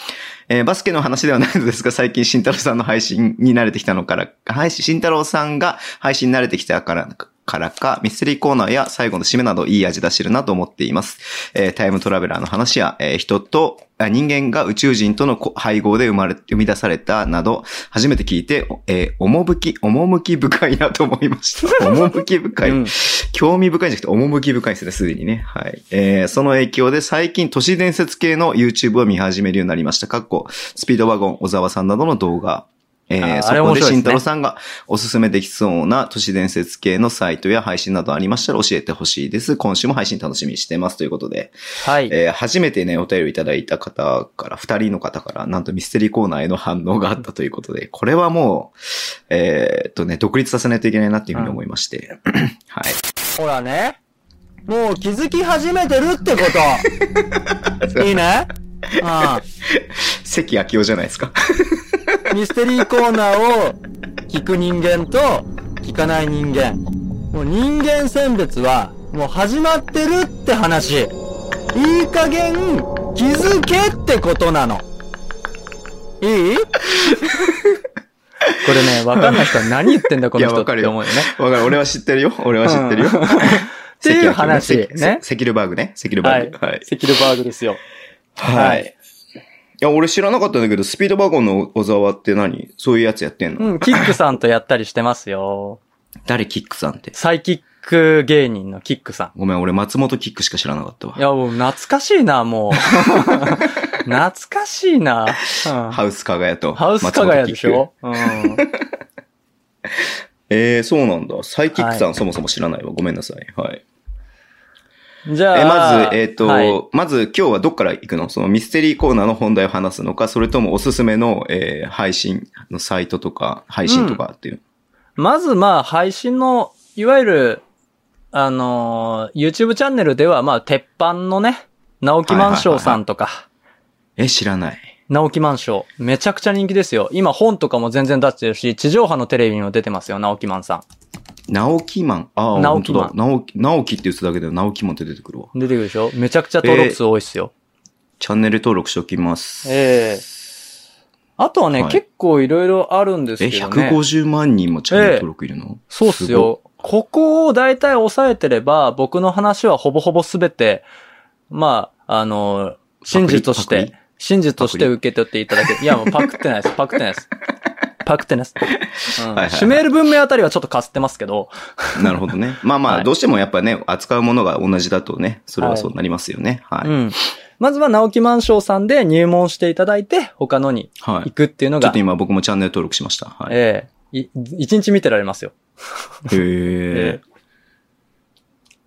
B: えーバスケの話ではないのですが、最近慎太郎さんの配信に慣れてきたのから、配信、慎太郎さんが配信に慣れてきたから、からか、ミステリーコーナーや最後の締めなどいい味出してるなと思っています。えータイムトラベラーの話や、えー人と、あ人間が宇宙人とのこ配合で生まれ、生み出されたなど、初めて聞いて、おえー、趣、趣深いなと思いま した。趣深い。
C: うん
B: 興味深いんじゃなくて、趣深いですね、すでにね。はい。えー、その影響で最近都市伝説系の YouTube を見始めるようになりました。かっこ、スピードワゴン、小沢さんなどの動画。えー、
C: あー
B: そ
C: あれ
B: こ
C: 面
B: で
C: 白いですね
B: 慎太郎さんがおすすめできそうな都市伝説系のサイトや配信などありましたら教えてほしいです。今週も配信楽しみにしてます。ということで、
C: はい。
B: えー初めてね、お便りをいただいた方から、二人の方から、なんとミステリーコーナーへの反応があったということで、これはもう、えーっとね、独立させないといけないなっていうふうに思いまして。 はい。
C: ほらね。もう気づき始めてるって こと。いいね。あ
B: 関明夫じゃないですか。
C: あミステリーコーナーを聞く人間と聞かない人間。もう人間選別はもう始まってるって話。いい加減気づけってことなの。 いいこれね、わかんない人は何言ってんだこの
B: いや
C: 人
B: わ
C: っ
B: かる
C: て
B: よ
C: 思うよね。
B: わかる。俺は知ってるよ。俺は知ってるよ。
C: うんっていう話
B: 関明夫関
C: ね
B: セキルバーグね。セキルバーグ。はい。
C: セキルバーグですよ。
B: は
C: はい
B: い。いや、俺知らなかったんだけど、スピードワゴンの小沢って何そういうやつやってんの、
C: うん、キックさんとやったりしてますよ。
B: 誰キックさんって。
C: サイキック芸人のキックさ
B: ごめん、俺松本キックしか知らなかったわ
C: ん。い。や、もう懐かしいな、 もう。懐かしいな。うん
B: ハウス加賀屋と。
C: ハウス加賀屋でし
B: 松本
C: ょうん。
B: キックえー、そうなんだ。サイキックさん、
C: は
B: そもそも知らないわ。ごめんなさい。はい。
C: じゃ
B: え
C: あ。
B: まず、えっ、と、
C: はい
B: まず今日はどっから行くのそのミステリーコーナーの本題を話すのか、それともおすすめの、えー配信のサイトとか、配信とかっていう。
C: まず、まあ、配信の、いわゆる、あのー YouTube チャンネルでは、まあ、鉄板のね、直木マンションさんとか、
B: え、知らない。
C: 直木マンション、めちゃくちゃ人気ですよ。今、本とかも全然出してるし、地上波のテレビにも出てますよ、直木マンさん。
B: 直木マン。ああ、
C: 直
B: 本
C: 木
B: 当
C: マン
B: だ。直木、直木って言ってただけで直木マンって出てくるわ。
C: 出てくるでしょめちゃくちゃ登録数多いっすよ。
B: チャンネル登録しておきます。
C: ええあとはね、
B: はい
C: 結構いろいろあるんです
B: え、
C: けどね。
B: 150万人もチャンネル登録いるの、
C: そうっすよ。ここを大体抑えてれば、僕の話はほぼほぼすべて、まあ、あの、真実とし
B: パクリ
C: て、真実として受け取っていただけいや、もうパクってないです。パクってないです。パクってないです。うん
B: はいはい
C: シュメール文明あたりはちょっとかすってますけど、
B: すごい。なるほどね。まあまあ、
C: はい
B: どうしてもやっぱね、扱うものが同じだとね、それはそうなりますよね。はい。
C: うん。まずは直木マンションさんで入門していただいて、他のに
B: はい
C: 行。くっていうの
B: ちょ
C: が
B: っと、今僕もチャンネル登録しました。はい。
C: ええい一日見てられますよ。
B: へえ。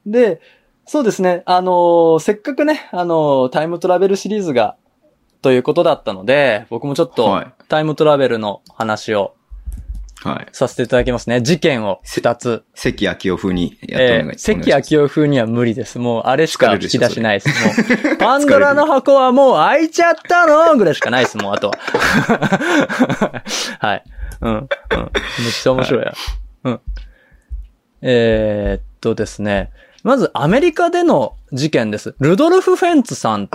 C: で、そうですね。あのーせっかくね、あのータイムトラベルシリーズが、ということだったので、僕もちょっと
B: はい、
C: タイムトラベルの話を
B: はい。
C: させていただきますね。事件を二つ。
B: 関明夫風にやってお
C: え
B: 願い
C: ー、関明夫風には無理です。もう、あれしか
B: 疲れる
C: 引
B: でし
C: き
B: ょ
C: 出しないです。もう、パンドラの箱はもう開いちゃったのぐらいしかないです、もう、あとは。はい。うん。うん。めっちゃ面白いや。うん。えーっとですね。まず、アメリカでの事件です。ルドルフ・フェンツさんっ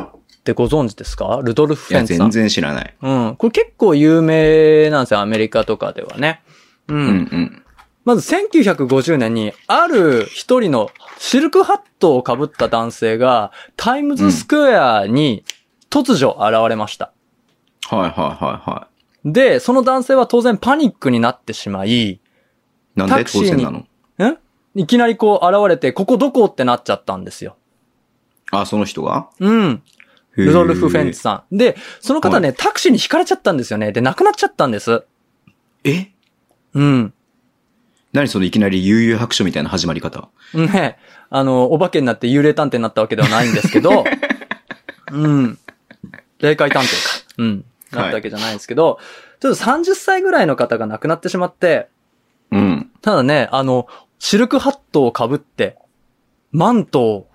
C: てご存知ですかルドルフ・
B: い
C: フェ
B: や、
C: ンツさん
B: 全。然知らない。
C: うん。これ結構有名なんですよ、アメリカとかではね。
B: うんうん。
C: まず1950年に、ある一人のシルクハットを被った男性が、タイムズスクエアに突如現れました。
B: はいはいはいは
C: で、その男性は当然パニックになってしまい、
B: い。なん
C: タ
B: で
C: クシー
B: 当然
C: に
B: なの
C: んいきなりこう現れて、ここどこってなっちゃったんですよ。
B: あ、その人が
C: うん。ルドルフ・フェンツ
B: ツ。
C: さん。で、その方ね、タクシーに引かれちゃったんですよね。で、亡くなっちゃったんです。
B: え
C: うん。
B: 何そのいきなり悠々白書みたいな始まり方。
C: ね、あの、お化けになって幽霊探偵になったわけではないんです けど、うん。霊界探偵か。うん。
B: はい
C: なったわけじゃないんですけど、ちょっと30歳ぐらいの方が亡くなってしまって、
B: うん。
C: ただね、あの、シルクハットを被って、マントを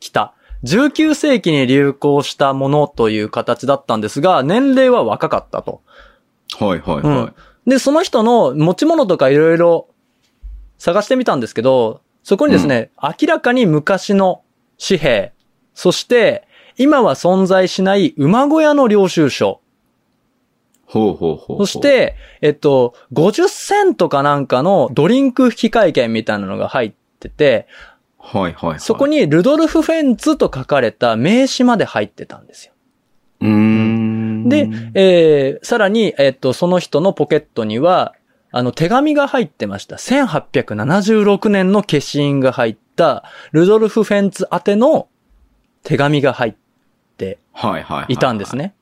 C: 着た。19世紀に流行したものという形だったんですが、年齢は若かったと。
B: はいはいは
C: で、その人の持ち物とかいろいろ探してみたんですけど、そこにですね、明らかに昔の紙幣、そして今は存在しない馬小屋の領収書、
B: い。ほうほうほうほ。
C: そうして、えっと、50セントかなんかのドリンク引換券みたいなのが入ってて、
B: はいはいはい。
C: そこ。にルドルフ・フェンツと書かれた名刺まで入ってたんですよ。
B: うーん。
C: で、えー、さらに、えっと、その人のポケットには、あの、手紙が入ってました。1876年の消印が入った、ルドルフ・フェンツ宛ての手紙が入って
B: はいはいはいはい。
C: いたんですね。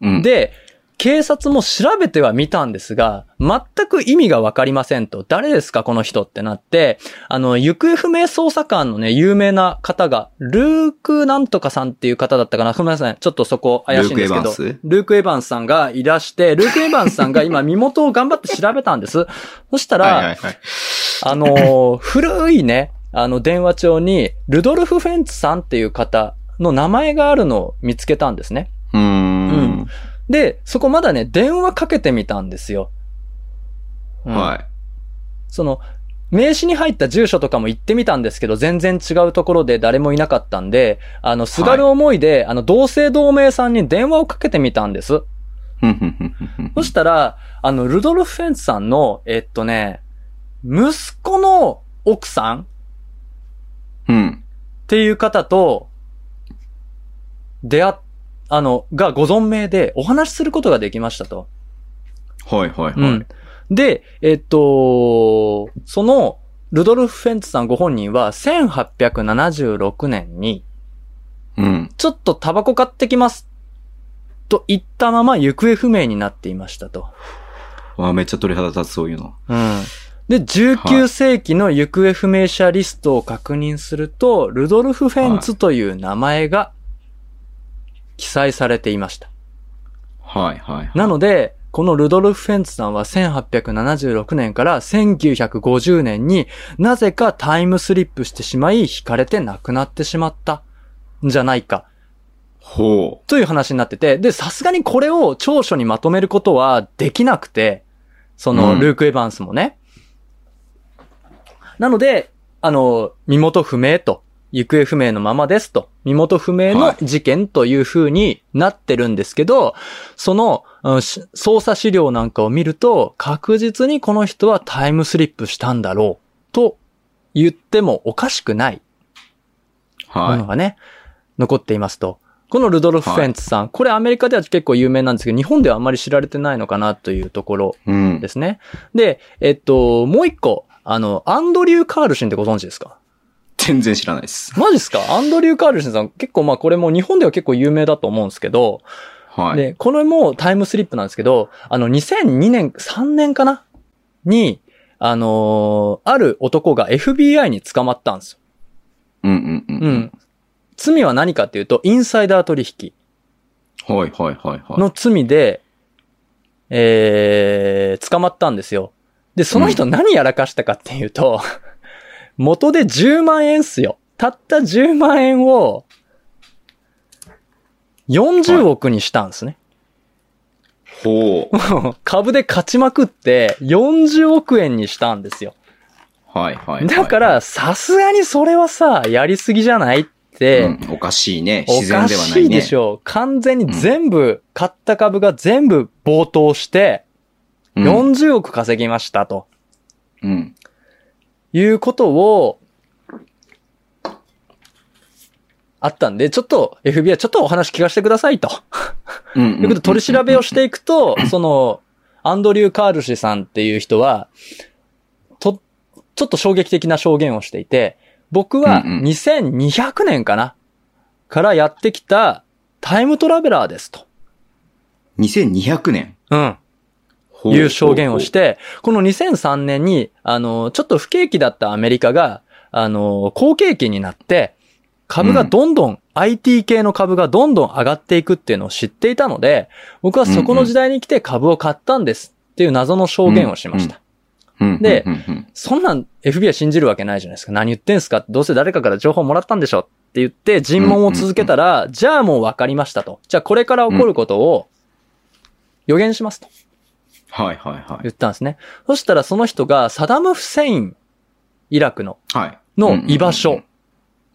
B: うん。
C: で、警察も調べてはみたんですが、全く意味がわかりませんと、誰ですかこの人ってなって、あの、行方不明捜査官のね、有名な方が、ルークなんとかさんっていう方だったかなごめんなさい。ちょっとそこ怪しいんですけど。
B: ルークエヴァンス
C: ルークエヴァンスさんがいらして、ルークエヴァンスさんが今身元を頑張って調べた んです。そしたら、
B: はいはいはい。
C: あのー古いね、あの、電話帳に、ルドルフ・フェンツさんっていう方の名前があるのを見つけたんですね。
B: うー
C: うん
B: ん。
C: で、そこまだね、電話かけてみたんですよ。うん
B: はい。
C: その、名刺に入った住所とかも行ってみたんですけど、全然違うところで誰もいなかったんで、あの、すがる思いで、あの、同姓同名さんに電話をかけてみたんです。
B: ふんふんふんふんふん
C: そしたら、あの、ルドルフ・フェンツさんの、えっとね、息子の奥さんっ
B: うん。
C: ていう方と、出会っ、あの、がご存命でお話しすることができましたと。
B: はいはいはい。
C: うん。で、えっと、その、ルドルフ・フェンツさんご本人は、1876年に、
B: うん。
C: ちょっとタバコ買ってきます、と言ったまま行方不明になっていましたと。
B: わあ、めっちゃ鳥肌立つそういうの。
C: うん。で、19世紀の行方不明者リストを確認すると、ルドルフ・フェンツという名前が記載されていました。
B: はいはいはい。
C: なので、このルドルフ・フェンツさんは1876年から1950年になぜかタイムスリップしてしまい、惹かれて亡くなってしまったんじゃないか
B: ほ
C: という話になってて、で、さすがにこれを長所にまとめることはできなくて、その
B: うん
C: ルーク・エヴァンスもね。なので、あの、身元不明と、行方不明のままですと、身元不明の
B: は。
C: 事件という風になってるんですけど、その、うんし捜査資料なんかを見ると、確実にこの人はタイムスリップしたんだろう、と言ってもおかしくないうも
B: はい
C: の。がね、残っていますと。このルドルフ・フェンツさん、これアメリカでは結構有名なんですけど、日本ではあまり知られてないのかなというところ
B: うん
C: で。すね。で、えっと、もう一個、あの、アンドリュー・カールシンってご存知ですか
B: 全然知らないです。
C: マジですかアンドリュー・カールシンさん結構まあこれも日本では結構有名だと思うんですけど、
B: はい。
C: で、これもタイムスリップなんですけど、あの、2002年、3年かなに、あのーある男が FBI に捕まったんですよ。
B: うんうんう
C: うんん。罪は何かっていうと、インサイダー取引
B: うん。はいはいはいはい。
C: の罪で、えー、捕まったんですよ。で、その人何やらかしたかっていうと、 元で10万円っすよ。たった10万円を、40億にしたんですね。
B: ほう。
C: 株で勝ちまくって、40億円にしたんですよ。
B: はいはいはい。
C: だから、さすがにそれはさ、やりすぎじゃないっ
B: う
C: て、
B: ん、おかしいね。
C: お
B: 自然
C: か
B: ではな
C: し
B: い
C: い
B: ね。
C: でしょう。完全に全部、買った株が全部暴騰して、
B: うん
C: 40億稼ぎましたと。
B: うん。
C: いうことを、あったんで、ちょっと FBI ちょっとお話聞かせてくださいと。
B: うんうんうん
C: ということで取り調べをしていくと、その、アンドリュー・カール氏さんっていう人は、と、ちょっと衝撃的な証言をしていて、僕は
B: うんうん
C: 2200年かなからやってきたタイムトラベラーですと。
B: 2200年。
C: うん。
B: ほ。
C: いう証言をしてて、この2003年に、あの、ちょっと不景気だったアメリカが、あの、好景気になって、株がどんどん、IT 系の株がどんどん上がっていくっていうのを知っていたので、僕はそこの時代に来て株を買ったんですっていう謎の証言をしました。
B: うん
C: で、
B: うんうんうん
C: そんなん FBI 信じるわけないじゃないですか。何言ってんすかどうせ誰かから情報もらったんでしょって言って尋問を続けたら、じゃあもう分かりましたと。じゃあこれから起こることを予言しますと。
B: はいはいはい
C: 言。ったんですね。そしたらその人がサダム・フセイン、イラクの、
B: はい。
C: の居場所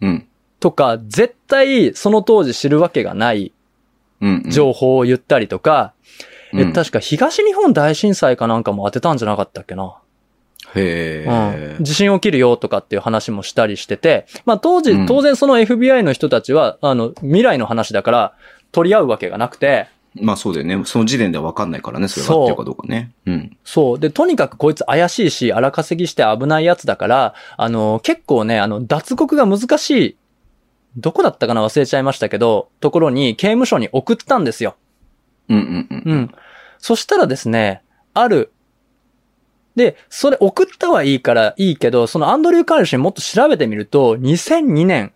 B: うん。
C: とか、絶対その当時知るわけがない
B: うん。うん、
C: 情報を言ったりとか、
B: うん、
C: え確か東日本大震災かなんかも当てたんじゃなかったっけな。
B: へえ
C: うん、。地震起きるよとかっていう話もしたりしてて、まあ当
B: うん
C: 時、当然その FBI の人たちは、あの、未来の話だから取り合うわけがなくて、
B: まあそうだよね。その時点では分かんないからね、それが合ってるかどうかね。うん。
C: そう。で、とにかくこいつ怪しいし、荒稼ぎして危ないやつだから、あの、結構ね、あの、脱獄が難しい、どこだったかな忘れちゃいましたけど、ところに刑務所に送ったんですよ。
B: うんうんうん。
C: うん。そしたらですね、ある、で、それ送ったはいいから、いいけど、そのアンドリュー・カール氏にもっと調べてみると、2002年、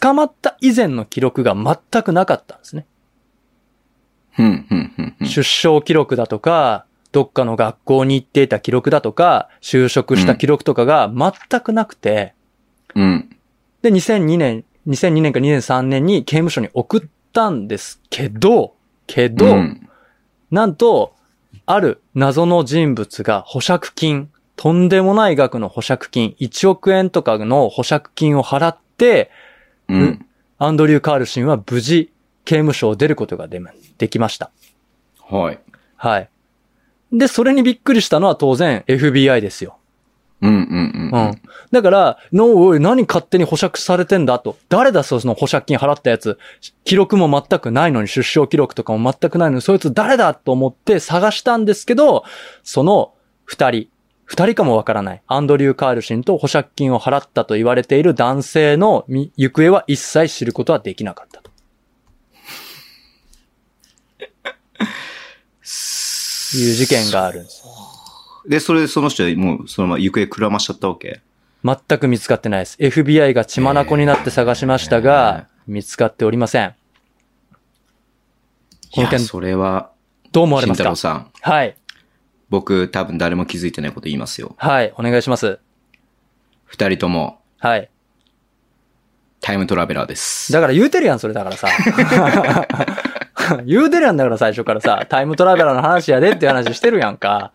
C: 捕まった以前の記録が全くなかったんですね。
B: うんうんうんうん。
C: 出生記録だとか、どっかの学校に行っていた記録だとか、就職した記録とかが全くなくて、
B: うん。
C: で、2002年、2002年か2003年に刑務所に送ったんですけど、けど、
B: うん
C: なんと、ある謎の人物が保釈金、とんでもない額の保釈金、1億円とかの保釈金を払って、
B: うん。
C: アンドリュー・カールシンは無事、刑務所を出ることがでできました。
B: はい。
C: はい。で、それにびっくりしたのは当然 FBI ですよ。
B: うんうん
C: う
B: うんん。。
C: だから、のおい、何勝手に保釈されてんだと。誰だ、その保釈金払ったやつ。記録も全くないのに、出生記録とかも全くないのに、そいつ誰だと思って探したんですけど、その二人、二人かもわからない。アンドリュー・カールシンと保釈金を払ったと言われている男性のみ行方は一切知ることはできなかったと。いう事件があるんです。
B: で、それでその人はもうそのまま行方くらましちゃったわけ。
C: 全く見つかってないです。FBI が血眼になって探しましたが、見つかっておりません。
B: い
C: この
B: や、
C: 件
B: それは、
C: どう思われ
B: 慎
C: ます
B: 太
C: か
B: 郎さん。
C: はい。
B: 僕、多分誰も気づいてないこと言いますよ。
C: はい。お願いします。
B: 二人とも、
C: はい。
B: タイムトラベラーです。
C: だから言うてるやん、それだか らさ。言うてるやんだから最初からさ、タイムトラベラーの話やでっていう話してるやんか。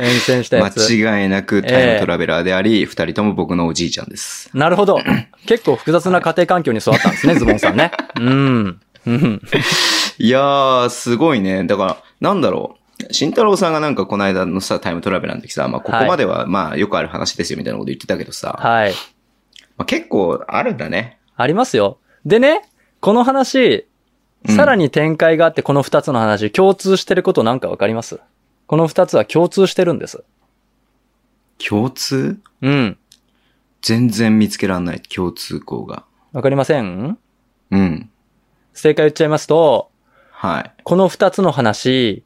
C: 沿線したやつ。
B: 間違いなくタイムトラベラーであり、二人とも僕のおじいちゃんです。
C: なるほど。結構複雑な家庭環境に育ったんですね、ズボンさんね。うん。うん。
B: いやー、すごいね。だから、なんだろう。慎太郎さんがなんかこの間のさ、タイムトラベラーの時さ、まあここまではまあよくある話ですよみたいなこと言ってたけどさ、
C: はい。
B: まあ、結構あるんだね。
C: ありますよ。でね、この話、
B: うん
C: さらに展開があって、この二つの話、共通してることなんかわかりますこの二つは共通してるんです。
B: 共通
C: うん。
B: 全然見つけらんない共通項が。
C: わかりません
B: うん。
C: 正解言っちゃいますと、
B: はい。
C: この二つの話、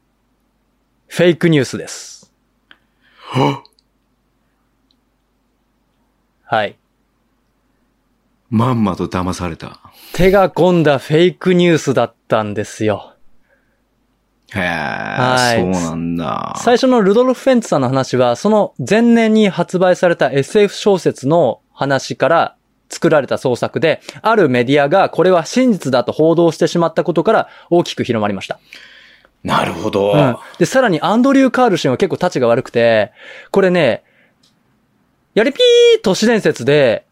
C: フェイクニュースです。はい。
B: まんまと騙された。
C: 手が込んだフェイクニュースだったんですよ。
B: へ
C: い
B: え、そうなんだ。
C: 最初のルドルフ・フェンツさんの話は、その前年に発売された SF 小説の話から作られた創作で、あるメディアがこれは真実だと報道してしまったことから大きく広まりました。
B: なるほど。
C: うん。で、さらにアンドリュー・カールシンは結構立ちが悪くて、これね、やりぴー都市伝説で、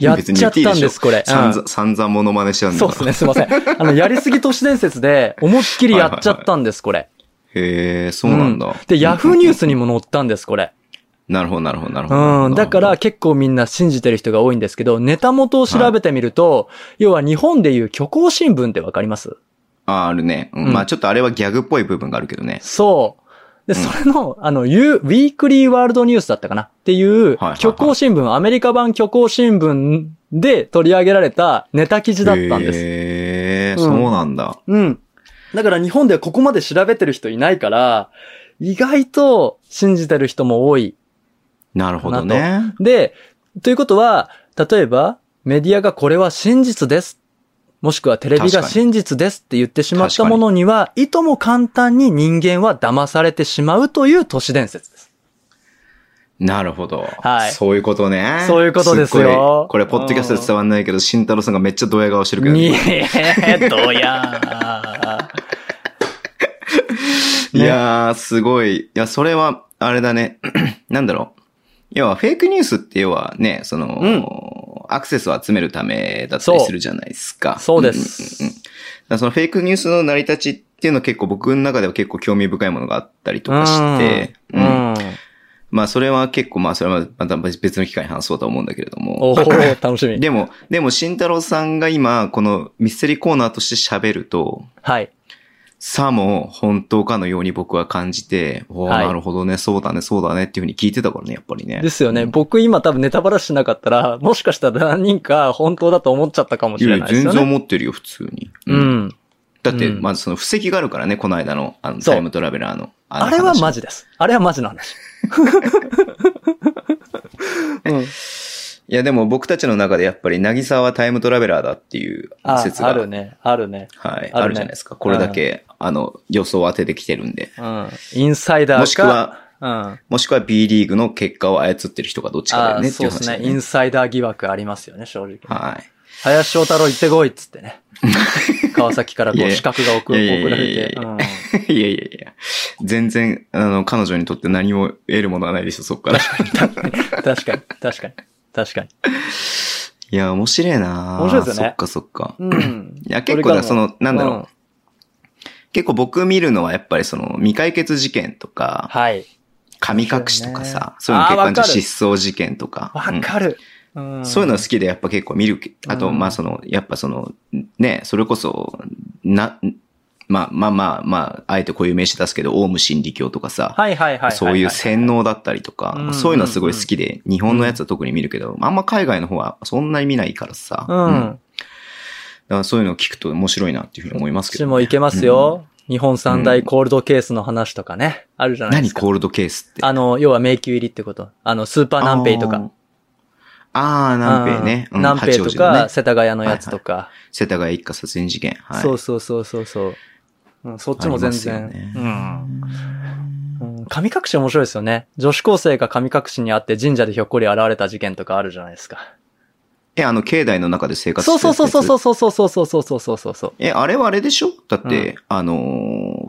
C: やっちゃったんです、これ。
B: 散
C: うん
B: 々、散々モノマネしちゃうんだ
C: そう
B: か
C: で
B: ら
C: すね、すいません。あの、やりすぎ都市伝説で、思いっきりやっちゃったんです、これ。
B: へえ、そうなんだ。
C: で、ヤフーニュースにも載ったんです、これ。
B: なるほど、なるほど、なるほど。
C: うん。だから、結構みんな信じてる人が多いんですけど、ネタ元を調べてみると、要は日本でいう虚構新聞ってわかります
B: あ、あるね。うん
C: うん
B: まあちょっとあれはギャグっぽい部分があるけどね。
C: そう。で、
B: うん
C: それの、あの、ゆウィークリーワールドニュースだったかなっていう
B: はいはい、
C: 虚構新聞、アメリカ版虚構新聞で取り上げられたネタ記事だったんです。
B: へえ、
C: う
B: そ
C: ん
B: うなんだ。
C: うん。だから日本ではここまで調べてる人いないから、意外と信じてる人も多い。
B: なるほどね。
C: で、ということは、例えば、メディアがこれは真実です。もしくはテレビ
B: 確
C: が
B: かに
C: 真実ですって言ってしまった
B: 確かに
C: ものには、いとも簡単に人間は騙されてしまうという都市伝説です。
B: なるほど。
C: はい
B: そういうことね。
C: そういうことですよ
B: っごいこれ、ポッドキャストで伝わんないけど、慎太郎さんがめっちゃドヤ顔してるけどね、
C: に え、どや
B: いやー、すごい。いや、それは、あれだね。 なんだろう。要は、フェイクニュースって要はね、その、アクセスを集めるためだったりするじゃないですか。
C: そうで
B: うんうんうん
C: す。
B: だからそのフェイクニュースの成り立ちっていうのは結構僕の中では結構興味深いものがあったりとかして、
C: う
B: うん
C: ん。
B: まあそれは結構まあそれはまた別の機会に話そうとは思うんだけれど
C: お
B: も。
C: お楽しみ。
B: でも、でも慎太郎さんが今このミステリーコーナーとして喋ると、
C: はい。
B: さも本当かのように僕は感じて、おー
C: はい
B: なるほどね、そうだね、そうだねっていうふうに聞いてたからね、やっぱりね。
C: ですよね。僕今多分ネタバラしなかったら、もしかしたら何人か本当だと思っちゃったかも
B: い
C: し
B: や
C: れ
B: い
C: な
B: や、
C: いです
B: 全
C: よ
B: 然
C: ね。
B: 思ってるよ、普通に。
C: う
B: うん
C: ん。
B: だって、
C: うん
B: まずその布石があるからね、この間の、あの、
C: そう
B: タイムトラベラーの。あの
C: あれは
B: 話
C: マジです。あれはマジの話。うん
B: いや、でも僕たちの中でやっぱり、渚はタイムトラベラーだっていう
C: あ
B: 説が、
C: あるね。あるね。
B: はい、
C: あるね
B: あるじゃないですか。これだけ、あの、予想を当ててきてるんで。
C: うん。インサイダーか。
B: もしくは、
C: うん。
B: もしくは B リーグの結果を操ってる人がどっちかだ
C: あ
B: よ
C: あ
B: ねってい
C: そううです
B: 話だ
C: ね。
B: よ
C: イ
B: ね。
C: ンサイダー疑惑ありますよね、正直。
B: はい。
C: 林翔太郎行ってこいっつっ てね。川崎からこ
B: いや
C: う
B: いや
C: 資格が送
B: いやいや
C: 送られ
B: いやい
C: て。
B: や
C: うん
B: い やいやいや。全然、あの、彼女にとって何も得るものはないでしょ、そっ から。
C: 確かに、確かに、確かに。
B: いや、面白いな
C: 面白いですよね
B: そっかそっか。
C: うん。
B: いや、結構だ、その、なんだろう。
C: うん
B: 結構僕見るのはやっぱりその未解決事件とか、
C: はい。
B: 神隠しとかさ、
C: そ
B: そうう
C: だ
B: いうの結構あ
C: よねあーわ
B: る
C: か
B: じ
C: る
B: ゃん失踪事件とか。
C: わ
B: うん
C: かる。うん
B: そういうの好きでやっぱ結構見るけ。あと、
C: うん
B: まあその、やっぱその、ね、それこそ、な、まあまあまあ、まあ、あえてこういう名詞出すけど、オウム真理教とかさ、
C: はいはいはいはい。
B: そういう洗脳だったりと
C: うんうん
B: か
C: うん、
B: そういうのはすごい好きで、日本のやつは特に見るけど、あんま海外の方はそんなに見ないからさ、
C: う
B: うん
C: ん
B: だ。からそういうのを聞くと面白いなっていうふうに思いますけ
C: 私
B: どね。
C: もいけますよ。日本三大コールドケースの話とかね。あるじゃないで
B: 何
C: すか。
B: コールドケースって。
C: あの、要は迷宮入りってこと。あの、スーパーナンペイとか。。
B: あーあー、南平ね。
C: うんナンペイと
B: 八王子の
C: か、
B: ね、
C: 世田谷のやつとか。
B: 世田谷一家殺人事件。はい。
C: そうそうそうそうそう。うん、そっちも全
B: あり
C: 然。
B: ます
C: う
B: よ
C: ん。うん神隠し面白いですよね。女子高生が神隠しにあって神社でひょっこり現れた事件とかあるじゃないですか。
B: え、あの、境内の中で生活して
C: そう
B: る
C: そうそうそう
B: う。
C: そうそうそうそうそうそうそうそうそう。
B: え、あれはあれでしょだって、
C: う
B: あのー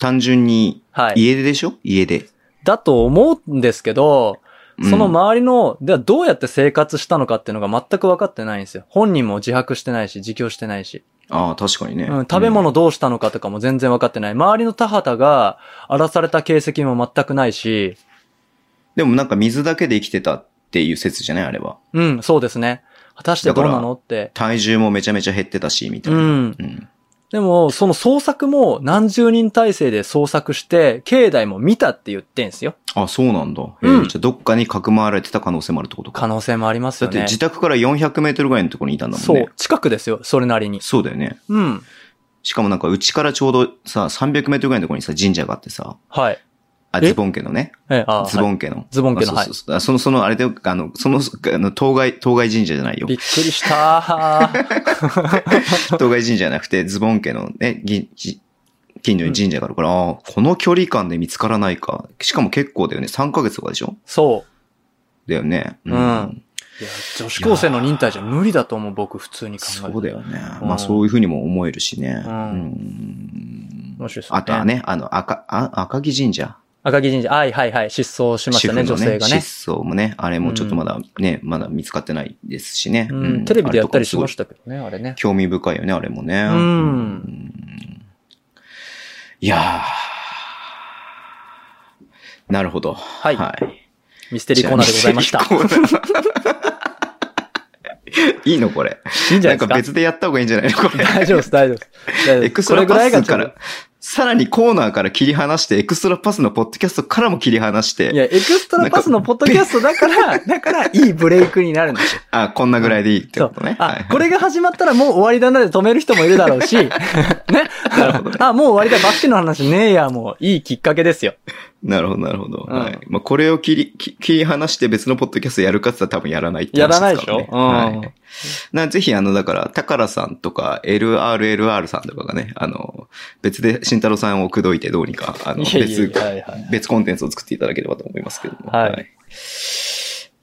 B: 単純に、
C: はい。
B: 家出でしょ、家出。
C: だと思うんですけど、
B: うん
C: その周りの、ではどうやって生活したのかっていうのが全く分かってないんですよ。本人も自白してないし、自供してないし。
B: ああ、確かにね。
C: うん、食べ物どうしたのかとかも全然分かってない。周りの田畑が荒らされた形跡も全くないし、
B: でもなんか水だけで生きてたっていう説じゃないあれは。
C: うん、そうですね。果たしてどうなのって。
B: 体重もめちゃめちゃ減ってたし、みたいうな。
C: ん。
B: うん
C: でも、その捜索も何十人体制で捜索して、境内も見たって言ってんすよ。
B: あ、そうなんだ。え
C: うん
B: じゃあどっかにかくまわれてた可能性もあるってことか。
C: 可能性もあります
B: だ
C: よ
B: って
C: ね。
B: 自宅から400メートルぐらいのところにいたんだもんね。
C: そう、近くですよ、それなりに。
B: そうだよね。
C: うん。
B: しかもなんか、うちからちょうどさ、300メートルぐらいのところにさ、神社があってさ、
C: はい。
B: あ、
C: え
B: ズボン家のね。
C: ええあ
B: ズボ
C: はい
B: ン家の。
C: ズボン家の
B: あそうそうそうあその、その、あれで、あの、その、あの、当該、当該神社じゃないよ
C: び。っくりし たー。
B: 当該神社じゃなくて、ズボン家のね、ぎじ近所に神社があるから、あーこの距離感で見つからないか。しかも結構だよね。3ヶ月とかでしょ
C: そう。
B: だよね。
C: うんいや、女子高生の忍耐じゃ無理だと思う、僕、普通に考えて。
B: そうだよね。
C: うん
B: まあそういうふうにも思えるしね。
C: う
B: うんん。
C: 面白いですね。
B: あとは。ね、あの、赤、あ赤木神社。
C: 赤木神社。はいはいはい。失踪しましたね、
B: 主
C: 女
B: 婦の
C: 性がね。
B: 失踪もね、あれもちょっとまだね、まだ見つかってないですしね。
C: う
B: うん
C: ん。テレビでやったりしま
B: あれとかもすごい
C: したけどね、あれね。
B: 興味深いよね、あれもね。
C: うん
B: んいやー。なるほど。はいはい。
C: ミステリーコーナーでございました。
B: じゃあミステリーコーナーいいのこれ。
C: いいんじゃ
B: な
C: なんいで
B: か
C: すか。
B: 別でやった方がいいんじゃないのこれ。
C: 大丈夫です、大丈夫です大丈夫です。
B: エクストラ
C: これぐら
B: パ
C: いが
B: ス
C: ち
B: か
C: ょっと
B: ら、さらにコーナーから切り離して、エクストラパスのポッドキャストからも切り離し
C: いや、
B: て、
C: エクストラパスのポッドキャストだから、だから、いいブレイクになる んですよ。
B: あ、こんなぐらいでいいって
C: そ
B: こ
C: う
B: とね。。はい
C: あ、これが始まったらもう終わりだなで止める人もいるだろう し、ね。あ、もう終わりだ、バッキの話ねえや、もう、いいきっかけ ですよ。
B: なるほど、なるほど。
C: うん
B: はい。まあ、これを切り、き切り離して別のポッドキャストやるかって言ったら多分やらないって
C: や
B: 話
C: らない
B: で
C: ですし
B: から
C: ょ
B: ね。はい。な、ぜひ、あの、だから、タカラさんとか、LRLR さんとかがね、あの、別で慎太郎さんを口説いてどうにか、あの、
C: いやいや
B: 別
C: いやはいはい、
B: 別コンテンツを作っていただければと思いますけども。
C: はい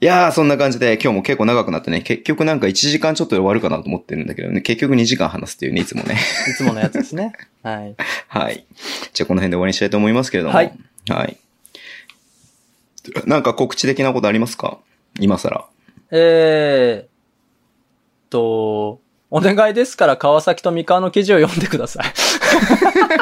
B: いやー、そんな感じで、今日も結構長くなってね、結局なんか1時間ちょっとで終わるかなと思ってるんだけどね、結局2時間話すっていうね、いつもね。
C: いつものやつです ね。はい。
B: はい。じゃあこの辺で終わりにしたいと思いますけれども。
C: はい。
B: はい。なんか告知的なことありますか今 更。
C: えーっと、お願いですから川崎と三河の記事を読んでください。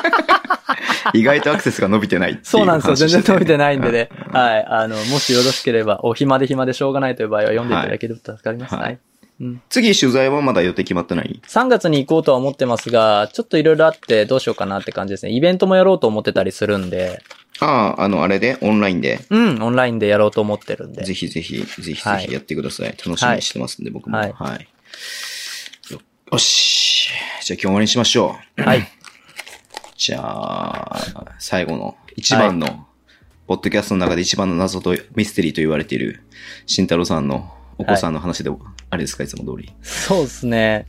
B: 意外とアクセスが伸びてないっていう
C: そうなんですよ。全
B: 話を
C: 然伸
B: して
C: び
B: て
C: て
B: ね
C: ないんでね。はい。あの、もしよろしければ、お暇で暇でしょうがないという場合は読んでいただけると助かります。
B: はい
C: は。
B: はい
C: うん。
B: 次取材はまだ予定決まってない
C: 3月に行こうとは思ってますが、ちょっといろいろあってどうしようかなって感じですね。イベントもやろうと思ってたりするんで、
B: ああ、あの、あれで、オンラインで。
C: うん、オンラインでやろうと思ってるんで
B: ぜ。ひぜひ、ぜひぜ
C: はい
B: ひやってください。楽しみにしてますんで、僕も。
C: は
B: はいい。よよし。じゃあ今日終わりにしましょう。
C: はい。
B: じゃあ、最後の、一番の、ポッドキャストの中で一番の謎とミステリーと言われている、慎太郎さんのお子さんの話で、あれですか、いつも通り。
C: そうですね。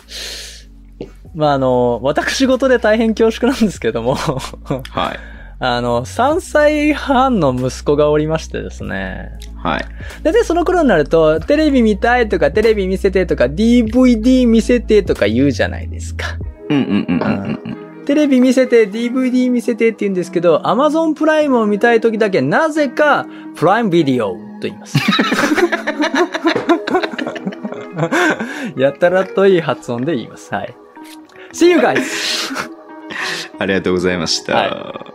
C: まあ、あの、私事で大変恐縮なんですけども、
B: はい。
C: あの、3歳半の息子がおりましてですね。
B: はい。
C: だいたいその頃になると、テレビ見たいとか、テレビ見せてとか、DVD 見せてとか言うじゃないですか。
B: うんうんうんうんうんうん。
C: テレビ見せて、DVD 見せてって言うんですけど、Amazon プライムを見たい時だけ、なぜか、プライムビデオと言います。やたらといい発音で言います。はい。See you guys!
B: ありがとうございました。
C: は